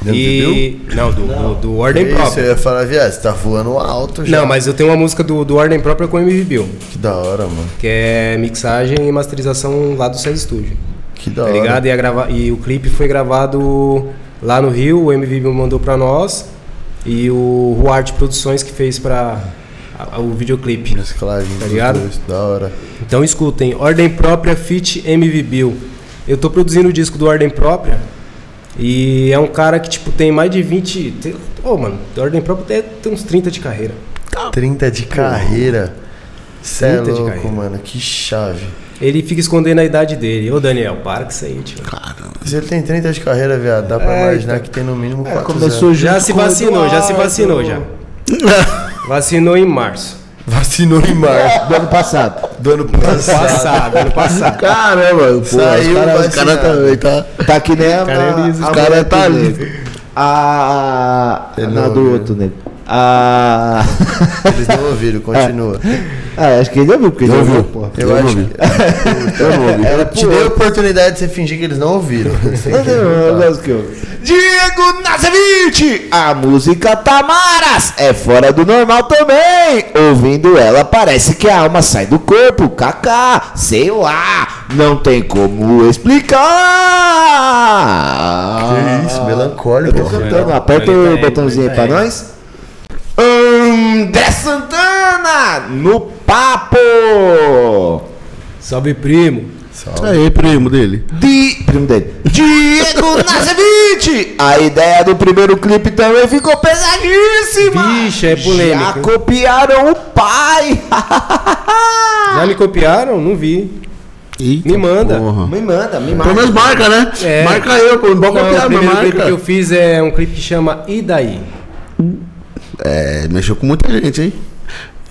[SPEAKER 3] Do
[SPEAKER 4] e. Não, do, do, do Ordem
[SPEAKER 3] Que É Isso, eu
[SPEAKER 4] Própria.
[SPEAKER 3] ia falar, viado, você tá voando alto já.
[SPEAKER 4] Não, mas eu tenho uma música do, do Ordem Própria com MV Bill,
[SPEAKER 3] Que da hora, mano.
[SPEAKER 4] que é mixagem e masterização lá do César Studio.
[SPEAKER 3] Que da
[SPEAKER 4] Tá
[SPEAKER 3] hora.
[SPEAKER 4] ligado? E, a grava... e o clipe foi gravado lá no Rio, o MV Bill mandou pra nós. E o Ruarte Produções que fez pra a- a- o videoclipe.
[SPEAKER 3] Mesclagem dos
[SPEAKER 4] ligado?
[SPEAKER 3] dois, Da hora.
[SPEAKER 4] Então escutem, Ordem Própria Fit MV Bill. Eu tô produzindo o disco do Ordem Própria e é um cara que tipo tem mais de 20, tem- Ô, mano, do Ordem Própria tem, tem uns 30 de carreira.
[SPEAKER 3] 30 de carreira. Cê é
[SPEAKER 4] Puta de
[SPEAKER 3] louco,
[SPEAKER 4] carreira.
[SPEAKER 3] mano. Que chave.
[SPEAKER 4] Ele fica escondendo a idade dele. Ô, Daniel, para com isso aí, tio.
[SPEAKER 3] Se ele tem 30 de carreira, viado, dá pra
[SPEAKER 4] É,
[SPEAKER 3] imaginar
[SPEAKER 4] então.
[SPEAKER 3] que tem no mínimo 4
[SPEAKER 1] Começou junto
[SPEAKER 4] Já se
[SPEAKER 1] com o
[SPEAKER 4] vacinou, já se
[SPEAKER 1] Eduardo.
[SPEAKER 4] vacinou, já. Vacinou em março.
[SPEAKER 3] Vacinou em março
[SPEAKER 2] Do ano passado.
[SPEAKER 3] do ano passado.
[SPEAKER 4] Passado, ano passado.
[SPEAKER 2] Caramba, pô,
[SPEAKER 3] Saiu
[SPEAKER 2] os caras cara
[SPEAKER 3] vacinado.
[SPEAKER 2] também, tá?
[SPEAKER 5] Tá que nem a.
[SPEAKER 3] é
[SPEAKER 4] Cara, eles-
[SPEAKER 5] a- a
[SPEAKER 2] Os caras
[SPEAKER 5] mulher
[SPEAKER 2] tá
[SPEAKER 5] do-
[SPEAKER 2] ali.
[SPEAKER 5] A. a
[SPEAKER 3] Ele
[SPEAKER 5] na
[SPEAKER 3] não
[SPEAKER 5] do
[SPEAKER 3] ouviu.
[SPEAKER 5] outro, né? A.
[SPEAKER 3] Eles não ouviram, continua.
[SPEAKER 5] Ah, acho que ele ouviu, porque ele
[SPEAKER 2] Eu
[SPEAKER 5] ouviu,
[SPEAKER 2] ouvi.
[SPEAKER 5] porra.
[SPEAKER 3] Eu
[SPEAKER 2] Eu
[SPEAKER 3] acho
[SPEAKER 2] ouvi.
[SPEAKER 3] que.
[SPEAKER 2] Eu não ouvi.
[SPEAKER 3] Ela te deu a oportunidade de você fingir que eles não ouviram. Você tem
[SPEAKER 5] Não,
[SPEAKER 3] que
[SPEAKER 5] não, eu
[SPEAKER 3] perguntar.
[SPEAKER 5] gosto é um que eu. Diego Nazevich! A música Tamaras é fora do normal também! Ouvindo ela, parece que a alma sai do corpo, kaká, sei lá, não tem como explicar!
[SPEAKER 3] Que isso, melancólico.
[SPEAKER 5] Santana, Então, aperta
[SPEAKER 4] Ele tá
[SPEAKER 5] o
[SPEAKER 4] aí,
[SPEAKER 5] botãozinho aí
[SPEAKER 4] ele tá
[SPEAKER 5] pra
[SPEAKER 4] aí.
[SPEAKER 5] nós. André Santana no papo!
[SPEAKER 4] Salve, primo.
[SPEAKER 2] Aí, primo dele.
[SPEAKER 5] Di... Primo dele. Diego Nascimento! A ideia do primeiro clipe também ficou pesadíssima!
[SPEAKER 4] Vixe, é
[SPEAKER 5] Já
[SPEAKER 4] polêmica.
[SPEAKER 5] copiaram o pai!
[SPEAKER 4] Já me copiaram? Não vi.
[SPEAKER 2] Eita,
[SPEAKER 4] Me manda.
[SPEAKER 2] Porra.
[SPEAKER 5] me manda, me
[SPEAKER 2] Pelo
[SPEAKER 5] manda.
[SPEAKER 2] menos marca, né?
[SPEAKER 4] É.
[SPEAKER 2] Marca eu, pô. Não pode
[SPEAKER 4] Não, o
[SPEAKER 2] copiar, mas
[SPEAKER 4] primeiro clipe que eu
[SPEAKER 2] marca.
[SPEAKER 4] fiz é um clipe que chama E Daí?
[SPEAKER 2] É, mexeu com muita gente, hein?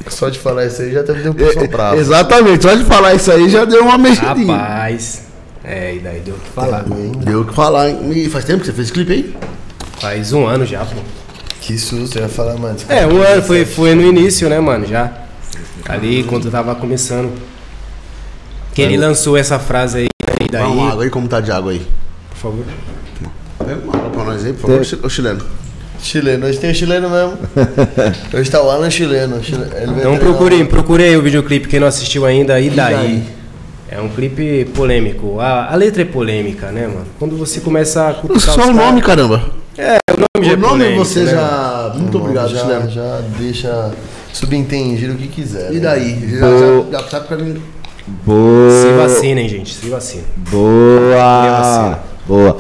[SPEAKER 3] Só de falar isso aí já tá me dando um
[SPEAKER 2] É,
[SPEAKER 3] pulso bravo.
[SPEAKER 2] Exatamente. Só de falar isso aí já deu uma mexidinha.
[SPEAKER 4] Rapaz. É, E Daí deu o que
[SPEAKER 3] Tá
[SPEAKER 4] falar.
[SPEAKER 2] Deu o que falar, hein? Ih, faz tempo que você fez esse clipe aí?
[SPEAKER 4] Faz um ano já, pô.
[SPEAKER 3] Que susto, eu ia falar, mano.
[SPEAKER 4] É, um ano. Foi, foi no início, né, mano? Já. Ali, quando tava começando. Que ele lançou essa frase aí. né, E
[SPEAKER 2] Dá uma
[SPEAKER 4] daí?
[SPEAKER 2] água aí, como tá de água aí?
[SPEAKER 4] Por favor.
[SPEAKER 2] Pega uma água pra nós aí, por favor, chi- ô chileno.
[SPEAKER 3] Chileno, hoje tem o chileno mesmo. hoje tá o Alan chileno. chile- ele vai
[SPEAKER 4] Então
[SPEAKER 3] treinar
[SPEAKER 4] procurem,
[SPEAKER 3] lá.
[SPEAKER 4] procurem aí o videoclipe, quem não assistiu ainda, e daí? É um clipe polêmico. A, a letra é polêmica, né, mano? Quando você começa a cutucar
[SPEAKER 2] Só
[SPEAKER 4] Tá os
[SPEAKER 2] o nome,
[SPEAKER 4] caras-
[SPEAKER 2] caramba.
[SPEAKER 4] o nome, já é
[SPEAKER 2] O nome
[SPEAKER 4] polêmico,
[SPEAKER 2] você
[SPEAKER 4] né, mano?
[SPEAKER 2] já. Muito obrigado,
[SPEAKER 3] já,
[SPEAKER 2] chileno.
[SPEAKER 3] já deixa subentendido o que quiser.
[SPEAKER 2] E
[SPEAKER 3] né?
[SPEAKER 2] daí? Já, já, já sabe pra mim.
[SPEAKER 4] Se
[SPEAKER 5] Boa!
[SPEAKER 4] vacinem, gente, se vacinem.
[SPEAKER 5] Boa!
[SPEAKER 4] vacina.
[SPEAKER 5] Boa!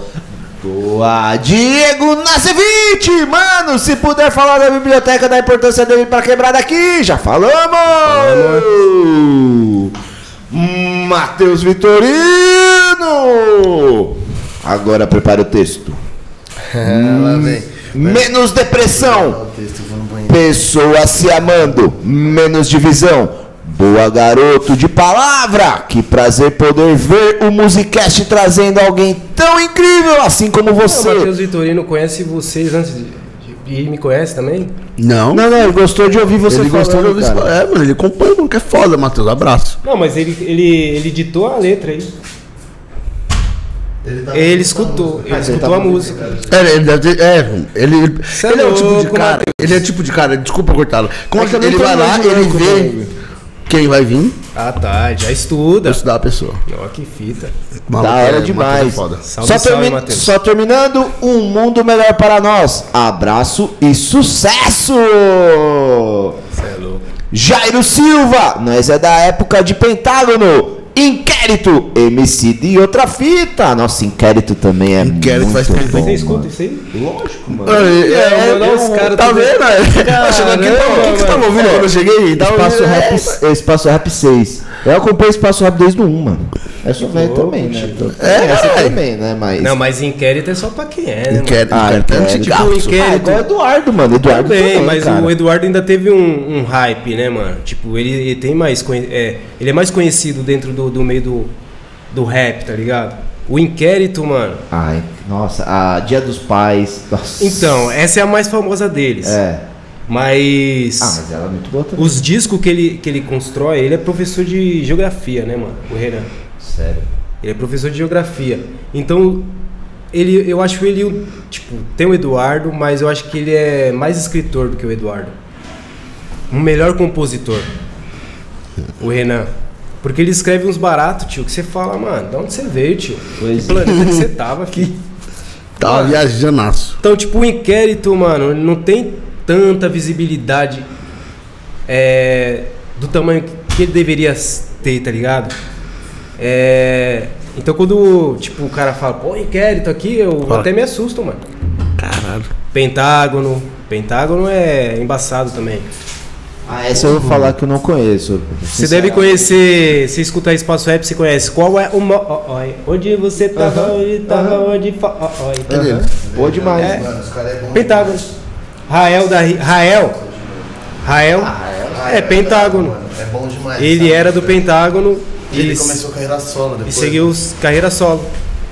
[SPEAKER 5] Boa! Diego Nascimento! Mano, se puder falar da biblioteca, da importância dele pra quebrar daqui, já falamos! Matheus Vitorino! Agora prepara o texto.
[SPEAKER 3] É, lá vem.
[SPEAKER 5] Menos
[SPEAKER 3] Ó,
[SPEAKER 5] depressão,
[SPEAKER 3] o texto, vou no banheiro.
[SPEAKER 5] pessoas se amando, menos divisão. Boa garoto de palavra, que prazer poder ver o Musicast trazendo alguém tão incrível assim como
[SPEAKER 4] O
[SPEAKER 5] você.
[SPEAKER 4] Matheus Vitorino conhece vocês antes de, de- E me conhece também?
[SPEAKER 2] Não.
[SPEAKER 5] Não, não, ele gostou de ouvir você
[SPEAKER 2] ele
[SPEAKER 5] falando,
[SPEAKER 2] gostou de ouvir isso.
[SPEAKER 5] cara.
[SPEAKER 2] É, mano, ele acompanha, mano, que é foda, Matheus. Abraço.
[SPEAKER 4] Não, mas ele, ele, ele ditou a letra aí.
[SPEAKER 3] Ele tá-
[SPEAKER 4] Ele escutou, ele escutou a música.
[SPEAKER 2] É, ele deve ter. É, ele, ele,
[SPEAKER 4] Cê
[SPEAKER 2] ele é o
[SPEAKER 4] é
[SPEAKER 2] tipo de
[SPEAKER 4] louco,
[SPEAKER 2] cara. Ele é o tipo de cara, desculpa cortá-lo. Como é
[SPEAKER 5] É que
[SPEAKER 2] que
[SPEAKER 5] eu não
[SPEAKER 2] ele vai
[SPEAKER 5] tenho
[SPEAKER 2] lá,
[SPEAKER 5] mais
[SPEAKER 2] ele
[SPEAKER 5] branco comigo.
[SPEAKER 2] vê quem vai vir
[SPEAKER 4] Ah, tá, já estuda.
[SPEAKER 2] pra estudar a pessoa.
[SPEAKER 4] Ó, que fita.
[SPEAKER 2] Maluco,
[SPEAKER 5] hora
[SPEAKER 2] é, Matheus
[SPEAKER 5] demais.
[SPEAKER 2] é foda.
[SPEAKER 4] Salve,
[SPEAKER 5] Só,
[SPEAKER 4] salve,
[SPEAKER 5] termi-
[SPEAKER 4] Matheus.
[SPEAKER 5] só terminando, um mundo melhor para nós. Abraço e sucesso!
[SPEAKER 4] Você é louco.
[SPEAKER 5] Jairo Silva, nós é da época de Pentágono. Inquérito, MC de outra fita. Nossa, inquérito também é
[SPEAKER 2] Inquérito
[SPEAKER 5] muito
[SPEAKER 2] faz tempo.
[SPEAKER 5] bom.
[SPEAKER 4] Você escuta
[SPEAKER 5] mano.
[SPEAKER 4] isso aí?
[SPEAKER 5] Lógico, mano.
[SPEAKER 2] É,
[SPEAKER 4] É,
[SPEAKER 2] é,
[SPEAKER 4] mandar uns
[SPEAKER 2] eu-
[SPEAKER 4] caras
[SPEAKER 2] tá
[SPEAKER 4] tudo-
[SPEAKER 2] vendo?
[SPEAKER 4] Caramba,
[SPEAKER 2] Eu cheguei aqui, tava- o que que você tava ouvindo quando eu cheguei? Tava
[SPEAKER 5] Espaço
[SPEAKER 2] ouvindo-
[SPEAKER 5] rap, espaço rap 6. Eu acompanho Espaço Rap desde o 1, mano. É só velho também, né? Então, é, essa também, né? Mas.
[SPEAKER 4] Não, mas inquérito é só pra quem é, né?
[SPEAKER 2] Inquérito,
[SPEAKER 5] Ah,
[SPEAKER 2] inquérito. é um
[SPEAKER 5] inquérito.
[SPEAKER 2] tipo-
[SPEAKER 4] mano?
[SPEAKER 5] Ah,
[SPEAKER 4] Inquérito.
[SPEAKER 5] igual o Eduardo, mano. Eduardo
[SPEAKER 4] Bem,
[SPEAKER 5] também,
[SPEAKER 4] mas
[SPEAKER 5] cara.
[SPEAKER 4] o Eduardo ainda teve um, um hype, né, mano? Tipo, ele, ele tem mais conhe- é, ele é mais conhecido dentro do, do meio do, do rap, tá ligado? O inquérito, mano.
[SPEAKER 5] Ai, nossa, a Dia dos Pais. Nossa.
[SPEAKER 4] Então, essa é a mais famosa deles.
[SPEAKER 5] É.
[SPEAKER 4] Mas,
[SPEAKER 5] Ah, mas ela é muito boa também.
[SPEAKER 4] os discos que ele, que ele constrói, ele é professor de geografia, né, mano? O Renan.
[SPEAKER 5] Sério.
[SPEAKER 4] Ele é professor de geografia. Então, ele, eu acho ele, o- tipo, tem o Eduardo, mas eu acho que ele é mais escritor do que o Eduardo. Um melhor compositor. O Renan. Porque ele escreve uns baratos, tio, que você fala, mano, de onde você veio, tio?
[SPEAKER 5] Pois
[SPEAKER 4] que planeta que você tava, filho?
[SPEAKER 2] Tava Tá viajanaço.
[SPEAKER 4] Então, tipo, o inquérito, mano, ele não tem tanta visibilidade é, do tamanho que ele deveria s- ter, tá ligado? É, então, quando tipo, o cara fala, pô, inquérito aqui, eu até me assusto, mano. Caralho. Pentágono. Pentágono é embaçado também.
[SPEAKER 1] Ah, essa eu vou falar que eu não conheço.
[SPEAKER 4] Você deve conhecer, se escutar Espaço Rap, você conhece. Qual é o. mo- ó, ó, Onde você tava, onde tava, onde. fa- ó, ó,
[SPEAKER 2] É dele.
[SPEAKER 1] Boa demais.
[SPEAKER 4] É.
[SPEAKER 3] Mano, os caras é bom.
[SPEAKER 4] Pentágono. Rael da. Ri- Rael. Rael.
[SPEAKER 3] Ah,
[SPEAKER 4] É Pentágono.
[SPEAKER 3] É bom demais.
[SPEAKER 4] Ele
[SPEAKER 3] sabe?
[SPEAKER 4] era do Pentágono
[SPEAKER 3] E ele
[SPEAKER 4] e,
[SPEAKER 3] começou a carreira solo
[SPEAKER 4] e
[SPEAKER 3] depois.
[SPEAKER 4] seguiu s- carreira solo.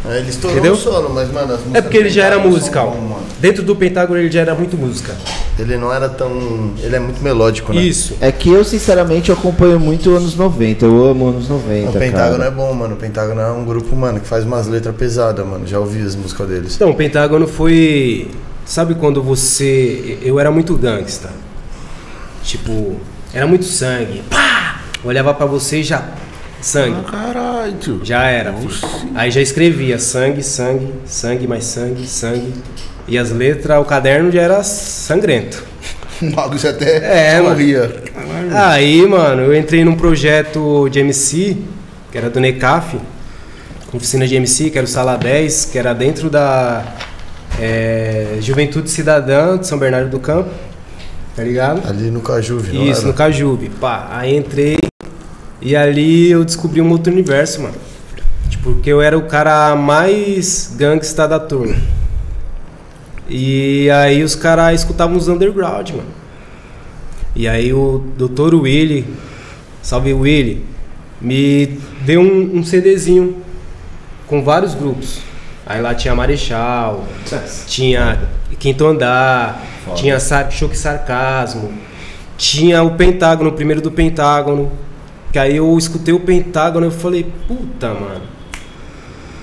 [SPEAKER 3] É, Ele estourou
[SPEAKER 4] Entendeu?
[SPEAKER 3] o solo, mas, mano, as músicas
[SPEAKER 4] É porque
[SPEAKER 3] do
[SPEAKER 4] ele já era
[SPEAKER 3] Pentágono são
[SPEAKER 4] musical.
[SPEAKER 3] bom, mano.
[SPEAKER 4] Dentro do Pentágono ele já era muito música.
[SPEAKER 3] Ele não era tão. Ele é muito melódico, né?
[SPEAKER 4] Isso.
[SPEAKER 1] É que eu, sinceramente, acompanho muito anos 90. Eu amo anos 90.
[SPEAKER 3] O Pentágono
[SPEAKER 1] cara.
[SPEAKER 3] é bom, mano. O Pentágono é um grupo, mano, que faz umas letras pesadas, mano. Já ouvi as músicas deles.
[SPEAKER 4] Então, o Pentágono foi. Sabe quando você. Eu era muito gangsta. Tipo, era muito sangue. Pá! Eu olhava pra você e já. Sangue.
[SPEAKER 2] Caralho, tio.
[SPEAKER 4] Já era. filho. Aí já escrevia sangue, sangue, sangue, mais sangue, sangue. E as letras, o caderno já era sangrento.
[SPEAKER 2] O bagulho você até
[SPEAKER 4] É, mano.
[SPEAKER 2] sorria.
[SPEAKER 4] Aí, mano, eu entrei num projeto de MC, que era do NECAF, oficina de MC, que era o Sala 10, que era dentro da eh, Juventude Cidadã de São Bernardo do Campo, tá ligado?
[SPEAKER 3] Ali no Cajuve, não
[SPEAKER 4] Isso,
[SPEAKER 3] era?
[SPEAKER 4] no Cajube. Pá, aí entrei e ali eu descobri um outro universo, mano. Tipo, porque eu era o cara mais gangsta da turma. E aí os caras escutavam os underground, mano. E aí o Dr. Willy, salve Willy, me deu um, um CDzinho com vários grupos. Aí lá tinha Marechal, tinha Quinto Andar, tinha Sa- Choque e Sarcasmo, tinha o Pentágono, o primeiro do Pentágono. Que aí eu escutei o Pentágono e eu falei, puta, mano,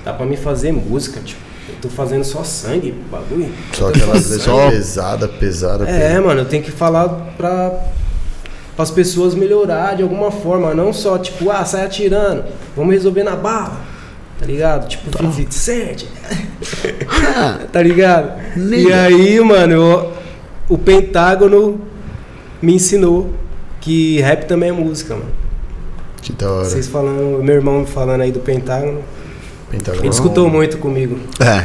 [SPEAKER 4] dá pra me fazer música, tipo. Eu tô fazendo só sangue, bagulho.
[SPEAKER 3] Só
[SPEAKER 4] Eu tô
[SPEAKER 3] aquelas
[SPEAKER 4] fazendo
[SPEAKER 3] letras pesada, pesada,
[SPEAKER 4] é,
[SPEAKER 3] pesada.
[SPEAKER 4] mano, eu tenho que falar pra as pessoas melhorar de alguma forma, não só tipo, ah, sai atirando, vamos resolver na bala. Tá ligado? Tipo, tá. 57. tá ligado? E aí, mano, eu- o Pentágono me ensinou que rap também é música, mano.
[SPEAKER 3] Que da hora.
[SPEAKER 4] Vocês falando, meu irmão me falando aí do Pentágono,
[SPEAKER 3] Pentágono. é
[SPEAKER 4] ele escutou muito comigo.
[SPEAKER 2] É.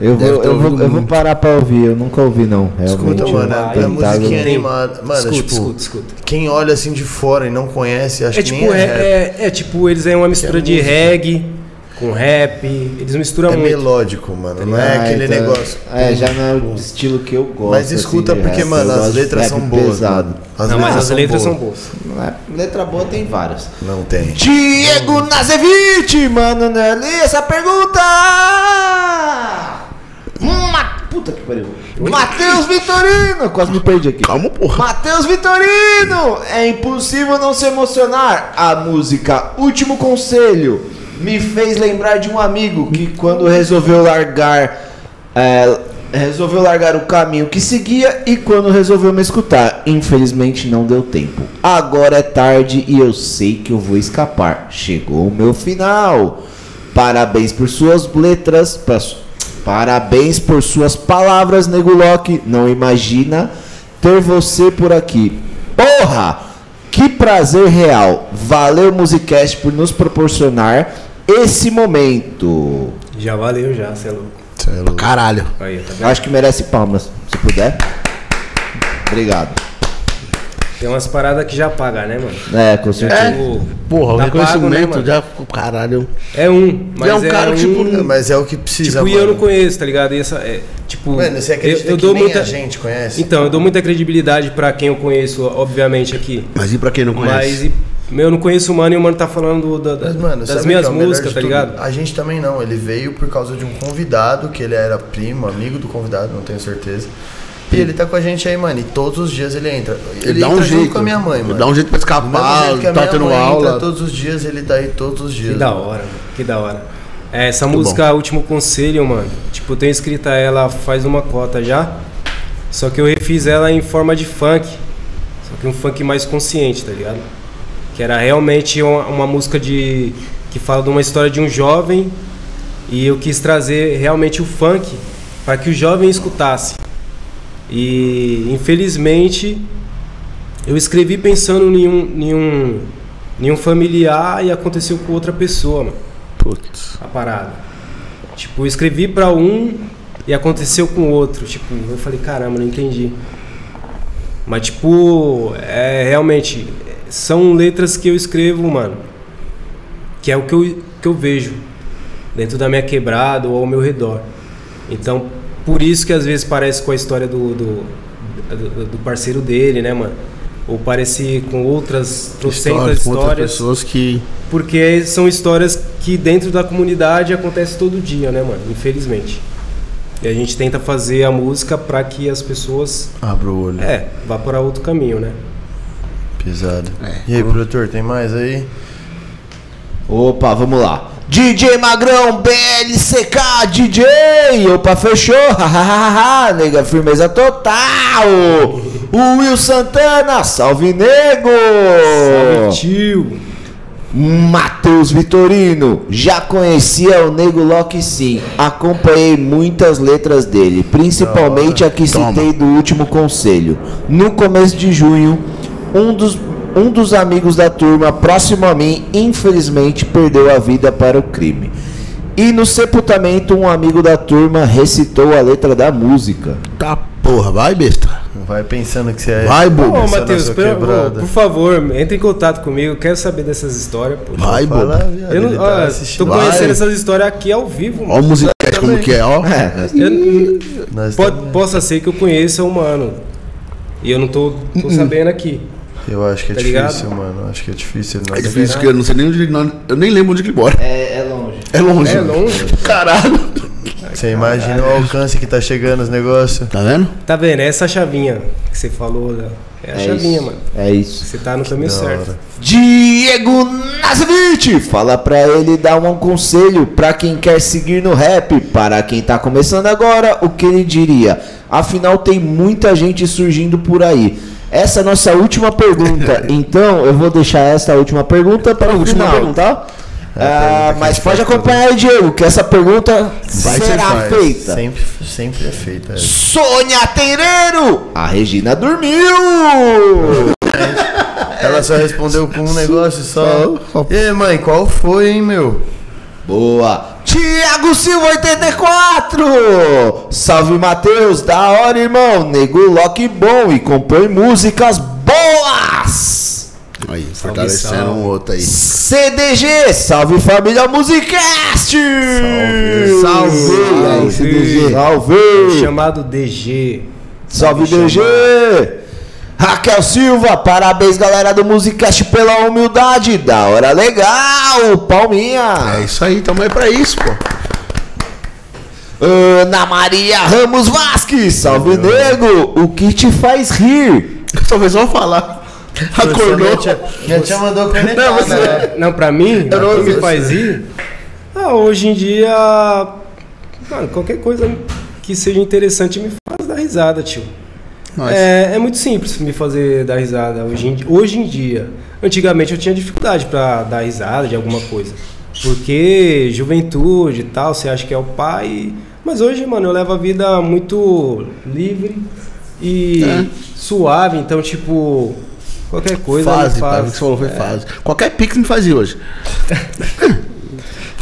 [SPEAKER 1] Eu vou,
[SPEAKER 3] Deve ter
[SPEAKER 1] eu, vou,
[SPEAKER 3] ouvido
[SPEAKER 1] eu vou
[SPEAKER 3] muito.
[SPEAKER 1] parar pra ouvir. Eu nunca ouvi, não. Realmente.
[SPEAKER 3] Escuta, mano,
[SPEAKER 4] vai,
[SPEAKER 3] é, é
[SPEAKER 1] Pentágono.
[SPEAKER 3] musiquinha animada. Mano,
[SPEAKER 4] escuta,
[SPEAKER 3] tipo,
[SPEAKER 4] escuta, escuta.
[SPEAKER 3] quem olha assim de fora e não conhece, acho
[SPEAKER 4] É
[SPEAKER 3] que
[SPEAKER 4] tipo,
[SPEAKER 3] nem
[SPEAKER 4] é,
[SPEAKER 3] é, rap.
[SPEAKER 4] é- é tipo, eles é uma mistura de
[SPEAKER 3] música.
[SPEAKER 4] reggae com rap, eles misturam
[SPEAKER 3] É
[SPEAKER 4] muito.
[SPEAKER 3] melódico,
[SPEAKER 4] Tá
[SPEAKER 3] mano. Não é
[SPEAKER 1] Ah,
[SPEAKER 3] aquele
[SPEAKER 1] então-
[SPEAKER 3] negócio.
[SPEAKER 1] É, já não é o estilo que eu gosto.
[SPEAKER 3] Mas escuta
[SPEAKER 1] assim, de
[SPEAKER 3] porque,
[SPEAKER 1] rap.
[SPEAKER 3] mano,
[SPEAKER 1] Eu
[SPEAKER 3] as
[SPEAKER 1] gosto de
[SPEAKER 3] letras
[SPEAKER 1] rap
[SPEAKER 3] são boas.
[SPEAKER 1] pesado.
[SPEAKER 3] mano. As
[SPEAKER 4] Não, mas as letras são
[SPEAKER 3] boas.
[SPEAKER 4] boas. Tipo,
[SPEAKER 1] Não é- Letra boa tem várias.
[SPEAKER 3] Não tem.
[SPEAKER 5] Diego Nazevich, mano,
[SPEAKER 3] é
[SPEAKER 5] né? Lê essa pergunta! Ma-
[SPEAKER 1] Puta que pariu.
[SPEAKER 5] Matheus Vitorino!
[SPEAKER 1] Quase me perdi aqui.
[SPEAKER 2] Calma, porra.
[SPEAKER 5] Matheus Vitorino! É impossível não se emocionar. A música Último Conselho me fez lembrar de um amigo que quando resolveu largar. é, resolveu largar o caminho que seguia e quando resolveu me escutar. Infelizmente não deu tempo. Agora é tarde e eu sei que eu vou escapar. Chegou o meu final. Parabéns por suas letras. pra su- Parabéns por suas palavras, Nego Loki. Não imagina ter você por aqui. Porra! Que prazer real. Valeu, Musicast, por nos proporcionar esse momento.
[SPEAKER 4] Já valeu, já, você é louco.
[SPEAKER 3] Cê é louco.
[SPEAKER 2] Caralho.
[SPEAKER 4] Aí, tá vendo?
[SPEAKER 1] Eu acho que merece palmas, se puder. Obrigado.
[SPEAKER 4] Tem umas paradas que já paga, né, mano?
[SPEAKER 1] É, com certeza.
[SPEAKER 4] Tipo,
[SPEAKER 2] Porra, o
[SPEAKER 4] Tá
[SPEAKER 2] reconhecimento
[SPEAKER 4] pago, né,
[SPEAKER 2] já. Caralho.
[SPEAKER 4] é um, mas
[SPEAKER 2] é um cara que, tipo,
[SPEAKER 3] É, Mas é o que precisa,
[SPEAKER 4] tipo, e eu
[SPEAKER 3] mano.
[SPEAKER 4] não conheço, tá ligado? E essa, é, tipo,
[SPEAKER 3] Mano, você
[SPEAKER 4] eu,
[SPEAKER 3] acredita
[SPEAKER 4] eu
[SPEAKER 3] que
[SPEAKER 4] dou
[SPEAKER 3] nem
[SPEAKER 4] muita
[SPEAKER 3] a gente conhece?
[SPEAKER 4] Então, eu dou muita credibilidade pra quem eu conheço, obviamente, aqui.
[SPEAKER 2] Mas e pra quem não
[SPEAKER 4] Mas,
[SPEAKER 2] conhece?
[SPEAKER 4] e, meu, eu não conheço o mano e o mano tá falando da- da-
[SPEAKER 3] Mas, mano, sabe
[SPEAKER 4] das
[SPEAKER 3] o
[SPEAKER 4] minhas
[SPEAKER 3] que é o melhor
[SPEAKER 4] músicas,
[SPEAKER 3] de
[SPEAKER 4] tá
[SPEAKER 3] tudo?
[SPEAKER 4] ligado?
[SPEAKER 3] A gente também não. Ele veio por causa de um convidado, que ele era primo, amigo do convidado, não tenho certeza. E ele tá com a gente aí, mano. E todos os dias ele entra. Ele,
[SPEAKER 2] dá um
[SPEAKER 3] entra
[SPEAKER 2] jeito.
[SPEAKER 3] junto com a minha mãe,
[SPEAKER 2] Ele
[SPEAKER 3] mano.
[SPEAKER 2] Dá um jeito pra
[SPEAKER 3] Do mesmo
[SPEAKER 2] escapar,
[SPEAKER 3] jeito que a
[SPEAKER 2] tá
[SPEAKER 3] minha
[SPEAKER 2] tendo
[SPEAKER 3] mãe entra
[SPEAKER 2] aula.
[SPEAKER 3] todos os dias, ele tá aí todos os dias.
[SPEAKER 4] Que da
[SPEAKER 3] mano.
[SPEAKER 4] hora, que da hora. É, essa música Último Conselho, mano, tipo, eu tenho escrita ela faz uma cota já, só que eu refiz ela em forma de funk, só que um funk mais consciente, tá ligado? Que era realmente uma, uma música de que fala de uma história de um jovem e eu quis trazer realmente o funk para que o jovem escutasse. E infelizmente eu escrevi pensando em um, em um, em um familiar e aconteceu com outra pessoa, mano,
[SPEAKER 2] Putz.
[SPEAKER 4] a parada. Tipo, eu escrevi pra um e aconteceu com o outro. Tipo, eu falei, caramba, não entendi. Mas, tipo, é realmente. São letras que eu escrevo, mano. Que é o que eu, que eu vejo dentro da minha quebrada ou ao meu redor. Então, por isso que às vezes parece com a história do, do, do- do parceiro dele, né, mano? Ou parece com outras trocentas
[SPEAKER 2] Histórias com outras
[SPEAKER 4] histórias.
[SPEAKER 2] Então, pessoas que.
[SPEAKER 4] Porque são histórias que dentro da comunidade acontece todo dia, né, mano? Infelizmente. E a gente tenta fazer a música pra que as pessoas,
[SPEAKER 3] Abra o olho.
[SPEAKER 4] é, vá para outro caminho, né?
[SPEAKER 3] Pesado.
[SPEAKER 2] É.
[SPEAKER 3] E aí, produtor, tem mais aí?
[SPEAKER 5] Opa, vamos lá. DJ Magrão, BLCK, DJ! Opa, fechou! Hahaha, nega, firmeza total! O Will Santana, salve nego!
[SPEAKER 4] Salve, tio.
[SPEAKER 5] Matheus Vitorino, já conhecia o Nego Loki sim, acompanhei muitas letras dele, principalmente a que citei do último conselho. No começo de junho, um dos, um dos amigos da turma próximo a mim, infelizmente, perdeu a vida para o crime. E no sepultamento, um amigo da turma recitou a letra da música.
[SPEAKER 2] Tá porra, vai, besta.
[SPEAKER 3] Vai pensando que você é.
[SPEAKER 2] Vai, bobo.
[SPEAKER 4] Ô,
[SPEAKER 3] Começando a
[SPEAKER 4] Matheus,
[SPEAKER 3] sua
[SPEAKER 4] pelo- ô,
[SPEAKER 3] quebrada.
[SPEAKER 4] por favor, entre em contato comigo, eu quero saber dessas histórias, pô.
[SPEAKER 2] Vai, bobo.
[SPEAKER 3] Fala, viado,
[SPEAKER 4] Eu
[SPEAKER 3] ele
[SPEAKER 4] não,
[SPEAKER 3] tá
[SPEAKER 4] ó, tô
[SPEAKER 3] assistindo.
[SPEAKER 4] conhecendo
[SPEAKER 3] Vai.
[SPEAKER 4] essas histórias aqui ao
[SPEAKER 2] Ó
[SPEAKER 4] vivo,
[SPEAKER 2] o
[SPEAKER 4] mano.
[SPEAKER 2] musicast como que é, ó.
[SPEAKER 4] Eu-
[SPEAKER 3] Nós
[SPEAKER 4] pode-
[SPEAKER 3] também.
[SPEAKER 4] possa ser que eu conheça o mano. E eu não tô,
[SPEAKER 3] Hum,
[SPEAKER 4] tô sabendo aqui.
[SPEAKER 3] Eu acho que é
[SPEAKER 4] Tá ligado?
[SPEAKER 3] difícil, mano. Eu Acho que é difícil.
[SPEAKER 2] É
[SPEAKER 3] Nós
[SPEAKER 2] difícil que eu não sei nem onde ele. não- Eu nem lembro onde que ele mora.
[SPEAKER 1] É, é longe.
[SPEAKER 2] É longe.
[SPEAKER 4] É longe.
[SPEAKER 2] Caralho.
[SPEAKER 3] Você imagina o alcance que tá chegando os negócios.
[SPEAKER 2] Tá vendo?
[SPEAKER 4] Tá vendo? É essa chavinha que você falou, né? é a
[SPEAKER 5] É
[SPEAKER 4] chavinha,
[SPEAKER 5] isso.
[SPEAKER 4] mano.
[SPEAKER 5] É isso.
[SPEAKER 4] Você tá no caminho
[SPEAKER 3] da
[SPEAKER 4] certo.
[SPEAKER 3] hora.
[SPEAKER 5] Diego Nascimento, fala pra ele dar um conselho pra quem quer seguir no rap, para quem tá começando agora, o que ele diria? Afinal tem muita gente surgindo por aí. Essa é a nossa última pergunta. Então, eu vou deixar essa última pergunta para o
[SPEAKER 2] última
[SPEAKER 5] final,
[SPEAKER 2] pergunta.
[SPEAKER 5] tá?
[SPEAKER 3] É a pergunta
[SPEAKER 5] Ah,
[SPEAKER 3] que a
[SPEAKER 5] mas
[SPEAKER 3] gente
[SPEAKER 5] pode
[SPEAKER 3] faz
[SPEAKER 5] acompanhar aí, Diego, que essa pergunta
[SPEAKER 3] Vai ser
[SPEAKER 5] será
[SPEAKER 3] faz.
[SPEAKER 5] feita.
[SPEAKER 3] Sempre, sempre é feita. é.
[SPEAKER 5] Sônia Teireiro! A Regina dormiu!
[SPEAKER 3] É. Ela só respondeu com um negócio só. E aí, mãe, qual foi, hein, meu?
[SPEAKER 5] Boa! Tiago Silva 84! Salve Matheus, da hora irmão! Nego Loki bom e compõe músicas boas!
[SPEAKER 2] Aí, fortalecendo
[SPEAKER 4] salve.
[SPEAKER 2] um outro aí.
[SPEAKER 5] CDG, salve família Musicast! Salve! E
[SPEAKER 2] Salve!
[SPEAKER 5] aí, CDG? Salve!
[SPEAKER 4] Chamado DG.
[SPEAKER 5] Salve DG! Raquel Silva, parabéns galera do Musicast pela humildade! Da hora legal! Palminha!
[SPEAKER 2] É isso aí, tamo aí pra isso, pô.
[SPEAKER 5] Ana Maria Ramos Vasquez, salve nego! O que te faz rir?
[SPEAKER 2] Talvez vão falar. Acordou.
[SPEAKER 3] Minha
[SPEAKER 2] é
[SPEAKER 3] tia, minha tia mandou conectar, né?
[SPEAKER 4] Não, pra mim, o que me faz ir? Ah, hoje em dia. Mano, qualquer coisa que seja interessante me faz dar risada, tio.
[SPEAKER 2] Nós.
[SPEAKER 4] É, é muito simples me fazer dar risada hoje em, di- hoje em dia. Antigamente eu tinha dificuldade pra dar risada de alguma coisa. Porque juventude e tal, você acha que é o pai. Mas hoje, mano, eu levo a vida muito livre e
[SPEAKER 2] É.
[SPEAKER 4] suave. Então, tipo, qualquer coisa. É. me
[SPEAKER 2] fase,
[SPEAKER 4] faz-
[SPEAKER 2] cara. O que você falou foi fase. Qualquer pix me fazia hoje.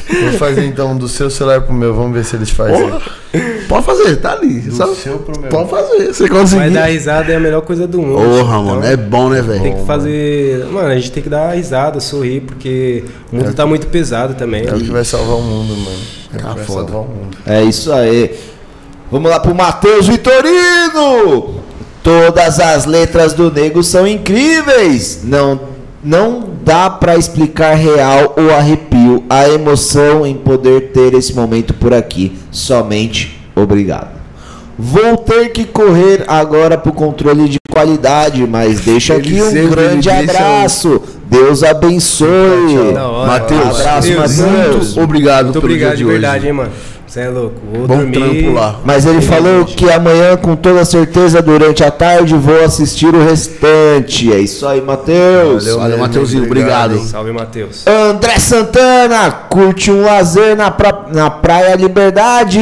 [SPEAKER 3] Vou fazer então do seu celular pro meu, vamos ver se eles fazem.
[SPEAKER 4] Oh.
[SPEAKER 2] Porra. Pode fazer, tá ali.
[SPEAKER 3] Do
[SPEAKER 2] Só-
[SPEAKER 3] seu pro meu.
[SPEAKER 2] Pode fazer. Você
[SPEAKER 4] Mas dar
[SPEAKER 2] conseguir.
[SPEAKER 4] risada é a melhor coisa do mundo.
[SPEAKER 2] Uhum. Porra,
[SPEAKER 4] Então,
[SPEAKER 2] mano. É bom, né,
[SPEAKER 4] Tem
[SPEAKER 2] velho?
[SPEAKER 4] que fazer. Mano, a gente tem que dar risada, sorrir, porque o
[SPEAKER 2] É.
[SPEAKER 4] mundo tá muito pesado também.
[SPEAKER 3] É o que vai salvar o mundo, mano. É o
[SPEAKER 2] Tá
[SPEAKER 3] que vai
[SPEAKER 2] foda.
[SPEAKER 3] salvar o mundo.
[SPEAKER 5] É isso aí. Vamos lá pro Matheus Vitorino! Todas as letras do nego são incríveis! Não, não dá pra explicar real o arrepio, a emoção em poder ter esse momento por aqui. Somente obrigado. Vou ter que correr agora pro controle de qualidade, mas deixa
[SPEAKER 2] Ele
[SPEAKER 5] aqui um
[SPEAKER 2] sempre
[SPEAKER 5] grande
[SPEAKER 2] me deixa
[SPEAKER 5] abraço. Deus abençoe.
[SPEAKER 4] Da hora.
[SPEAKER 2] Matheus,
[SPEAKER 5] Abraço,
[SPEAKER 2] Matheus,
[SPEAKER 5] Matheus.
[SPEAKER 2] muito obrigado
[SPEAKER 4] Muito
[SPEAKER 2] pelo
[SPEAKER 4] obrigado,
[SPEAKER 2] dia
[SPEAKER 4] de
[SPEAKER 2] de
[SPEAKER 4] verdade,
[SPEAKER 2] hoje.
[SPEAKER 4] hein, mano. Você é louco. Vou
[SPEAKER 2] Bom
[SPEAKER 4] dormir.
[SPEAKER 2] trampo lá.
[SPEAKER 5] Mas ele falou que amanhã, com toda certeza, durante a tarde, vou assistir o restante. É isso aí, Matheus.
[SPEAKER 3] Valeu,
[SPEAKER 2] Valeu,
[SPEAKER 3] mesmo,
[SPEAKER 2] Mateuzinho,
[SPEAKER 3] obrigado,
[SPEAKER 2] obrigado.
[SPEAKER 4] Salve, Matheus.
[SPEAKER 5] André Santana, curte um lazer na, pra- na Praia Liberdade.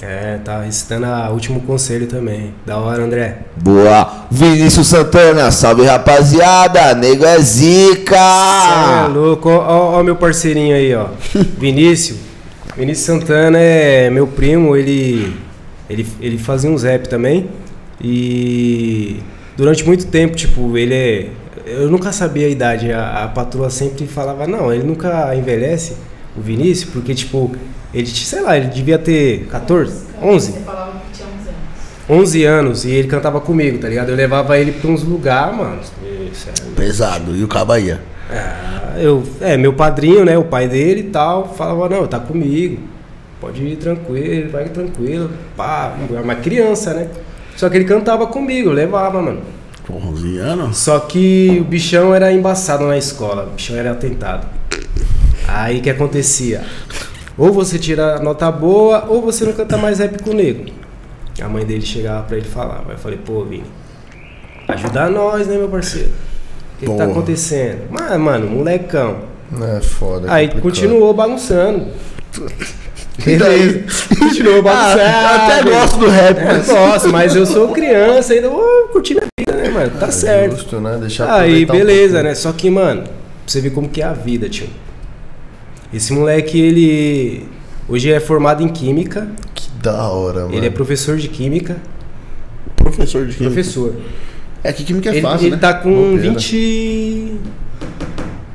[SPEAKER 4] É, tá recitando o último conselho também. Da hora, André.
[SPEAKER 5] Boa. Vinícius Santana, salve rapaziada. Nego é
[SPEAKER 4] Cê é
[SPEAKER 5] zica.
[SPEAKER 4] louco. Ó, ó, ó meu parceirinho aí, ó. Vinícius. Vinícius Santana é meu primo, ele, ele, ele fazia uns rap também. E durante muito tempo, tipo, ele é. Eu nunca sabia a idade. A, a patroa sempre falava, não, ele nunca envelhece, o Vinícius, porque, tipo, ele, t- sei lá, ele devia ter 14, 11.
[SPEAKER 8] Você falava que tinha 11 anos.
[SPEAKER 4] 11 anos e ele cantava comigo, tá ligado? Eu levava ele pra uns lugares, mano. Isso, é-
[SPEAKER 2] Pesado. E o Cabaia?
[SPEAKER 4] ah, eu, é, meu padrinho, né? O pai dele e tal, falava, não, tá comigo. Pode ir tranquilo, vai tranquilo. Pá, é uma criança, né? Só que ele cantava comigo, eu levava, mano.
[SPEAKER 2] Com 11 anos?
[SPEAKER 4] Só que o bichão era embaçado na escola, o bichão era atentado. Aí o que acontecia? Ou você tira a nota boa, ou você não canta mais rap com o nego. A mãe dele chegava pra ele e falava. Eu falei, pô, Vini, ajuda nós, né, meu parceiro? O que, que tá
[SPEAKER 2] Porra.
[SPEAKER 4] acontecendo? Mas, mano, molecão.
[SPEAKER 3] É foda.
[SPEAKER 4] Aí
[SPEAKER 3] complicado.
[SPEAKER 4] continuou bagunçando.
[SPEAKER 2] Beleza.
[SPEAKER 4] continuou bagunçando.
[SPEAKER 2] Ah, até gosto do rap,
[SPEAKER 4] É, gosto, mas eu sou criança ainda, oh, curtindo a vida, né, mano? Tá certo.
[SPEAKER 3] Justo, né? Deixar
[SPEAKER 4] Aí,
[SPEAKER 3] aproveitar um
[SPEAKER 4] beleza,
[SPEAKER 3] pouquinho.
[SPEAKER 4] né? Só que, mano, pra você ver como que é a vida, tio. Esse moleque, ele. Hoje é formado em química.
[SPEAKER 3] Que da hora, mano.
[SPEAKER 4] Ele é professor de química.
[SPEAKER 2] Professor de química.
[SPEAKER 4] Professor.
[SPEAKER 2] É que química é
[SPEAKER 4] ele
[SPEAKER 2] fácil,
[SPEAKER 4] ele
[SPEAKER 2] né?
[SPEAKER 4] tá com
[SPEAKER 3] Bobeira.
[SPEAKER 4] 20.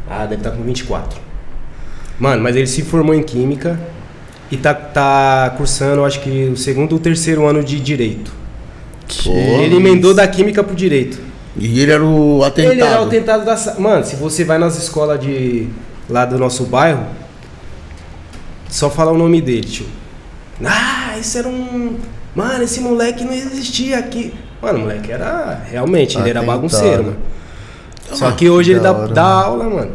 [SPEAKER 4] Ah, deve estar tá com 24. Mano, mas ele se formou em química e tá, tá cursando, acho que, o segundo ou terceiro ano de direito. ele emendou da química pro direito.
[SPEAKER 2] E ele era o atentado.
[SPEAKER 4] Ele era o tentado da. sa- Mano, se você vai nas escolas de. lá do nosso bairro, só falar o nome dele, tio. Ah, isso era um. Mano, esse moleque não existia aqui. Mano, o moleque era. Realmente, ele era
[SPEAKER 3] Atentado. Então,
[SPEAKER 4] bagunceiro, mano. Só que hoje ele
[SPEAKER 3] da
[SPEAKER 4] dá,
[SPEAKER 3] hora,
[SPEAKER 4] dá
[SPEAKER 3] mano.
[SPEAKER 4] aula, mano.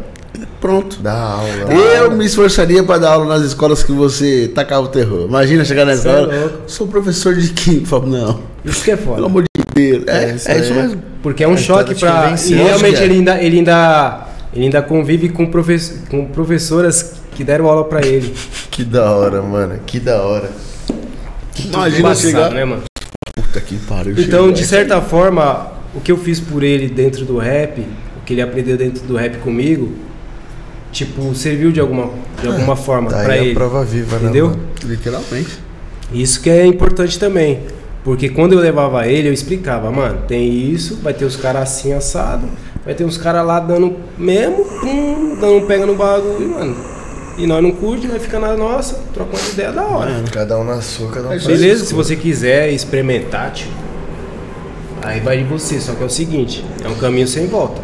[SPEAKER 2] Pronto.
[SPEAKER 3] Da aula.
[SPEAKER 2] Eu me esforçaria pra dar aula nas escolas que você tacava o terror. Imagina chegar nessa
[SPEAKER 4] Cê é
[SPEAKER 2] hora.
[SPEAKER 4] louco.
[SPEAKER 2] Sou professor de química. Falo, Não,
[SPEAKER 4] Isso que é foda.
[SPEAKER 2] pelo amor de Deus. É,
[SPEAKER 3] É isso
[SPEAKER 2] é isso
[SPEAKER 3] aí.
[SPEAKER 2] mesmo.
[SPEAKER 4] Porque é um
[SPEAKER 3] É,
[SPEAKER 4] choque
[SPEAKER 3] então te
[SPEAKER 4] pra. E
[SPEAKER 3] convenceu.
[SPEAKER 4] realmente
[SPEAKER 2] Lógico que é.
[SPEAKER 4] ele ainda, ele ainda. Ele ainda convive com, profe- com professoras que deram aula pra ele.
[SPEAKER 3] Que da hora, mano. Que da hora.
[SPEAKER 2] Imagina
[SPEAKER 4] Embaçado,
[SPEAKER 2] chegar.
[SPEAKER 4] né, mano?
[SPEAKER 2] Puta que pariu.
[SPEAKER 4] Então,
[SPEAKER 2] chegou
[SPEAKER 4] de
[SPEAKER 2] aí.
[SPEAKER 4] certa forma, o que eu fiz por ele dentro do rap, o que ele aprendeu dentro do rap comigo, tipo, serviu de alguma, de alguma forma
[SPEAKER 3] Daí
[SPEAKER 4] pra
[SPEAKER 3] é
[SPEAKER 4] ele.
[SPEAKER 3] prova viva,
[SPEAKER 4] entendeu?
[SPEAKER 3] né? mano?
[SPEAKER 2] Literalmente.
[SPEAKER 4] Isso que é importante também. Porque quando eu levava ele, eu explicava, mano, tem isso, vai ter os caras assim assado, vai ter uns caras lá dando mesmo, pum, dando um pega no bagulho, mano. E nós não curte, nós fica na nossa, troca uma ideia da hora.
[SPEAKER 3] Cada um na sua, cada um pra
[SPEAKER 4] Beleza, se
[SPEAKER 3] sua.
[SPEAKER 4] você quiser experimentar, tio, aí vai de você. Só que é o seguinte, é um caminho sem volta.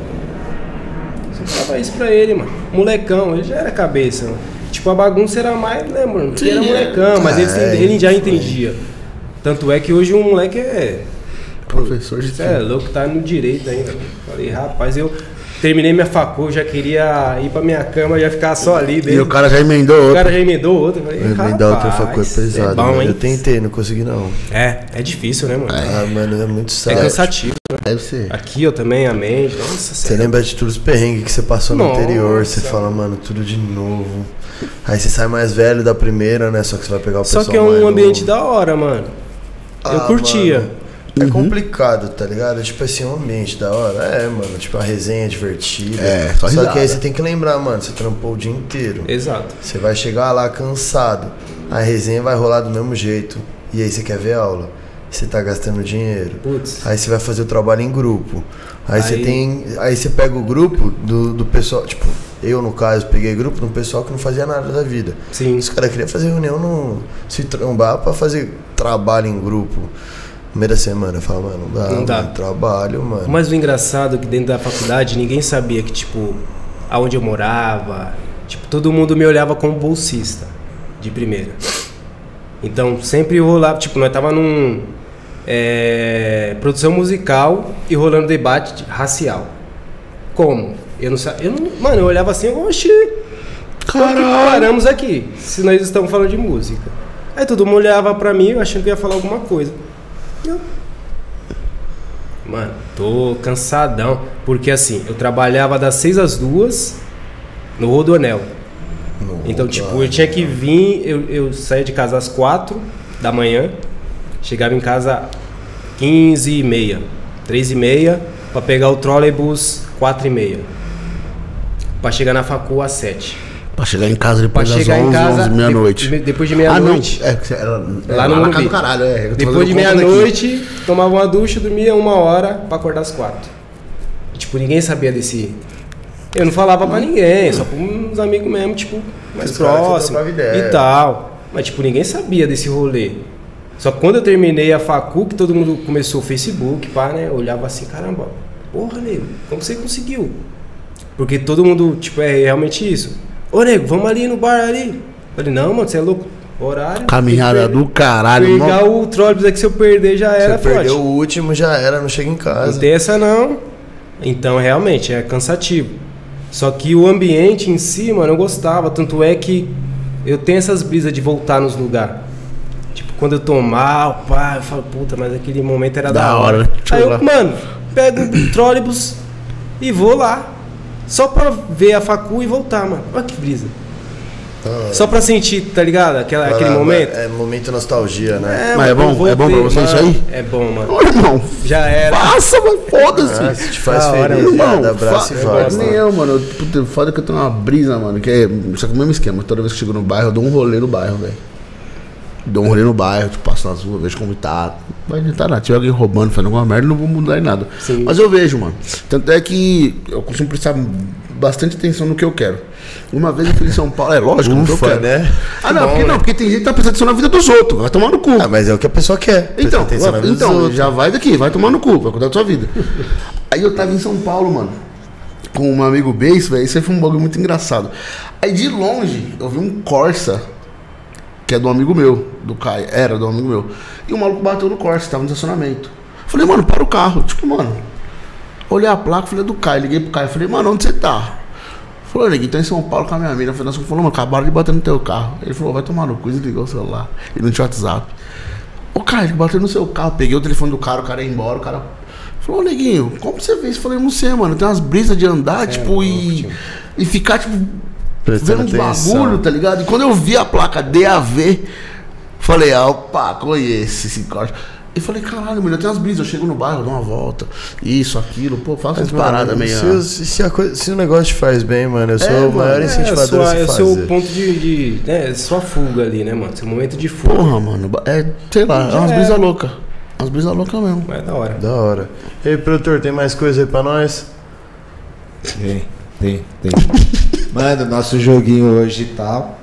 [SPEAKER 4] Você falava isso pra ele, mano. Molecão, ele já era cabeça, mano. Tipo, a bagunça era mais, né, mano? Porque era molecão, mas ele,
[SPEAKER 3] Ah, é,
[SPEAKER 4] ele já entendia. Tanto é que hoje um moleque é.
[SPEAKER 2] Professor de
[SPEAKER 4] Cê é louco, tá no direito ainda. Falei, rapaz, eu terminei minha facul, já queria ir pra minha cama, já ficar só ali.
[SPEAKER 2] E
[SPEAKER 4] dele.
[SPEAKER 2] o cara já emendou
[SPEAKER 4] O
[SPEAKER 2] outro.
[SPEAKER 4] cara já emendou outro. Falei,
[SPEAKER 3] Emendar outra
[SPEAKER 4] rapaz,
[SPEAKER 3] facul é pesado.
[SPEAKER 4] É bom,
[SPEAKER 3] mano.
[SPEAKER 4] hein?
[SPEAKER 3] Eu tentei, não consegui não.
[SPEAKER 4] É, é difícil, né, mano?
[SPEAKER 3] Ah, mano, é muito
[SPEAKER 4] É
[SPEAKER 3] sábio.
[SPEAKER 4] cansativo.
[SPEAKER 2] Deve ser.
[SPEAKER 4] Aqui eu também, amém. Nossa,
[SPEAKER 3] Você
[SPEAKER 4] sério.
[SPEAKER 3] lembra de todos os perrengues que você passou no
[SPEAKER 4] Nossa.
[SPEAKER 3] anterior, você fala, mano, tudo de novo. Aí você sai mais velho da primeira, né? Só que você vai pegar o pessoal
[SPEAKER 4] Só que é
[SPEAKER 3] mais
[SPEAKER 4] um
[SPEAKER 3] novo.
[SPEAKER 4] ambiente da hora, mano. Eu
[SPEAKER 3] Ah,
[SPEAKER 4] curtia. Uhum.
[SPEAKER 3] mano, É complicado, tá ligado? Tipo assim, um ambiente da hora. É, mano. Tipo, a resenha é divertida.
[SPEAKER 2] É, só
[SPEAKER 3] só
[SPEAKER 2] risada.
[SPEAKER 3] que aí você tem que lembrar, mano, você trampou o dia inteiro.
[SPEAKER 4] Exato.
[SPEAKER 3] Você vai chegar lá cansado. A resenha vai rolar do mesmo jeito. E aí você quer ver aula. Você tá gastando dinheiro.
[SPEAKER 4] Putz.
[SPEAKER 3] Aí você vai fazer o trabalho em grupo. Aí, você
[SPEAKER 4] Aí-
[SPEAKER 3] tem. Aí você pega o grupo do, do pessoal. Tipo, eu no caso peguei grupo de um pessoal que não fazia nada da vida.
[SPEAKER 4] Sim.
[SPEAKER 3] Os caras queriam fazer reunião no. se trombar pra fazer trabalho em grupo. Primeira semana, eu falo, mano, não dá,
[SPEAKER 4] Não dá.
[SPEAKER 3] mano, trabalho, mano.
[SPEAKER 4] Mas o engraçado é que dentro da faculdade ninguém sabia que, tipo, aonde eu morava. Tipo, todo mundo me olhava como bolsista de primeira. Então sempre rolava, tipo, nós tava num. é, produção musical e rolando debate de- racial. Como? Eu não sabia. Mano, eu olhava assim, oxi. Caralho. paramos aqui? Se nós estamos falando de música. Aí todo mundo olhava pra mim achando que eu ia falar alguma coisa. Eu, Mano, tô cansadão. Porque assim, eu trabalhava das 6 às 2 no Rodonel. então, tipo, eu tinha que vir, eu, eu saía de casa às 4 da manhã, chegava em casa 15 e meia, 3 e meia, pra pegar o trolleybus 4 e meia. Pra chegar na facul às 7.
[SPEAKER 2] Pra chegar em casa
[SPEAKER 4] Pra
[SPEAKER 2] depois das
[SPEAKER 4] chegar
[SPEAKER 2] 11,
[SPEAKER 4] em casa.
[SPEAKER 2] 11, meia-noite.
[SPEAKER 4] de- Depois de
[SPEAKER 2] ah, não.
[SPEAKER 4] meia-noite.
[SPEAKER 2] É, que você- era, era
[SPEAKER 4] Lá no
[SPEAKER 2] na casa
[SPEAKER 4] Morumbi.
[SPEAKER 2] do caralho, é. Eu tô
[SPEAKER 4] Depois
[SPEAKER 2] fazendo
[SPEAKER 4] de
[SPEAKER 2] conta daqui.
[SPEAKER 4] meia-noite, tomava uma ducha, dormia uma hora pra acordar às quatro. E, tipo, ninguém sabia desse. Eu não falava pra ninguém, só pra uns amigos mesmo, tipo, mais
[SPEAKER 3] Os caras que
[SPEAKER 4] próximos
[SPEAKER 3] trocava ideia.
[SPEAKER 4] e tal. Mas, tipo, ninguém sabia desse rolê. Só que quando eu terminei a facu, que todo mundo começou o Facebook, pá, né? Eu olhava assim, caramba, porra, nego, como você conseguiu? Porque todo mundo, tipo, é realmente isso. Ô, nego, vamos ali no bar ali. Eu falei, não, mano, você é louco. Horário.
[SPEAKER 2] Caminhada
[SPEAKER 4] tem que
[SPEAKER 2] do caralho,
[SPEAKER 4] Pegar
[SPEAKER 2] mano.
[SPEAKER 4] o trólebus é que se eu perder já era,
[SPEAKER 3] Você perdeu
[SPEAKER 4] fiote.
[SPEAKER 3] o último, já era, não chega em casa.
[SPEAKER 4] Não tem essa não. Então, realmente, é cansativo. Só que o ambiente em si, mano, eu gostava. Tanto é que eu tenho essas brisas de voltar nos lugares. Tipo, quando eu tô mal, pá, eu falo, puta, mas aquele momento era da,
[SPEAKER 2] Da hora, né? Deixa
[SPEAKER 4] Aí
[SPEAKER 2] eu
[SPEAKER 4] eu,
[SPEAKER 2] lá.
[SPEAKER 4] mano, pego o trólebus e vou lá. Só pra ver a facu e voltar, mano. Olha que brisa. Só pra sentir, tá ligado? Aquela, aquele
[SPEAKER 3] Parada,
[SPEAKER 4] momento.
[SPEAKER 3] É momento nostalgia, né?
[SPEAKER 2] Mas é
[SPEAKER 4] mano,
[SPEAKER 2] bom? É
[SPEAKER 4] eu voltei,
[SPEAKER 2] bom pra você isso
[SPEAKER 4] mano.
[SPEAKER 2] aí?
[SPEAKER 4] É bom, mano.
[SPEAKER 2] Ô, irmão,
[SPEAKER 4] Já era.
[SPEAKER 2] passa, mano, foda-se.
[SPEAKER 3] Ah, se te faz
[SPEAKER 4] Da hora,
[SPEAKER 3] feliz,
[SPEAKER 2] Irmão,
[SPEAKER 3] mano, abraça e
[SPEAKER 2] fa-
[SPEAKER 3] vai.
[SPEAKER 2] Nem eu, mano. Eu, Puta, foda que eu tenho uma brisa, mano. Que é, só que o mesmo esquema. Toda vez que eu chego no bairro, eu dou um rolê no bairro, velho. Dou um rolê no bairro, tipo, passo nas ruas, vejo como tá. Vai tentar nada. Tiver alguém roubando, fazendo alguma merda, não vou mudar em nada.
[SPEAKER 4] Sim.
[SPEAKER 2] Mas eu vejo, mano. Tanto é que eu costumo prestar bastante atenção no que eu quero. Uma vez eu fui em São Paulo, é lógico, no que eu
[SPEAKER 3] Ufa,
[SPEAKER 2] quero.
[SPEAKER 3] né?
[SPEAKER 2] Ah,
[SPEAKER 3] Que
[SPEAKER 2] não,
[SPEAKER 3] bom,
[SPEAKER 2] porque, não,
[SPEAKER 3] né?
[SPEAKER 2] porque tem gente que tá prestando atenção na vida dos outros, vai tomar no cu.
[SPEAKER 3] Ah, mas é o que a pessoa quer. Presta
[SPEAKER 2] Então,
[SPEAKER 3] atenção na vida dos
[SPEAKER 2] então
[SPEAKER 3] outros.
[SPEAKER 2] já vai daqui, vai tomar no cu, vai cuidar da sua vida. Aí eu tava em São Paulo, mano, com um amigo base, velho, isso aí foi um bagulho muito engraçado. Aí de longe, eu vi um Corsa, que é do amigo meu, do Caio, era do amigo meu. E o maluco bateu no Corsa, tava no estacionamento. Falei, mano, para o carro. Tipo, mano, olhei a placa, falei, é do Caio, liguei pro Caio, falei, mano, onde você tá? Falou, neguinho, tô em São Paulo com a minha mina. Falei, nossa, falou, mano, acabaram de bater no teu carro. Ele falou, vai tomar no cu, desligou o celular. E não tinha WhatsApp. Ô, cara, ele bateu no seu carro. Peguei o telefone do cara, o cara ia embora, o cara. Falou, ô, neguinho, como você fez? Eu Falei, não sei, mano. Tem umas brisas de andar, tipo, e. E ficar, tipo.
[SPEAKER 3] Prestando
[SPEAKER 2] vendo uns
[SPEAKER 3] atenção.
[SPEAKER 2] bagulho, tá ligado? E quando eu vi a placa DAV, falei, ah, opa, conheço esse corte. E falei, caralho, mano, tem umas brisas. Eu chego no bairro, dou uma volta. Isso, aquilo, pô, faço umas
[SPEAKER 3] Mas, mano,
[SPEAKER 2] paradas meio.
[SPEAKER 3] Se, o- se a coisa- se o negócio te faz bem, mano, eu sou o
[SPEAKER 2] mano,
[SPEAKER 3] maior
[SPEAKER 2] é,
[SPEAKER 3] incentivador
[SPEAKER 4] sua-
[SPEAKER 3] a se
[SPEAKER 4] é o
[SPEAKER 3] fazer.
[SPEAKER 4] seu ponto de. de né, é sua fuga ali, né, mano? Seu momento de fuga.
[SPEAKER 2] Porra, mano, é, sei lá, é umas
[SPEAKER 4] É.
[SPEAKER 2] brisas loucas. Umas brisas loucas mesmo.
[SPEAKER 4] Mas é da hora.
[SPEAKER 3] Da hora. Ei, produtor, tem mais coisa aí pra nós?
[SPEAKER 5] Tem, tem, tem. Mano, nosso joguinho hoje tá e tal.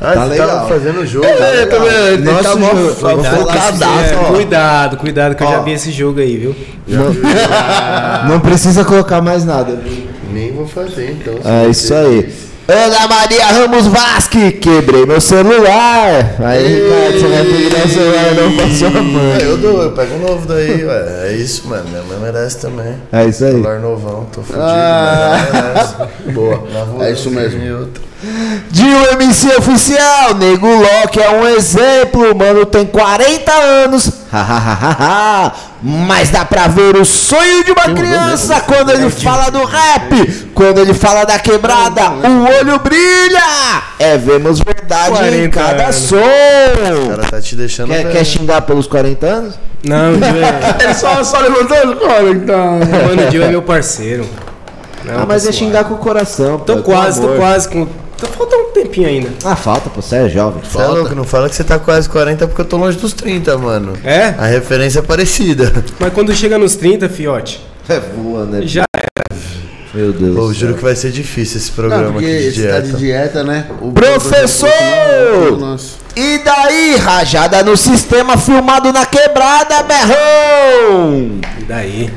[SPEAKER 3] Ah,
[SPEAKER 5] Tá
[SPEAKER 3] você
[SPEAKER 5] legal.
[SPEAKER 3] tava fazendo jogo.
[SPEAKER 2] É,
[SPEAKER 5] tá vendo? Ele tá mó
[SPEAKER 2] foda.
[SPEAKER 4] É, cuidado, cuidado, que eu
[SPEAKER 5] Ó.
[SPEAKER 4] já vi esse jogo aí, viu?
[SPEAKER 5] Não, não precisa colocar mais nada.
[SPEAKER 3] Nem vou fazer, então.
[SPEAKER 5] É isso aí. Ana Maria Ramos Vasque, quebrei meu celular. Aí, Ricardo, você vai pegar o celular não pra sua
[SPEAKER 3] É,
[SPEAKER 5] mãe.
[SPEAKER 3] eu dou, eu pego um novo daí, ué. É isso, mano. Minha mãe merece também.
[SPEAKER 5] É isso aí.
[SPEAKER 3] Celular novão, tô fudido.
[SPEAKER 5] Ah.
[SPEAKER 3] Boa.
[SPEAKER 2] É isso mesmo.
[SPEAKER 5] Dio MC um Oficial, Nego Loki é um exemplo, mano, tem 40 anos. Mas dá pra ver o sonho de uma
[SPEAKER 3] um
[SPEAKER 5] criança quando ele fala do rap, quando ele fala da quebrada,
[SPEAKER 3] um
[SPEAKER 5] o olho brilha. É, vemos verdade em
[SPEAKER 4] 40
[SPEAKER 5] cada
[SPEAKER 4] anos.
[SPEAKER 5] som.
[SPEAKER 3] O cara tá te deixando.
[SPEAKER 5] Quer,
[SPEAKER 3] velho.
[SPEAKER 5] quer xingar pelos 40 anos?
[SPEAKER 4] Não, o Dio é,
[SPEAKER 2] Ele só, só levantou os colos, então.
[SPEAKER 4] mano, o Dio é meu parceiro. Não,
[SPEAKER 5] Ah, mas
[SPEAKER 4] tá
[SPEAKER 5] é
[SPEAKER 4] suave.
[SPEAKER 5] xingar com o coração. pô,
[SPEAKER 4] Tô
[SPEAKER 5] com
[SPEAKER 4] quase, tô
[SPEAKER 5] amor.
[SPEAKER 4] quase com. Tá faltando um tempinho ainda.
[SPEAKER 5] Ah, falta, pô, você é jovem.
[SPEAKER 3] Você é louco, não fala que você tá quase 40 porque eu tô longe dos 30, mano.
[SPEAKER 4] É?
[SPEAKER 3] A referência é parecida.
[SPEAKER 4] Mas quando chega nos 30, fiote,
[SPEAKER 5] É voa, né?
[SPEAKER 4] já
[SPEAKER 5] Meu Deus.
[SPEAKER 3] Pô,
[SPEAKER 5] do
[SPEAKER 3] eu
[SPEAKER 5] céu.
[SPEAKER 3] juro que vai ser difícil esse programa
[SPEAKER 2] Não, porque
[SPEAKER 3] aqui de
[SPEAKER 2] esse tá
[SPEAKER 3] dieta.
[SPEAKER 2] de dieta, né? O
[SPEAKER 5] Professor!
[SPEAKER 2] o- o- nosso-
[SPEAKER 5] E daí, rajada no sistema filmado na quebrada, berrão!
[SPEAKER 4] e daí?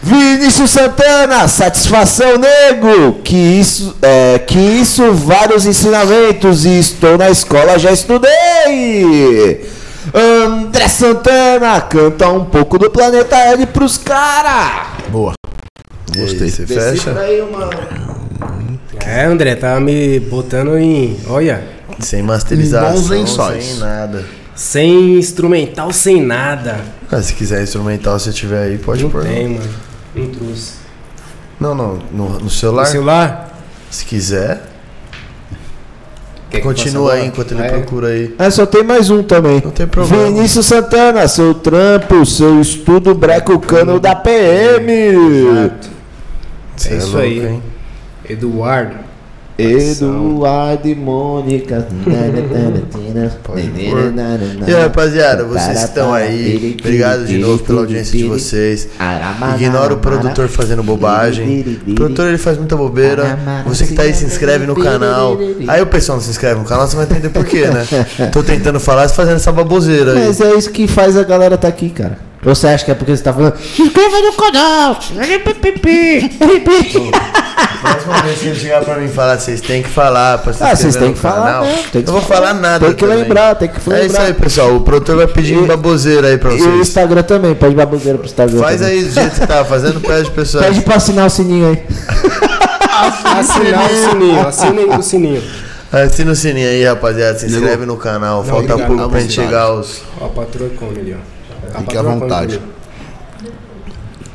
[SPEAKER 5] Vinícius Santana, satisfação nego! Que isso, é, que isso, vários ensinamentos e estou na escola, já estudei! André Santana, canta um pouco do Planeta L pros cara!
[SPEAKER 3] E aí,
[SPEAKER 2] Gostei.
[SPEAKER 3] Você fecha?
[SPEAKER 4] É, André, tá me botando em. Olha.
[SPEAKER 3] Sem masterização,
[SPEAKER 2] Bons lençóis.
[SPEAKER 3] sem nada.
[SPEAKER 4] Sem instrumental, sem nada.
[SPEAKER 3] Ah, se quiser instrumental, se tiver aí, pode
[SPEAKER 4] Tipo, Não
[SPEAKER 3] pôr.
[SPEAKER 4] tem, mano. Não trouxe.
[SPEAKER 3] Não, não, no, no
[SPEAKER 4] O
[SPEAKER 3] celular.
[SPEAKER 4] celular?
[SPEAKER 3] Se quiser,
[SPEAKER 4] Quer que
[SPEAKER 3] continua
[SPEAKER 4] faça
[SPEAKER 3] aí
[SPEAKER 4] agora?
[SPEAKER 3] enquanto ele
[SPEAKER 4] Ah, é?
[SPEAKER 3] procura aí.
[SPEAKER 5] Ah, só tem mais um também.
[SPEAKER 3] Não tem problema.
[SPEAKER 5] Vinícius Santana, seu trampo, seu estudo, breca o cano da PM!
[SPEAKER 4] Exato.
[SPEAKER 3] Cê
[SPEAKER 4] isso aí.
[SPEAKER 3] é hein?
[SPEAKER 4] Eduardo.
[SPEAKER 5] Eduardo e Mônica. Né?
[SPEAKER 3] E aí, rapaziada, vocês estão aí. Obrigado de novo pela audiência de vocês. Ignora o produtor fazendo bobagem. O produtor ele faz muita bobeira. Você que tá aí se inscreve no canal. Aí o pessoal não se inscreve no canal, você vai entender por quê, né? Tô tentando falar, você fazendo essa baboseira aí.
[SPEAKER 5] Mas é isso que faz a galera tá aqui, cara. Ou Você acha que é porque você tá falando? Se inscreva no canal!
[SPEAKER 3] Próxima vez que ele chegar pra mim e falar, vocês têm que falar pra se
[SPEAKER 5] Ah, vocês
[SPEAKER 3] inscrever
[SPEAKER 5] têm
[SPEAKER 3] no
[SPEAKER 5] que falar,
[SPEAKER 3] canal",
[SPEAKER 5] né? Tem que
[SPEAKER 3] Eu vou falar nada.
[SPEAKER 5] Tem que
[SPEAKER 3] também.
[SPEAKER 5] lembrar, tem que lembrar.
[SPEAKER 3] É isso aí, pessoal. O produtor vai pedir baboseira aí pra
[SPEAKER 5] E o
[SPEAKER 3] vocês.
[SPEAKER 5] Instagram também, pede baboseira pro Instagram.
[SPEAKER 3] Faz
[SPEAKER 5] também.
[SPEAKER 3] aí do jeito que você tá fazendo, pede pessoal.
[SPEAKER 5] Pede pra assinar o sininho aí.
[SPEAKER 4] Assinar o sininho, assinem o sininho.
[SPEAKER 3] Assina o É, sininho aí, rapaziada. Se inscreve no canal. Falta
[SPEAKER 4] obrigado,
[SPEAKER 3] pouco pra
[SPEAKER 2] à
[SPEAKER 3] gente
[SPEAKER 2] vontade.
[SPEAKER 3] chegar aos.
[SPEAKER 4] Ó, a patroa come ali, ó. A
[SPEAKER 2] Fique à
[SPEAKER 4] patroa come
[SPEAKER 2] vontade.
[SPEAKER 4] ali.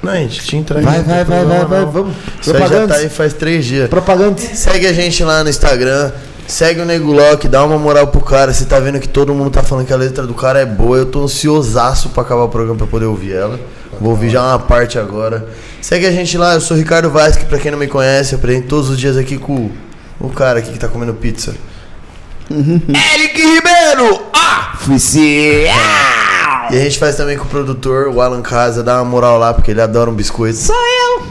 [SPEAKER 3] Não, a gente te entrega.
[SPEAKER 5] Vai,
[SPEAKER 3] não tem
[SPEAKER 5] vai, vai, vai,
[SPEAKER 3] problema,
[SPEAKER 5] vai,
[SPEAKER 3] não.
[SPEAKER 5] vamos.
[SPEAKER 3] Isso aí já tá
[SPEAKER 5] Propagandas.
[SPEAKER 3] aí faz três dias.
[SPEAKER 5] Propagandas.
[SPEAKER 3] Segue a gente lá no Instagram. Segue o Nego Lock, dá uma moral pro cara. Você tá vendo que todo mundo tá falando que a letra do cara é boa. Eu tô ansiosaço pra acabar o programa pra poder ouvir ela. Vou ouvir já uma parte agora. Segue a gente lá, eu sou o Ricardo Vaz, que pra quem não me conhece, eu apresento todos os dias aqui com o cara aqui que tá comendo pizza. Eric Ribeiro! Oficial! E a gente faz também com o produtor, o Alan Casa, dá uma moral lá, porque ele adora um biscoito. Sou eu!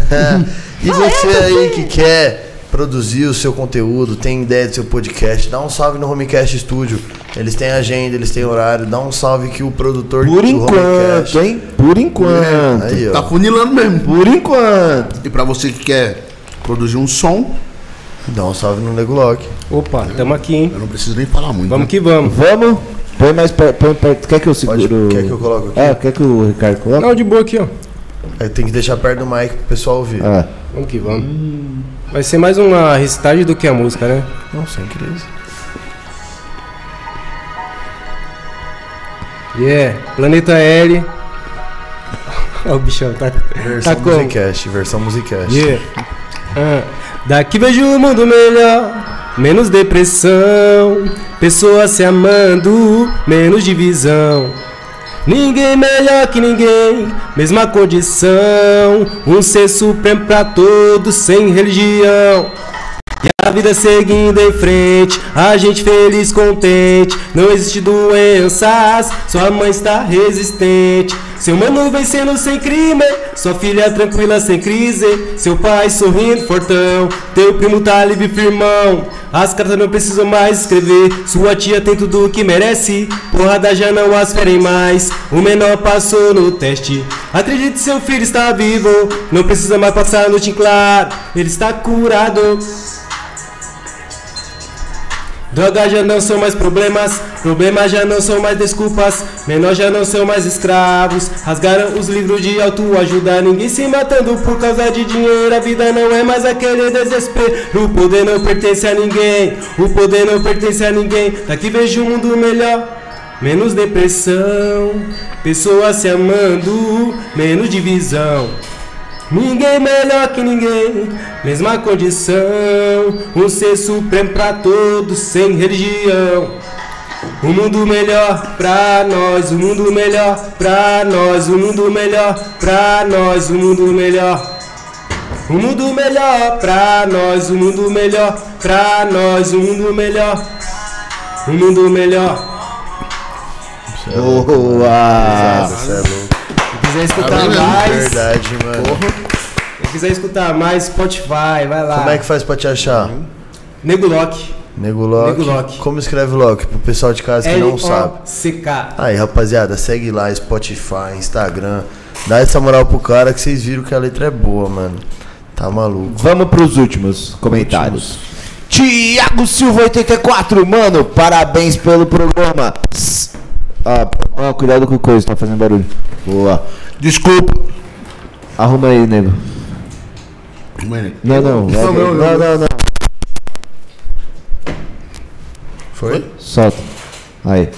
[SPEAKER 3] e você aí que quer produzir o seu conteúdo, tem ideia do seu podcast, dá um salve no Homecast Studio. Eles têm agenda, eles têm horário, dá um salve que o produtor
[SPEAKER 5] Por
[SPEAKER 3] do
[SPEAKER 5] enquanto,
[SPEAKER 3] Homecast- Né?
[SPEAKER 5] hein? Por enquanto.
[SPEAKER 3] Aí, ó.
[SPEAKER 2] Tá funilando mesmo.
[SPEAKER 5] Por enquanto.
[SPEAKER 2] E pra você que quer produzir um som,
[SPEAKER 3] Dá um salve no Nego Lock.
[SPEAKER 4] Opa, tamo aqui, hein?
[SPEAKER 2] eu não preciso nem falar muito.
[SPEAKER 4] Vamos
[SPEAKER 2] né?
[SPEAKER 4] que vamos.
[SPEAKER 5] Vamos? Põe mais perto. Põe perto. Quer que eu
[SPEAKER 3] Pode,
[SPEAKER 5] seguro?
[SPEAKER 3] quer que eu coloque aqui?
[SPEAKER 5] É, quer que o Ricardo coloque?
[SPEAKER 4] Não, de boa aqui, ó.
[SPEAKER 3] Aí Tem que deixar perto do mic pro pessoal ouvir.
[SPEAKER 5] Ah.
[SPEAKER 4] Vamos que vamos. Vai ser mais uma recitagem do que a música, né?
[SPEAKER 3] Não, sem crise.
[SPEAKER 4] Yeah, Planeta L. Ó, o bichão tá,
[SPEAKER 3] Versão
[SPEAKER 4] tá como?
[SPEAKER 3] musicast, versão musicast.
[SPEAKER 4] Yeah. Ah, Daqui vejo o mundo melhor, menos depressão, pessoas se amando, menos divisão. Ninguém melhor que ninguém, mesma condição, um ser supremo pra todos, sem religião. E a vida seguindo em frente, a gente feliz, contente. Não existe doenças, sua mãe está resistente. Seu mano vencendo sem crime, sua filha tranquila sem crise. Seu pai sorrindo fortão, teu primo tá livre firmão. As cartas não precisam mais escrever, sua tia tem tudo o que merece. Porrada já não as ferem mais, o menor passou no teste. Acredite, seu filho está vivo, não precisa mais passar a noite em claro, ele está curado. Drogas já não são mais problemas, problemas já não são mais desculpas, menores já não são mais escravos. Rasgaram os livros de autoajuda, ninguém se matando por causa de dinheiro. A vida não é mais aquele desespero. O poder não pertence a ninguém, o poder não pertence a ninguém. Daqui vejo um mundo melhor. Menos depressão, pessoas se amando, menos divisão. Ninguém melhor que ninguém, mesma condição, um ser supremo pra todos, sem religião. O mundo melhor pra nós, o mundo melhor pra nós, o mundo melhor pra nós, o mundo melhor. O mundo melhor pra nós, o mundo melhor pra nós, o mundo melhor. O mundo melhor.
[SPEAKER 5] Boa!
[SPEAKER 3] Você é louco.
[SPEAKER 4] Se quiser escutar
[SPEAKER 2] Amém,
[SPEAKER 4] mais,
[SPEAKER 3] Verdade, mano.
[SPEAKER 4] se quiser escutar mais, Spotify, vai lá.
[SPEAKER 3] Como é que faz pra te achar?
[SPEAKER 4] Nego Lock,
[SPEAKER 3] Nego Lock.
[SPEAKER 4] Nego É, Lock.
[SPEAKER 3] Como escreve Lock? Pro pessoal de casa que não sabe.
[SPEAKER 4] L-O-C-K.
[SPEAKER 3] Aí, rapaziada, segue lá, Spotify, Instagram. Dá essa moral pro cara que vocês viram que a letra é boa, mano. Tá maluco.
[SPEAKER 5] Vamos pros últimos comentários. Tiago Silva 84, mano, parabéns pelo programa. Sss. Ah, ah, cuidado com o coisa, tá fazendo barulho. Boa.
[SPEAKER 2] Desculpa.
[SPEAKER 5] Arruma aí, nego.
[SPEAKER 2] Mano,
[SPEAKER 5] Não, não. vai-
[SPEAKER 2] Não, não,
[SPEAKER 5] não, não, não.
[SPEAKER 3] Foi?
[SPEAKER 5] Solta. Aí.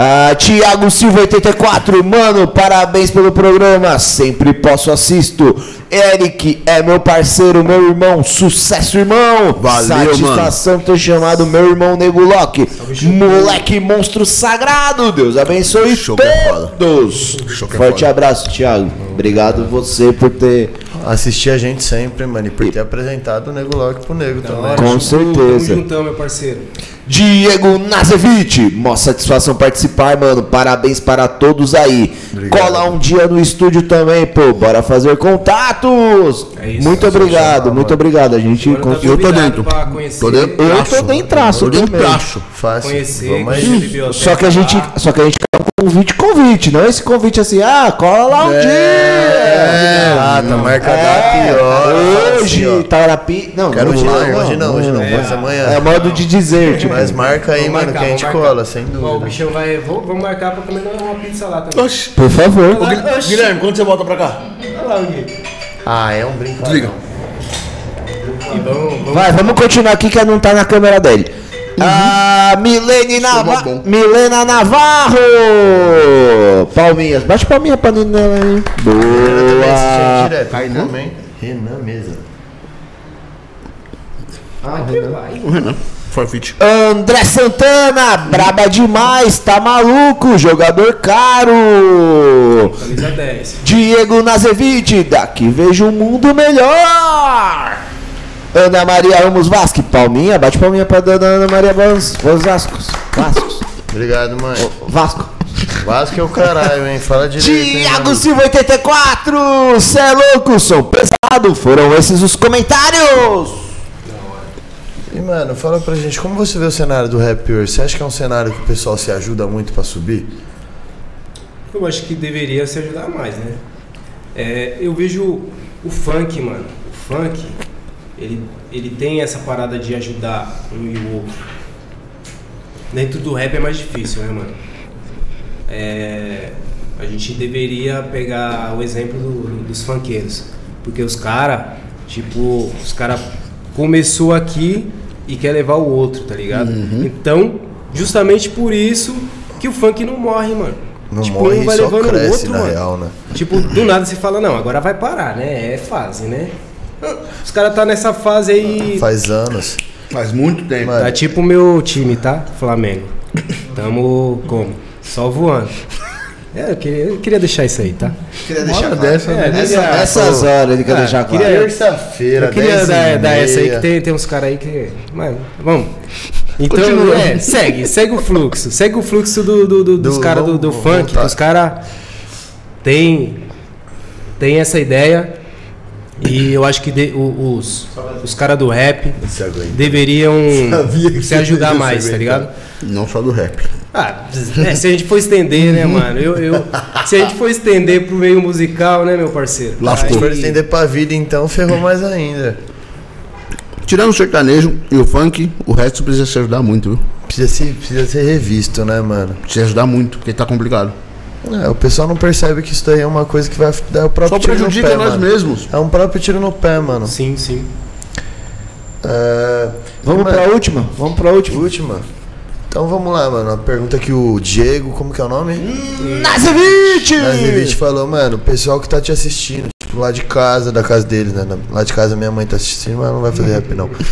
[SPEAKER 5] Ah, Tiago Silva 84, mano, parabéns pelo programa. Sempre posso assisto. Eric é meu parceiro, meu irmão. Sucesso, irmão.
[SPEAKER 2] Valeu,
[SPEAKER 5] Satisfação ter chamado meu irmão Nego Loki. Moleque monstro sagrado. Deus abençoe
[SPEAKER 2] Show que é foda.
[SPEAKER 5] todos.
[SPEAKER 2] Show que é
[SPEAKER 5] Forte
[SPEAKER 2] foda.
[SPEAKER 5] abraço, Tiago. Obrigado você por ter
[SPEAKER 3] assistir a gente sempre, mano, e por ter apresentado o Nego Lock pro Nego também.
[SPEAKER 4] Tamo junto,
[SPEAKER 5] certeza.
[SPEAKER 4] Tamo juntão, meu parceiro.
[SPEAKER 5] Diego Nazevich, mó satisfação participar, mano. Parabéns para todos aí. Cola um dia no estúdio também, pô. Bora fazer contatos.
[SPEAKER 4] É isso,
[SPEAKER 5] muito obrigado,
[SPEAKER 3] sensacional,
[SPEAKER 5] muito obrigado. A gente
[SPEAKER 4] Agora tá
[SPEAKER 5] continua.
[SPEAKER 2] eu tô
[SPEAKER 4] convidado
[SPEAKER 2] dentro.
[SPEAKER 4] pra conhecer,
[SPEAKER 2] Tô dentro.
[SPEAKER 5] Eu tô nem traço,
[SPEAKER 2] Tô dentro
[SPEAKER 5] também.
[SPEAKER 2] traço.
[SPEAKER 3] Fácil.
[SPEAKER 4] Conhecer,
[SPEAKER 3] Vamos aí.
[SPEAKER 4] conhecer a biblioteca
[SPEAKER 5] Só que a gente,
[SPEAKER 4] lá.
[SPEAKER 5] só que a gente quer um convite, convite, não esse convite assim, ah, cola lá um dia.
[SPEAKER 3] É, data, É.
[SPEAKER 4] Hum.
[SPEAKER 3] marca
[SPEAKER 4] É.
[SPEAKER 3] da pior. tá assim,
[SPEAKER 5] Hoje, Tarapi. Não,
[SPEAKER 3] Quero
[SPEAKER 5] hoje
[SPEAKER 3] hoje não, hoje não, hoje não, mas amanhã.
[SPEAKER 5] É modo de dizer, tipo.
[SPEAKER 3] Mas marca aí,
[SPEAKER 4] Vamos
[SPEAKER 3] mano,
[SPEAKER 4] marcar,
[SPEAKER 3] que a gente
[SPEAKER 4] vamos marcar.
[SPEAKER 3] cola, sem
[SPEAKER 4] Ó, o
[SPEAKER 3] dúvida.
[SPEAKER 4] bichão vai. vou- Vamos marcar pra comer uma pizza lá também.
[SPEAKER 2] Oxi.
[SPEAKER 5] Por favor.
[SPEAKER 2] Guilherme, quando você volta pra cá?
[SPEAKER 3] Ah, é um
[SPEAKER 2] Desliga.
[SPEAKER 3] brincadeira.
[SPEAKER 4] E vamos, vamos
[SPEAKER 5] Vai, vamos continuar aqui que não tá na câmera dele. Ah, Milene Nava
[SPEAKER 2] Uhum. é bom.
[SPEAKER 5] Milena Navarro! Palminhas, bate palminha pra Nina aí. Boa!
[SPEAKER 3] Renan
[SPEAKER 4] né?
[SPEAKER 3] também. é Renan mesa.
[SPEAKER 2] É, né? Forfeit.
[SPEAKER 5] André Santana, braba demais, tá maluco, jogador caro!
[SPEAKER 4] Camisa 10.
[SPEAKER 5] Diego Nazevich, daqui vejo um mundo melhor! Ana Maria Ramos Vasque, palminha, bate palminha pra dona Ana Maria Vans, Vascos. Vascos.
[SPEAKER 3] Obrigado, mãe.
[SPEAKER 5] Vasco.
[SPEAKER 3] Vasco é o caralho, hein? Fala direito. hein,
[SPEAKER 5] Tiago
[SPEAKER 3] mano?
[SPEAKER 5] Silva 84, cê é louco, sou pesado, foram esses os comentários.
[SPEAKER 3] E, mano, fala pra gente, como você vê o cenário do rap hoje? Você acha que é um cenário que o pessoal se ajuda muito pra subir?
[SPEAKER 4] Eu acho que deveria se ajudar mais, né? É, eu vejo o funk, mano. O funk, ele, ele tem essa parada de ajudar um e o outro. Dentro do rap é mais difícil, né, mano? É, a gente deveria pegar o exemplo do- do- dos funkeiros. Porque os caras, tipo, os caras começou aqui e quer levar o outro, tá ligado?
[SPEAKER 3] Uhum.
[SPEAKER 4] Então, justamente por isso que o funk não morre, mano.
[SPEAKER 3] Não
[SPEAKER 4] tipo,
[SPEAKER 3] morre,
[SPEAKER 4] um vai
[SPEAKER 3] só
[SPEAKER 4] levando o
[SPEAKER 3] cresce,
[SPEAKER 4] outro,
[SPEAKER 3] na
[SPEAKER 4] mano.
[SPEAKER 3] real, né?
[SPEAKER 4] Tipo, do nada você fala, não, agora vai parar, né? É fase, né? Os caras tá nessa fase aí.
[SPEAKER 3] Faz anos.
[SPEAKER 2] Faz muito tempo.
[SPEAKER 3] Mano,
[SPEAKER 4] Tá tipo o meu time, tá? Flamengo. Tamo como? Só voando. É, eu queria, eu queria deixar isso aí, tá?
[SPEAKER 2] Queria deixar claro.
[SPEAKER 3] dessa,
[SPEAKER 4] É,
[SPEAKER 3] né?
[SPEAKER 4] queria-
[SPEAKER 5] Essas horas ele quer
[SPEAKER 4] Ah,
[SPEAKER 5] deixar claro.
[SPEAKER 4] queria-
[SPEAKER 3] Terça-feira,
[SPEAKER 4] Eu queria
[SPEAKER 3] 10 e
[SPEAKER 4] dar, dar essa aí,
[SPEAKER 3] meia.
[SPEAKER 4] que tem, tem uns caras aí que. Mas, vamos. Então,
[SPEAKER 2] Continua.
[SPEAKER 4] é, segue, segue o fluxo. Segue o fluxo do, do- do- dos
[SPEAKER 3] Do-
[SPEAKER 4] caras do, do
[SPEAKER 3] vamos
[SPEAKER 4] funk.
[SPEAKER 3] voltar.
[SPEAKER 4] Os caras tem, tem essa ideia. E eu acho que de- o- os, os caras do rap
[SPEAKER 3] Se aguenta.
[SPEAKER 4] deveriam
[SPEAKER 2] Sabia que
[SPEAKER 4] se ajudar
[SPEAKER 2] você ia
[SPEAKER 4] mais, tá
[SPEAKER 2] aguentar.
[SPEAKER 4] ligado?
[SPEAKER 2] Não só do rap.
[SPEAKER 4] Ah, é, se a gente for estender, né, mano? Eu, eu- se a gente for estender pro meio musical, né, meu parceiro?
[SPEAKER 3] Se
[SPEAKER 2] Lascou.
[SPEAKER 3] for estender pra vida, então ferrou mais ainda.
[SPEAKER 2] Tirando o sertanejo e o funk, o resto precisa se ajudar muito, viu?
[SPEAKER 3] Precisa ser, precisa ser revisto, né, mano?
[SPEAKER 2] Precisa ajudar muito, porque tá complicado.
[SPEAKER 3] É, o pessoal não percebe que isso daí é uma coisa que vai dar o
[SPEAKER 2] Só
[SPEAKER 3] próprio tiro no
[SPEAKER 2] prejudica
[SPEAKER 3] pé,
[SPEAKER 2] nós
[SPEAKER 3] mano.
[SPEAKER 2] mesmos.
[SPEAKER 3] É um próprio tiro no pé, mano.
[SPEAKER 4] Sim, sim.
[SPEAKER 3] É,
[SPEAKER 4] Ah,
[SPEAKER 5] Vamos
[SPEAKER 3] mano,
[SPEAKER 5] pra última? Vamos pra última.
[SPEAKER 3] última. Então vamos lá, mano. A pergunta que o Diego, como que é o nome? Nazevich
[SPEAKER 5] Nazevich!
[SPEAKER 3] falou, mano, o pessoal que tá te assistindo, tipo, lá de casa, da casa deles, né? Na- Lá de casa minha mãe tá assistindo, mas não vai fazer rap, não.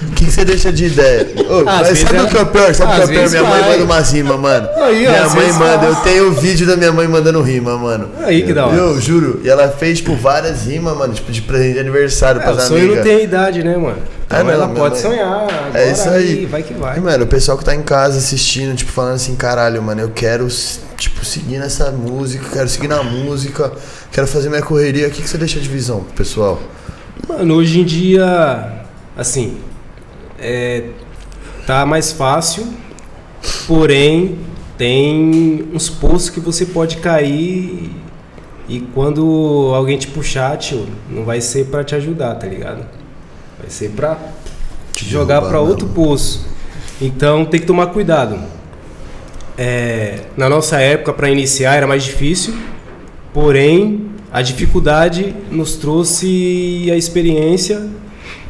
[SPEAKER 3] O que que você deixa de ideia? Ô,
[SPEAKER 4] Às
[SPEAKER 3] mas
[SPEAKER 4] vezes
[SPEAKER 3] sabe
[SPEAKER 4] ela-
[SPEAKER 3] o que é o pior? Sabe o que é
[SPEAKER 4] Às
[SPEAKER 3] o pior?
[SPEAKER 4] vezes
[SPEAKER 3] Minha mãe
[SPEAKER 4] vai.
[SPEAKER 3] manda uma rima, mano.
[SPEAKER 4] Aí, ó,
[SPEAKER 3] minha
[SPEAKER 4] às
[SPEAKER 3] mãe
[SPEAKER 4] vezes
[SPEAKER 3] manda,
[SPEAKER 4] vai.
[SPEAKER 3] eu tenho o vídeo da minha mãe mandando rima, mano.
[SPEAKER 4] Aí que da hora.
[SPEAKER 3] Eu juro. E ela fez, tipo, várias rimas, mano, tipo, de presente de aniversário
[SPEAKER 4] É, o
[SPEAKER 3] pras
[SPEAKER 4] sonho não
[SPEAKER 3] amigas.
[SPEAKER 4] tem idade, né, mano? Então
[SPEAKER 3] Ah, não,
[SPEAKER 4] ela
[SPEAKER 3] meu
[SPEAKER 4] pode
[SPEAKER 3] não.
[SPEAKER 4] sonhar. Agora
[SPEAKER 3] É isso aí.
[SPEAKER 4] Vai que vai.
[SPEAKER 3] E, mano, o pessoal que tá em casa assistindo, tipo, falando assim, caralho, mano, eu quero, s- tipo, seguir nessa música, quero seguir na música, quero fazer minha correria. O que, que você deixa de visão pro pessoal?
[SPEAKER 4] Mano, hoje em dia, assim, é, tá mais fácil, porém tem uns poços que você pode cair e quando alguém te puxar, tio, não vai ser pra te ajudar, tá ligado? Vai ser pra te jogar
[SPEAKER 3] derrubar
[SPEAKER 4] pra outro
[SPEAKER 3] mesmo.
[SPEAKER 4] poço. Então tem que tomar cuidado. É, na nossa época, pra iniciar era mais difícil, porém a dificuldade nos trouxe a experiência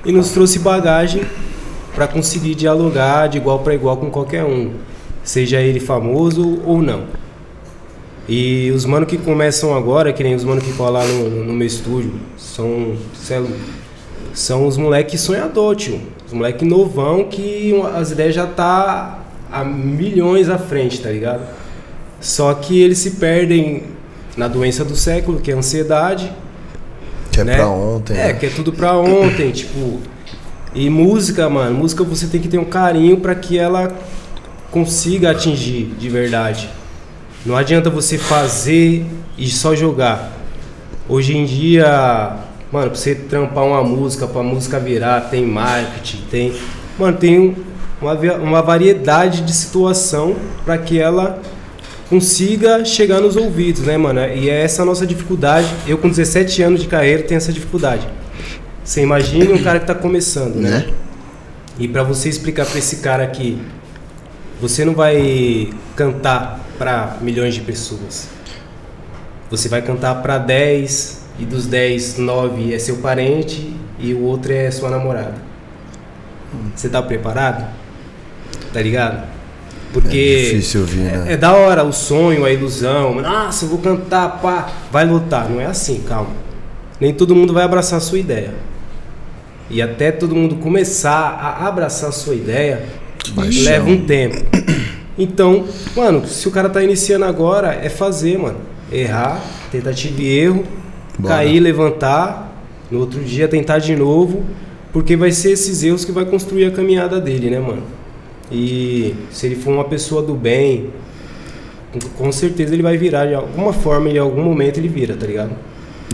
[SPEAKER 4] e nos trouxe bagagem para conseguir dialogar de igual para igual com qualquer um, seja ele famoso ou não. E os mano que começam agora, que nem os mano que colam lá no, no meu estúdio, são, cê é lou- são os moleque sonhador, tio. Os moleque novão que as ideias já tá a milhões à frente, tá ligado? Só que eles se perdem na doença do século, que é a ansiedade,
[SPEAKER 3] Que que é
[SPEAKER 4] né?
[SPEAKER 3] pra ontem.
[SPEAKER 4] É,
[SPEAKER 3] né?
[SPEAKER 4] que é tudo pra ontem, tipo. E música, mano, música você tem que ter um carinho pra que ela consiga atingir de verdade. Não adianta você fazer e só jogar. Hoje em dia, mano, pra você trampar uma música, pra música virar, tem marketing, tem. Mano, tem um- uma, via- uma variedade de situação pra que ela consiga chegar nos ouvidos, né, mano? E é essa a nossa dificuldade. Eu, com 17 anos de carreira, tenho essa dificuldade. Você imagina um cara que tá começando, né? E pra você explicar pra esse cara que você não vai cantar pra milhões de pessoas. Você vai cantar pra 10 e dos 10, 9 é seu parente e o outro é sua namorada. Você tá preparado? Tá ligado? Porque
[SPEAKER 3] É difícil ouvir, né?
[SPEAKER 4] é- é da hora o sonho, a ilusão. Nossa, eu vou cantar, pá. Vai lutar. Não é assim, calma. Nem todo mundo vai abraçar a sua ideia. E até todo mundo começar a abraçar a sua ideia, leva um tempo. Então, mano, se o cara tá iniciando agora, é fazer, mano. Errar, tentativa e erro, cair, levantar, no outro dia tentar de novo, porque vai ser esses erros que vai construir a caminhada dele, né, mano? E se ele for uma pessoa do bem, com- com certeza ele vai virar de alguma forma, em algum momento ele vira, tá ligado?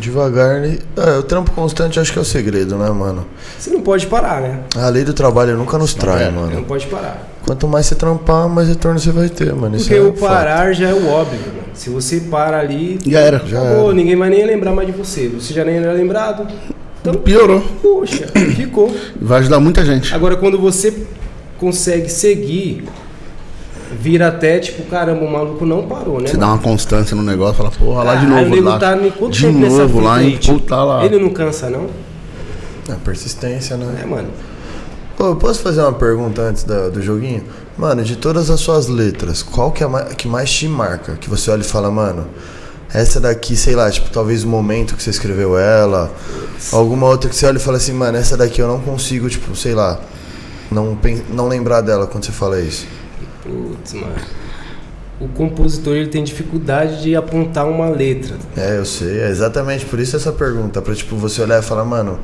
[SPEAKER 3] Devagar, né? É, o trampo constante acho que é o segredo, né, mano?
[SPEAKER 4] Você não pode parar, né?
[SPEAKER 3] A lei do trabalho nunca nos trai,
[SPEAKER 4] Você não
[SPEAKER 3] mano.
[SPEAKER 4] pode parar.
[SPEAKER 3] Quanto mais você trampar, mais retorno você vai ter, mano. Isso
[SPEAKER 4] Porque
[SPEAKER 3] é
[SPEAKER 4] o
[SPEAKER 3] fato.
[SPEAKER 4] parar já é o óbvio, mano. Se você para ali,
[SPEAKER 2] Já era.
[SPEAKER 3] Já
[SPEAKER 4] acabou,
[SPEAKER 3] era.
[SPEAKER 4] ninguém vai nem lembrar mais de você. Você já nem era lembrado. Então,
[SPEAKER 2] Piorou.
[SPEAKER 4] poxa, ficou.
[SPEAKER 2] Vai ajudar muita gente.
[SPEAKER 4] Agora, quando você consegue seguir, vira até tipo, caramba, o maluco não parou, né?
[SPEAKER 2] Você dá uma constância no negócio, fala, porra, lá de
[SPEAKER 4] Caralho,
[SPEAKER 2] novo,
[SPEAKER 4] o nego
[SPEAKER 2] lá.
[SPEAKER 4] tá em quanto
[SPEAKER 2] de
[SPEAKER 4] tempo nessa
[SPEAKER 2] novo lá,
[SPEAKER 4] fita aí,
[SPEAKER 2] em
[SPEAKER 4] tipo,
[SPEAKER 2] puta lá.
[SPEAKER 4] Ele não cansa, não?
[SPEAKER 3] É persistência, né?
[SPEAKER 4] É, mano.
[SPEAKER 3] Pô, eu posso fazer uma pergunta antes da- do joguinho? Mano, de todas as suas letras, qual que é a ma- que mais te marca? Que você olha e fala, mano, essa daqui, sei lá, tipo, talvez o momento que você escreveu ela, alguma outra que você olha e fala assim, mano, essa daqui eu não consigo, tipo, sei lá, não, pen- não lembrar dela quando você fala isso.
[SPEAKER 4] Putz, mano. O compositor ele tem dificuldade de apontar uma letra.
[SPEAKER 3] É, eu sei, é exatamente por isso essa pergunta, pra, tipo, você olhar e falar, mano,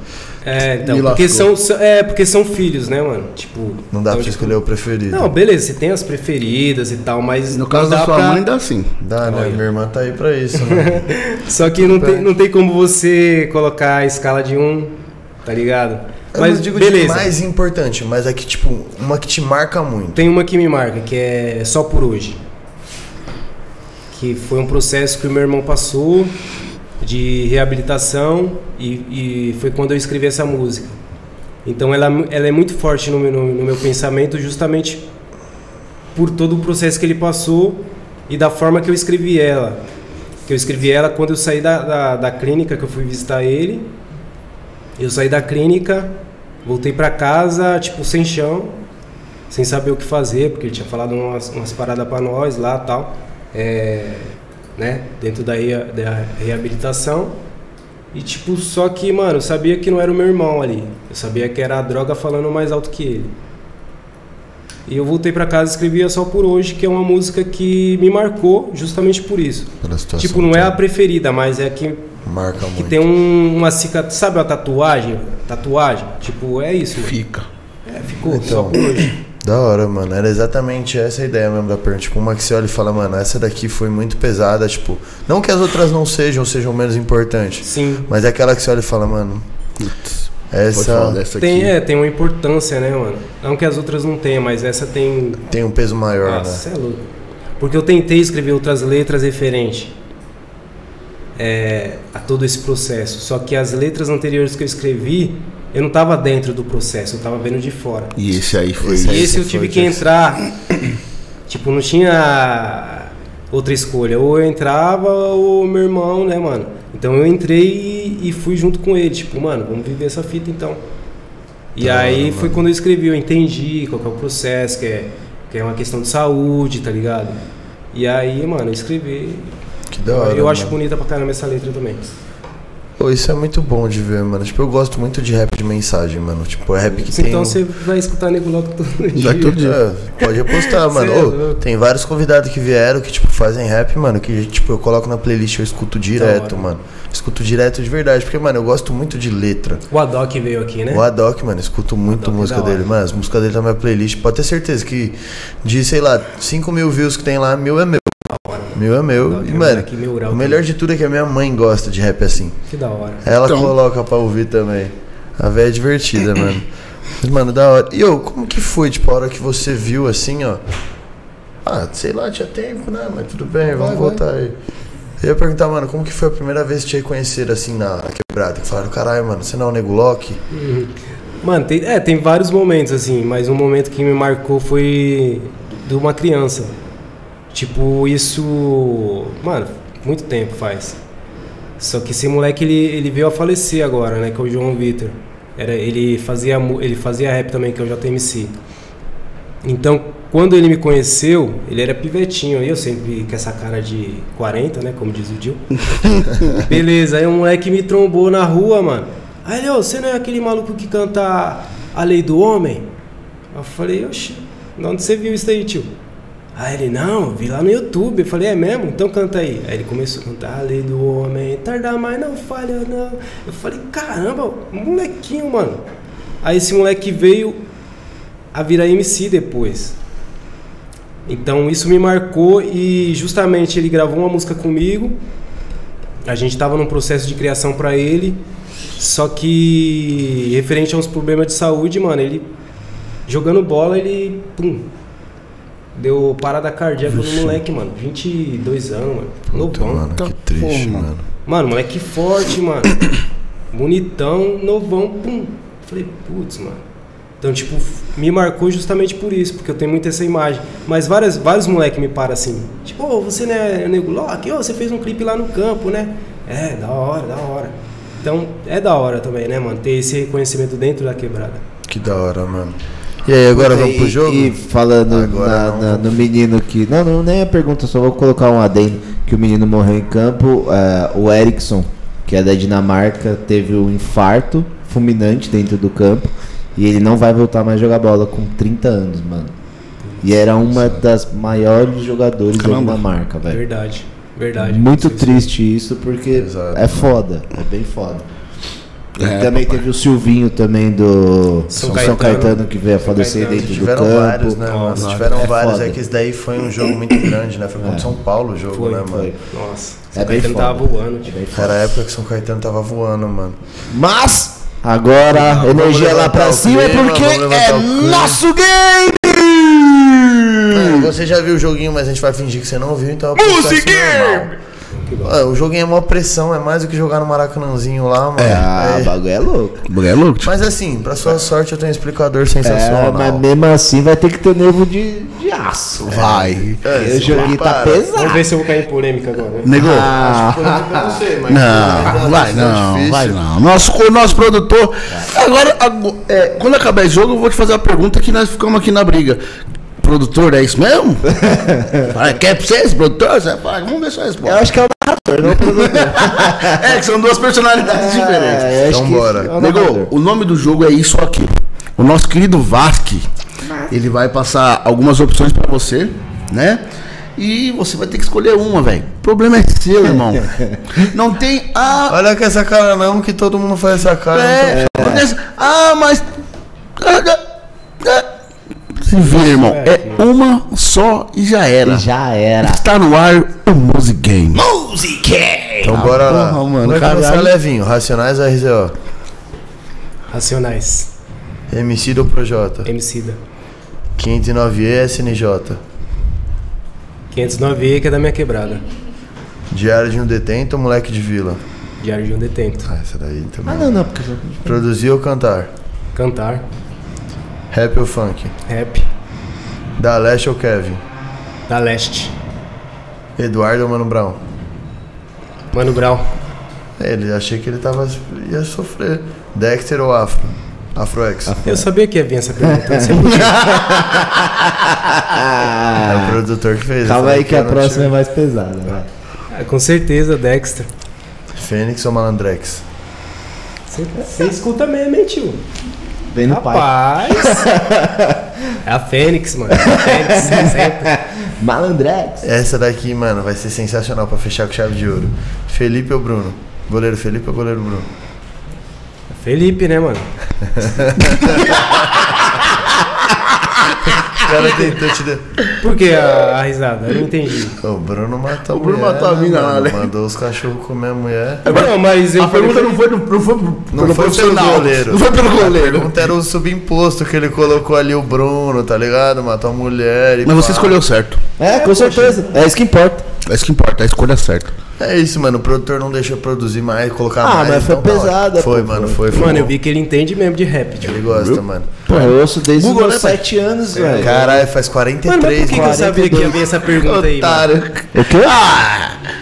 [SPEAKER 4] É, então,
[SPEAKER 2] Me
[SPEAKER 4] porque
[SPEAKER 2] lascou.
[SPEAKER 4] são, são- é, porque são filhos, né, mano? Tipo,
[SPEAKER 3] não dá
[SPEAKER 4] então,
[SPEAKER 3] pra
[SPEAKER 4] tipo,
[SPEAKER 3] escolher o preferido.
[SPEAKER 4] Não, beleza, você tem as preferidas e tal, mas
[SPEAKER 2] No
[SPEAKER 4] não
[SPEAKER 2] caso da
[SPEAKER 4] dá
[SPEAKER 2] sua
[SPEAKER 4] pra-
[SPEAKER 2] mãe, assim. dá sim.
[SPEAKER 3] Dá, né?
[SPEAKER 4] Olha.
[SPEAKER 3] Minha irmã tá aí pra isso, né?
[SPEAKER 4] Só que não tem, não tem como você colocar a escala de um, tá ligado?
[SPEAKER 3] Eu
[SPEAKER 4] Mas
[SPEAKER 3] não digo de
[SPEAKER 4] beleza.
[SPEAKER 3] mais importante, mas é que, tipo, uma que te marca muito.
[SPEAKER 4] Tem uma que me marca, que é Só por Hoje. Que foi um processo que o meu irmão passou de reabilitação e, e foi quando eu escrevi essa música. Então ela, ela é muito forte no meu, no- no meu pensamento, justamente por todo o processo que ele passou e da forma que eu escrevi ela. Que eu escrevi ela quando eu saí da, da, da clínica, que eu fui visitar ele. Eu saí da clínica, voltei pra casa, tipo, sem chão, sem saber o que fazer, porque ele tinha falado umas, umas paradas pra nós lá e tal, é, né, dentro da, rea- da reabilitação. E tipo, só que, mano, eu sabia que não era o meu irmão ali. Eu sabia que era a droga falando mais alto que ele. E eu voltei pra casa e escrevi a Só Por Hoje, que é uma música que me marcou justamente por isso.
[SPEAKER 3] Pela situação
[SPEAKER 4] Tipo, não é a
[SPEAKER 3] toda.
[SPEAKER 4] preferida, mas é a que
[SPEAKER 3] Marca
[SPEAKER 4] que
[SPEAKER 3] Tá muito.
[SPEAKER 4] tem um- uma cicatriz, sabe uma tatuagem? Tatuagem? Tipo, é isso. mano.
[SPEAKER 2] Fica.
[SPEAKER 4] É, ficou só
[SPEAKER 3] Então.
[SPEAKER 4] por hoje.
[SPEAKER 3] Da hora, mano. Era exatamente essa a ideia mesmo da perna. Tipo, uma que você olha e fala, mano, essa daqui foi muito pesada. Tipo, não que as outras não sejam, sejam menos importantes.
[SPEAKER 4] Sim.
[SPEAKER 3] Mas é aquela que você olha e fala, mano,
[SPEAKER 2] Putz, pode falar
[SPEAKER 3] essa
[SPEAKER 2] dessa aqui.
[SPEAKER 4] Tem, é, tem uma importância, né, mano? Não que as outras não tenham, mas essa tem.
[SPEAKER 3] tem um peso maior,
[SPEAKER 4] Nossa, é louco. Porque eu tentei escrever outras letras referente é, a todo esse processo. Só que as letras anteriores que eu escrevi, eu não tava dentro do processo, eu tava vendo de fora.
[SPEAKER 2] E esse aí foi.
[SPEAKER 3] Esse
[SPEAKER 4] E
[SPEAKER 3] aí.
[SPEAKER 4] esse eu
[SPEAKER 3] foi
[SPEAKER 4] tive
[SPEAKER 3] o
[SPEAKER 4] que
[SPEAKER 3] Jackson.
[SPEAKER 4] entrar. Tipo, não tinha outra escolha. Ou eu entrava ou meu irmão, né, mano? Então eu entrei e, e fui junto com ele. Tipo, mano, vamos viver essa fita então. E aí foi quando eu escrevi, eu entendi qual que é o processo, que é, que é uma questão de saúde, tá ligado? E aí, mano, eu escrevi.
[SPEAKER 3] né? Que da hora.
[SPEAKER 4] eu acho
[SPEAKER 3] mano.
[SPEAKER 4] bonita pra caramba essa letra também.
[SPEAKER 3] Pô, isso é muito bom de ver, mano. Tipo, eu gosto muito de rap de mensagem, mano. Tipo, é rap que tem.
[SPEAKER 4] Então
[SPEAKER 3] um-
[SPEAKER 4] você vai escutar Nego Loco todo dia.
[SPEAKER 3] Vai todo dia. É, pode apostar, mano.
[SPEAKER 4] Cê é
[SPEAKER 3] Ô,
[SPEAKER 4] louco.
[SPEAKER 3] tem vários convidados que vieram que, tipo, fazem rap, mano. Que, tipo, eu coloco na playlist, eu escuto direto,
[SPEAKER 4] Da hora.
[SPEAKER 3] mano. Escuto direto de verdade. Porque, mano, eu gosto muito de letra.
[SPEAKER 4] O Adok veio aqui, né?
[SPEAKER 3] O Adoc, mano, escuto muito
[SPEAKER 4] Adoc é
[SPEAKER 3] música
[SPEAKER 4] da hora.
[SPEAKER 3] dele, mano. As músicas dele tá na minha playlist. Pode ter certeza que de, sei lá, 5 mil views que tem lá, mil é meu. Mil é meu.
[SPEAKER 4] Adoc
[SPEAKER 3] E,
[SPEAKER 4] é um
[SPEAKER 3] mano,
[SPEAKER 4] moleque mil grau
[SPEAKER 3] o melhor de tudo é que a minha mãe gosta de rap assim.
[SPEAKER 4] Que da hora.
[SPEAKER 3] Ela coloca pra ouvir também. A véia é divertida, mano. Mas, mano, da hora. E, ô, como que foi, tipo, a hora que você viu assim, ó? Ah, sei lá, tinha tempo, né? Mas tudo bem, vamos voltar aí. Eu ia perguntar, mano, como que foi a primeira vez que te reconheceram assim na na quebrada? Que falaram, caralho, mano, você não é o Nego Loki?
[SPEAKER 4] Mano, tem, é, tem vários momentos, assim, mas um momento que me marcou foi de uma criança. Tipo, isso. Mano, muito tempo faz. Só que esse moleque ele, ele veio a falecer agora, né? Que é o João Vitor. Era, ele, fazia, mu- ele fazia rap também, que é o JMC. Então, quando ele me conheceu, ele era pivetinho. E eu sempre com essa cara de 40, né? Como diz o Dil. Beleza, aí um moleque me trombou na rua, mano. Aí ele, ô, você não é aquele maluco que canta A Lei do Homem? Eu falei, oxe, de onde você viu isso aí, tio? Aí ele, não, eu vi lá no YouTube. Eu falei, é mesmo? Então canta aí. Aí ele começou a cantar A Lei do Homem, tarda mais, não falha, não. Eu falei, caramba, molequinho, mano. Aí esse moleque veio a virar MC depois. Então isso me marcou e justamente ele gravou uma música comigo. A gente estava num processo de criação para ele, só que referente a uns problemas de saúde, mano, ele jogando bola, ele pum, deu parada cardíaca no moleque, mano. 22 anos, mano.
[SPEAKER 3] Puta,
[SPEAKER 4] novão.
[SPEAKER 3] mano, que triste, mano.
[SPEAKER 4] Então, Mano, moleque forte, mano. Bonitão, novão, pum. Falei, putz, mano. Então, tipo, me marcou justamente por isso, porque eu tenho muito essa imagem. Mas várias, vários moleques me param assim. Tipo, ô, você não é nego Loki? Ô, você fez um clipe lá no campo, né? É, da hora, da hora. Então, é da hora também, né, mano? Ter esse reconhecimento dentro da quebrada.
[SPEAKER 3] Que da hora, mano. E aí, agora vamos pro
[SPEAKER 1] E-
[SPEAKER 3] jogo?
[SPEAKER 1] E falando
[SPEAKER 3] Agora
[SPEAKER 1] na-
[SPEAKER 3] não,
[SPEAKER 1] na- no
[SPEAKER 3] vamos.
[SPEAKER 1] menino que. Não, não, nem a pergunta, só vou colocar um adendo que o menino morreu em campo. ah, o Eriksson, que é da Dinamarca, teve um infarto fulminante dentro do campo. E ele não vai voltar mais a jogar bola com 30 anos, mano. E era uma das maiores jogadores
[SPEAKER 2] Caramba.
[SPEAKER 1] da Dinamarca, velho.
[SPEAKER 4] Verdade, verdade.
[SPEAKER 1] É. Muito
[SPEAKER 4] Isso, isso.
[SPEAKER 1] triste isso, porque
[SPEAKER 3] Exato,
[SPEAKER 1] é foda, é bem foda. E
[SPEAKER 2] É,
[SPEAKER 1] também teve o Silvinho também do
[SPEAKER 4] São
[SPEAKER 1] São,
[SPEAKER 4] Caetano.
[SPEAKER 1] Caetano, que veio a
[SPEAKER 4] São
[SPEAKER 1] falecer
[SPEAKER 4] Caetano.
[SPEAKER 1] dentro do
[SPEAKER 3] Tiveram
[SPEAKER 1] campo.
[SPEAKER 3] vários, né? Nossa,
[SPEAKER 1] Nossa,
[SPEAKER 3] tiveram
[SPEAKER 1] é
[SPEAKER 3] vários.
[SPEAKER 1] foda. É.
[SPEAKER 3] É que esse daí foi um jogo muito grande, né? Foi contra São Paulo o jogo,
[SPEAKER 4] Foi,
[SPEAKER 3] né, mano?
[SPEAKER 1] Foi.
[SPEAKER 4] Nossa,
[SPEAKER 1] É bem
[SPEAKER 4] Caetano
[SPEAKER 1] foda.
[SPEAKER 4] tava voando,
[SPEAKER 1] É
[SPEAKER 4] tipo.
[SPEAKER 1] bem
[SPEAKER 3] Era
[SPEAKER 1] foda.
[SPEAKER 3] a época que São Caetano tava voando, mano.
[SPEAKER 1] Mas agora a
[SPEAKER 3] Ah, Vamos
[SPEAKER 1] energia lá
[SPEAKER 3] levantar
[SPEAKER 1] pra
[SPEAKER 3] o
[SPEAKER 1] cima é
[SPEAKER 3] clima,
[SPEAKER 1] porque
[SPEAKER 3] vamos levantar
[SPEAKER 1] é
[SPEAKER 3] o clima.
[SPEAKER 1] nosso game!
[SPEAKER 2] Hum.
[SPEAKER 3] Mano, Ah, você já viu o joguinho, mas a gente vai fingir que você não viu, então é um processo normal. Ah, O joguinho é maior pressão, é mais do que jogar no Maracanãzinho lá, mano.
[SPEAKER 1] Ah, o
[SPEAKER 3] É.
[SPEAKER 1] bagulho é louco.
[SPEAKER 2] É louco, tipo,
[SPEAKER 3] Mas assim, pra sua sorte eu tenho um explicador sensacional.
[SPEAKER 1] É, mas mesmo assim vai ter que ter nervo de, de aço.
[SPEAKER 2] vai.
[SPEAKER 3] É,
[SPEAKER 1] o joguinho tá
[SPEAKER 3] para.
[SPEAKER 4] Vamos
[SPEAKER 1] pesado.
[SPEAKER 4] ver se eu vou cair em polêmica agora. né?
[SPEAKER 2] Nego.
[SPEAKER 3] Eu não sei, mas-
[SPEAKER 2] Não, vai não,
[SPEAKER 3] difícil.
[SPEAKER 2] vai não. Nosso, o nosso produtor. Agora, ago- é, quando acabar esse jogo, eu vou te fazer uma pergunta que nós ficamos aqui na briga. Produtor, é isso mesmo? Fala, Quer pra vocês, produtor? Você fala, Vamos ver sua
[SPEAKER 1] Eu
[SPEAKER 2] resposta.
[SPEAKER 1] acho que é o narrador, não o produtor.
[SPEAKER 2] É, que são duas personalidades diferentes.
[SPEAKER 1] É, eu acho
[SPEAKER 3] Então
[SPEAKER 1] que
[SPEAKER 3] bora.
[SPEAKER 1] esse é o narrador.
[SPEAKER 2] Nego, o nome do jogo é isso aqui. O nosso querido Vasque, ele vai passar algumas opções pra você, né? E você vai ter que escolher uma, velho. O problema é seu, irmão. Não tem ah,
[SPEAKER 3] Olha com essa cara não, que todo mundo faz essa cara. então.
[SPEAKER 2] é, acontece. Ah, mas se vira, irmão. É uma só e já era.
[SPEAKER 1] Já era.
[SPEAKER 2] Está no ar o Music Game.
[SPEAKER 3] Então, então bora lá. é
[SPEAKER 2] porra, mano,
[SPEAKER 3] Vai começar
[SPEAKER 2] caralho.
[SPEAKER 3] levinho. Racionais ou RZO?
[SPEAKER 4] Racionais,
[SPEAKER 3] MC do Projota.
[SPEAKER 4] MC da.
[SPEAKER 3] 509E SNJ.
[SPEAKER 4] 509E, que é da minha quebrada.
[SPEAKER 3] Diário de um detento ou moleque de vila?
[SPEAKER 4] Diário de um detento.
[SPEAKER 3] Ah, essa daí também.
[SPEAKER 1] Não, não, porque
[SPEAKER 3] Produzir ou cantar?
[SPEAKER 4] Cantar,
[SPEAKER 3] Rap ou funk?
[SPEAKER 4] rap,
[SPEAKER 3] Da Leste ou Kevin?
[SPEAKER 4] da leste.
[SPEAKER 3] Eduardo ou Mano Brown?
[SPEAKER 4] Mano Brown,
[SPEAKER 3] Ele, achei que ele tava, ia sofrer. Dexter ou Afro? Afroex.
[SPEAKER 4] eu sabia que ia vir essa pergunta. não sei por quê.
[SPEAKER 3] É o produtor que fez.
[SPEAKER 1] Ah, Calma
[SPEAKER 3] essa
[SPEAKER 1] aí
[SPEAKER 3] daqui
[SPEAKER 1] que a
[SPEAKER 3] eu não
[SPEAKER 1] próxima é
[SPEAKER 3] tive.
[SPEAKER 1] mais pesada. vai.
[SPEAKER 4] Ah, Com certeza, É, Dexter.
[SPEAKER 3] Fênix ou Malandrex?
[SPEAKER 4] Você escuta mesmo, hein, tio?
[SPEAKER 5] Vem no pai.
[SPEAKER 4] Rapaz! é a Fênix, mano. É a Fênix, sempre.
[SPEAKER 5] Malandrex.
[SPEAKER 3] Essa daqui, mano, vai ser sensacional pra fechar com chave de ouro. Felipe ou Bruno? Goleiro Felipe ou goleiro Bruno?
[SPEAKER 4] Felipe, né, mano?
[SPEAKER 5] Ah.
[SPEAKER 3] O cara tentou te... de-
[SPEAKER 4] Por que a, a risada? Eu não entendi.
[SPEAKER 3] O Bruno matou a
[SPEAKER 5] O Bruno
[SPEAKER 3] mulher,
[SPEAKER 5] matou a
[SPEAKER 3] né,
[SPEAKER 5] mina lá,
[SPEAKER 3] mano?
[SPEAKER 5] né?
[SPEAKER 3] Mandou os cachorros comer a mulher.
[SPEAKER 4] Não, mas eu
[SPEAKER 2] A pergunta não foi, não foi,
[SPEAKER 3] Não
[SPEAKER 2] pelo
[SPEAKER 3] foi pelo
[SPEAKER 2] profissional,
[SPEAKER 3] goleiro.
[SPEAKER 2] Não foi pelo
[SPEAKER 3] A
[SPEAKER 2] goleiro.
[SPEAKER 3] pergunta era o subimposto que ele colocou ali o Bruno, tá ligado? Matou a mulher e
[SPEAKER 2] Mas você
[SPEAKER 3] pá.
[SPEAKER 2] escolheu certo.
[SPEAKER 5] É, com certeza. É isso que importa.
[SPEAKER 2] É isso que importa, a escolha certa.
[SPEAKER 3] É isso, mano. O produtor não deixou produzir mais, colocar
[SPEAKER 5] Ah,
[SPEAKER 3] mais.
[SPEAKER 5] mas foi
[SPEAKER 3] então tá ótimo.
[SPEAKER 5] pesada,
[SPEAKER 3] Foi,
[SPEAKER 5] pô.
[SPEAKER 3] mano, foi, foi.
[SPEAKER 4] Mano, eu
[SPEAKER 3] bom.
[SPEAKER 4] vi que ele entende mesmo de rap, tio.
[SPEAKER 3] Ele gosta, mano.
[SPEAKER 5] Pô, eu ouço desde
[SPEAKER 3] Bugou,
[SPEAKER 5] os
[SPEAKER 3] né,
[SPEAKER 5] meus
[SPEAKER 3] pai?
[SPEAKER 5] 7 anos,
[SPEAKER 4] É.
[SPEAKER 5] velho.
[SPEAKER 3] Caralho, faz 43,
[SPEAKER 4] Mano, mas por que, é que eu
[SPEAKER 3] mano.
[SPEAKER 4] sabia que ia vir essa pergunta aí, mano?
[SPEAKER 3] Otário.
[SPEAKER 5] O quê?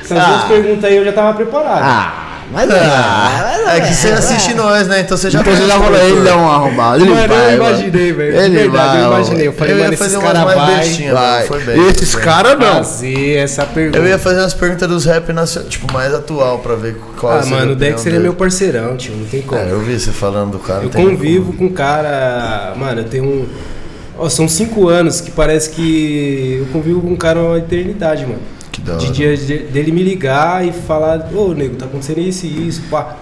[SPEAKER 4] Essas duas perguntas aí eu já tava preparado.
[SPEAKER 5] Ah, mas
[SPEAKER 3] Ah, é que você assiste nós, né? Então você já
[SPEAKER 2] Então você já falou, ele dá uma arrombada. Ele
[SPEAKER 4] Mano,
[SPEAKER 2] vai,
[SPEAKER 4] eu imaginei, velho. De
[SPEAKER 2] Ele
[SPEAKER 4] verdade,
[SPEAKER 2] vai,
[SPEAKER 4] eu imaginei. Eu falei,
[SPEAKER 3] Eu
[SPEAKER 4] mano,
[SPEAKER 3] ia
[SPEAKER 4] esses
[SPEAKER 3] fazer
[SPEAKER 4] caras
[SPEAKER 3] umas mais
[SPEAKER 4] vai
[SPEAKER 3] bestinhas, mano. Foi
[SPEAKER 2] vai.
[SPEAKER 3] bem.
[SPEAKER 2] Esses caras não.
[SPEAKER 4] fazer essa pergunta.
[SPEAKER 3] Eu ia fazer umas perguntas dos rap nacional, tipo, mais atual, pra ver qual
[SPEAKER 4] Ah,
[SPEAKER 3] seria a
[SPEAKER 4] mano, o Dex
[SPEAKER 3] opinião
[SPEAKER 4] ele é
[SPEAKER 3] dele.
[SPEAKER 4] meu parceirão, tio. Não tem como.
[SPEAKER 3] É, eu vi você falando do cara.
[SPEAKER 4] Eu
[SPEAKER 3] tem
[SPEAKER 4] convivo com um cara. Mano, eu tenho um. ó, são cinco anos que parece que eu convivo com um cara uma eternidade, mano.
[SPEAKER 3] Que da hora.
[SPEAKER 4] De dia de- dele me ligar e falar, ô nego, tá acontecendo isso e isso, pá.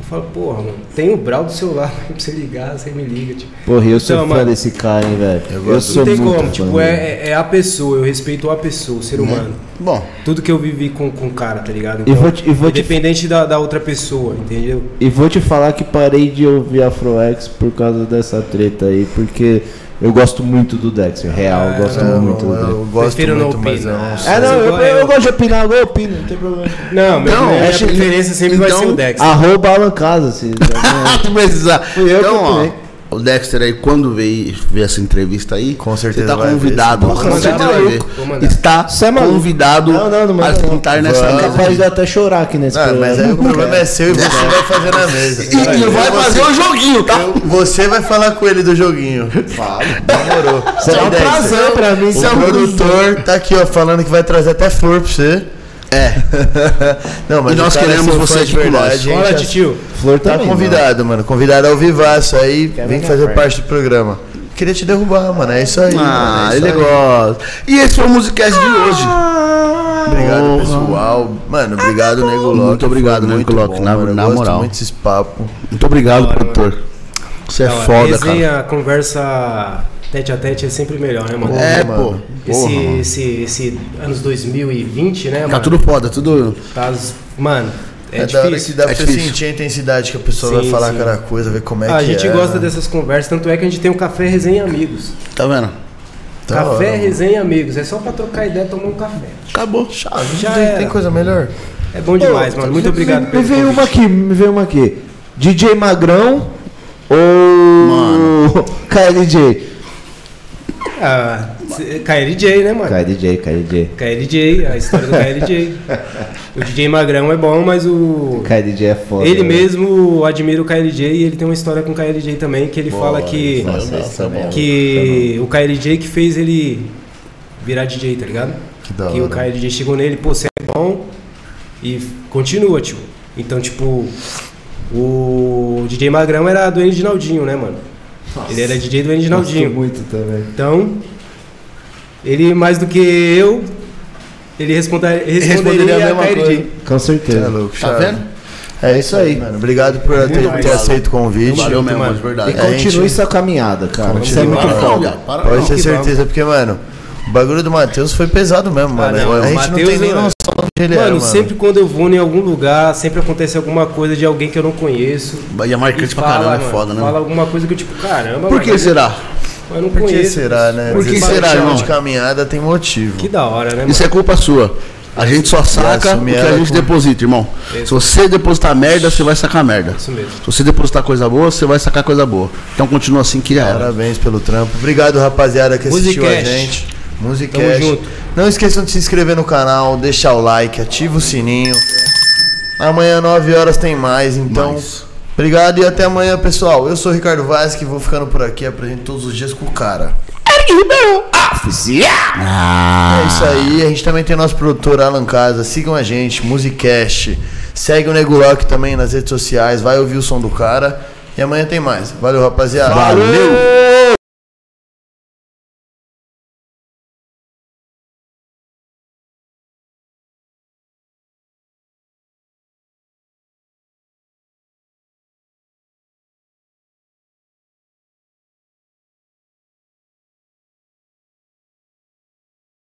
[SPEAKER 4] Eu falo, porra, mano, tem o Brau do celular pra você ligar, você me liga, tipo.
[SPEAKER 5] Porra, eu sou
[SPEAKER 4] Então,
[SPEAKER 5] fã
[SPEAKER 4] mano,
[SPEAKER 5] desse cara, hein, velho. Eu,
[SPEAKER 3] gosto.
[SPEAKER 5] sou
[SPEAKER 4] Não tem
[SPEAKER 5] muito
[SPEAKER 4] como,
[SPEAKER 5] fã. né?
[SPEAKER 4] tipo,
[SPEAKER 5] dele.
[SPEAKER 4] é, é a pessoa, eu respeito a pessoa, o ser humano.
[SPEAKER 2] Bom,
[SPEAKER 4] Tudo que eu vivi com com o cara, tá ligado?
[SPEAKER 5] E vou te- e vou te-
[SPEAKER 4] independente da, da outra pessoa, entendeu?
[SPEAKER 5] E vou te falar que parei de ouvir Afroex por causa dessa treta aí, porque eu gosto muito do Dex, real, eu gosto
[SPEAKER 3] É, Eu,
[SPEAKER 5] muito
[SPEAKER 3] não-
[SPEAKER 5] do Dex.
[SPEAKER 3] eu gosto
[SPEAKER 4] Prefiro não
[SPEAKER 3] muito, mas eu
[SPEAKER 4] opinar.
[SPEAKER 3] não sei.
[SPEAKER 5] É, não,
[SPEAKER 4] Mas
[SPEAKER 5] eu,
[SPEAKER 4] agora
[SPEAKER 5] eu
[SPEAKER 4] eu-
[SPEAKER 5] gosto de opinar, eu opino, não tem problema.
[SPEAKER 4] Não, meu,
[SPEAKER 2] Então,
[SPEAKER 4] minha
[SPEAKER 2] acho-
[SPEAKER 4] preferência sempre vai
[SPEAKER 2] então-
[SPEAKER 4] ser o Dex.
[SPEAKER 5] Arroba Alan assim, né? Casa, se
[SPEAKER 2] Ah, tu precisa.
[SPEAKER 5] Fui eu que
[SPEAKER 2] então, ó,
[SPEAKER 5] opinei.
[SPEAKER 2] o Dexter aí, quando veio ver essa entrevista aí,
[SPEAKER 3] Com certeza
[SPEAKER 2] você tá
[SPEAKER 3] vai ver,
[SPEAKER 2] convidado.
[SPEAKER 3] sim.
[SPEAKER 2] com
[SPEAKER 5] Porra, você é
[SPEAKER 2] certeza vai
[SPEAKER 5] maluco.
[SPEAKER 2] ver.
[SPEAKER 4] Vou mandar.
[SPEAKER 2] Está
[SPEAKER 5] Você é maluco.
[SPEAKER 2] convidado
[SPEAKER 5] Não, não, não
[SPEAKER 2] a
[SPEAKER 5] manda não.
[SPEAKER 2] sentar nessa
[SPEAKER 5] é
[SPEAKER 3] Vamos.
[SPEAKER 2] mesa.
[SPEAKER 5] capaz de eu até chorar aqui nesse
[SPEAKER 3] Ah, mas aí o
[SPEAKER 4] tipo,
[SPEAKER 5] programa.
[SPEAKER 3] problema é seu e você vai fazer na mesa.
[SPEAKER 2] E, e vai
[SPEAKER 3] Eu vou-
[SPEAKER 2] fazer um joguinho, tá?
[SPEAKER 3] eu- Você vai falar com ele do joguinho. Demorou.
[SPEAKER 5] Será um
[SPEAKER 3] Dexter.
[SPEAKER 5] prazer é pra mim. um
[SPEAKER 3] O produtor tá aqui, ó, falando que vai trazer até flor pra você. É. Não, mas
[SPEAKER 2] E nós
[SPEAKER 3] o cara é
[SPEAKER 2] queremos
[SPEAKER 3] seu
[SPEAKER 2] você
[SPEAKER 3] fã
[SPEAKER 2] aqui com nós.
[SPEAKER 3] gente.
[SPEAKER 4] Olha, titio.
[SPEAKER 5] Flor
[SPEAKER 3] Tá
[SPEAKER 5] também,
[SPEAKER 2] né?
[SPEAKER 3] convidado, mano. Convidado ao vivaço aí.
[SPEAKER 5] ver
[SPEAKER 3] Vem
[SPEAKER 5] minha
[SPEAKER 3] fazer
[SPEAKER 5] perna.
[SPEAKER 3] parte do programa. Queria te derrubar, mano. É isso aí.
[SPEAKER 2] é? Ah,
[SPEAKER 3] mano, é isso
[SPEAKER 2] ele
[SPEAKER 3] aí.
[SPEAKER 2] gosta. E esse foi o Musicast de hoje.
[SPEAKER 3] Obrigado, pessoal. Mano, obrigado, Nego Loki.
[SPEAKER 2] Ah, Muito obrigado,
[SPEAKER 3] Foi
[SPEAKER 2] Nego
[SPEAKER 3] muito
[SPEAKER 2] Loki,
[SPEAKER 3] bom,
[SPEAKER 2] na-
[SPEAKER 3] mano. Eu
[SPEAKER 2] na
[SPEAKER 3] gosto
[SPEAKER 2] moral.
[SPEAKER 3] muito desse papo.
[SPEAKER 2] Muito obrigado, produtor. Você é
[SPEAKER 4] Não,
[SPEAKER 2] foda, cara.
[SPEAKER 4] resenha, conversa tete a tete é sempre melhor, né, mano?
[SPEAKER 2] É,
[SPEAKER 3] mano.
[SPEAKER 2] pô.
[SPEAKER 4] Esse, esse, esse anos 2020, né,
[SPEAKER 2] Tá
[SPEAKER 4] mano?
[SPEAKER 2] tudo foda, tudo.
[SPEAKER 4] Tá as- mano, é,
[SPEAKER 3] É, da hora que
[SPEAKER 4] difícil.
[SPEAKER 3] dá pra
[SPEAKER 2] é
[SPEAKER 3] você
[SPEAKER 2] difícil.
[SPEAKER 3] sentir a intensidade que a pessoa vai
[SPEAKER 4] Sim,
[SPEAKER 3] falar
[SPEAKER 4] sim. Ah,
[SPEAKER 3] cada coisa, ver como é
[SPEAKER 4] a
[SPEAKER 3] que
[SPEAKER 4] gente
[SPEAKER 3] é.
[SPEAKER 4] gosta
[SPEAKER 3] né?
[SPEAKER 4] dessas conversas, tanto é que a gente tem um café resenha amigos.
[SPEAKER 2] Tá vendo?
[SPEAKER 3] Da hora,
[SPEAKER 4] café
[SPEAKER 3] mano.
[SPEAKER 4] resenha amigos, é só pra trocar ideia e tomar um café.
[SPEAKER 2] Acabou.
[SPEAKER 3] Ah, não
[SPEAKER 4] Já
[SPEAKER 3] tem,
[SPEAKER 4] era.
[SPEAKER 3] tem coisa melhor?
[SPEAKER 4] É bom demais, mano. Muito obrigado
[SPEAKER 5] né? Me
[SPEAKER 4] pelo
[SPEAKER 5] veio uma
[SPEAKER 4] convite.
[SPEAKER 5] aqui, me veio uma aqui. DJ Magrão ou KLJ?
[SPEAKER 4] Ah, cê- KLJ, né, mano?
[SPEAKER 5] KLJ, KLJ.
[SPEAKER 4] KLJ, a história do KLJ. o DJ Magrão é bom, mas o.
[SPEAKER 5] KLJ é foda.
[SPEAKER 4] Ele
[SPEAKER 5] né?
[SPEAKER 4] mesmo admira o KLJ e ele tem uma história com o KLJ também, que ele fala que.
[SPEAKER 5] Nossa, essa é bom.
[SPEAKER 4] Que o KLJ que fez ele virar DJ, tá ligado?
[SPEAKER 3] Que da
[SPEAKER 4] que o
[SPEAKER 3] hora.
[SPEAKER 4] KLJ chegou nele, pô, você é bom e continua, tipo. Então, tipo, o DJ Magrão era do Edinaldinho, né, mano? Ele era DJ do
[SPEAKER 5] Gosto
[SPEAKER 4] Edinaldinho.
[SPEAKER 5] muito também.
[SPEAKER 4] Então, ele mais do que eu, ele responda, responderia,
[SPEAKER 3] responderia a
[SPEAKER 4] a
[SPEAKER 3] mesma
[SPEAKER 4] KLJ.
[SPEAKER 3] coisa.
[SPEAKER 5] Com
[SPEAKER 3] Você é
[SPEAKER 5] certeza.
[SPEAKER 3] louco,
[SPEAKER 2] Tá
[SPEAKER 3] Chave.
[SPEAKER 2] vendo?
[SPEAKER 3] É isso aí. Mano, obrigado por ter, ter
[SPEAKER 4] obrigado.
[SPEAKER 3] aceito o convite.
[SPEAKER 2] Valeu mesmo,
[SPEAKER 4] mano.
[SPEAKER 2] de
[SPEAKER 5] E
[SPEAKER 2] verdade.
[SPEAKER 3] É,
[SPEAKER 5] continue
[SPEAKER 3] gente.
[SPEAKER 5] sua caminhada, cara. Isso é
[SPEAKER 3] Continua.
[SPEAKER 5] muito
[SPEAKER 2] Não,
[SPEAKER 5] foda.
[SPEAKER 2] viado, para
[SPEAKER 3] Pode
[SPEAKER 2] não.
[SPEAKER 3] ter certeza, porque, mano, o bagulho do Matheus foi pesado mesmo, mano.
[SPEAKER 4] Ah, não,
[SPEAKER 3] a
[SPEAKER 4] o
[SPEAKER 3] gente não
[SPEAKER 4] Matheus,
[SPEAKER 3] tem nem
[SPEAKER 4] mano.
[SPEAKER 3] noção de onde ele
[SPEAKER 4] Mano,
[SPEAKER 3] era, É, mano.
[SPEAKER 4] sempre quando eu vou em algum lugar, sempre acontece alguma coisa de alguém que eu não conheço.
[SPEAKER 2] E é marcante pra caramba, é
[SPEAKER 4] mano,
[SPEAKER 2] foda, né?
[SPEAKER 4] Fala
[SPEAKER 2] mano?
[SPEAKER 4] alguma coisa que eu tipo, caramba,
[SPEAKER 2] Por
[SPEAKER 4] mano,
[SPEAKER 2] que
[SPEAKER 4] eu-
[SPEAKER 2] será?
[SPEAKER 4] Eu não
[SPEAKER 3] Por que
[SPEAKER 4] conheço.
[SPEAKER 3] será, né?
[SPEAKER 2] Por que
[SPEAKER 3] 17
[SPEAKER 2] será,
[SPEAKER 3] anos
[SPEAKER 2] irmão?
[SPEAKER 3] de caminhada tem motivo.
[SPEAKER 4] Que da hora, né, mano?
[SPEAKER 2] Isso é culpa sua. A gente só saca o
[SPEAKER 3] assumir
[SPEAKER 2] que a
[SPEAKER 3] ela
[SPEAKER 2] gente
[SPEAKER 3] com-
[SPEAKER 2] deposita, irmão. Se você depositar merda, você vai sacar merda.
[SPEAKER 4] Isso mesmo.
[SPEAKER 2] Se você depositar coisa boa, você vai sacar coisa boa. Então continua assim que já era.
[SPEAKER 3] Parabéns pelo trampo. Obrigado, rapaziada, que assistiu a
[SPEAKER 4] Musicast.
[SPEAKER 3] gente. Musicast.
[SPEAKER 4] Tamo junto.
[SPEAKER 3] Não esqueçam de se inscrever no canal, deixar o like, ativa o sininho. Amanhã, 9 horas, tem mais, então.
[SPEAKER 2] Mais.
[SPEAKER 3] Obrigado e até amanhã, pessoal. Eu sou o Ricardo Vaz, que vou ficando por aqui, apresento todos os dias com o cara.
[SPEAKER 2] Ah,
[SPEAKER 4] Ah.
[SPEAKER 3] É isso aí, a gente também tem nosso produtor Alan Casa. Sigam a gente, Musicast. Segue o Nego Rock também nas redes sociais. Vai ouvir o som do cara. E amanhã tem mais. Valeu, rapaziada.
[SPEAKER 2] Valeu!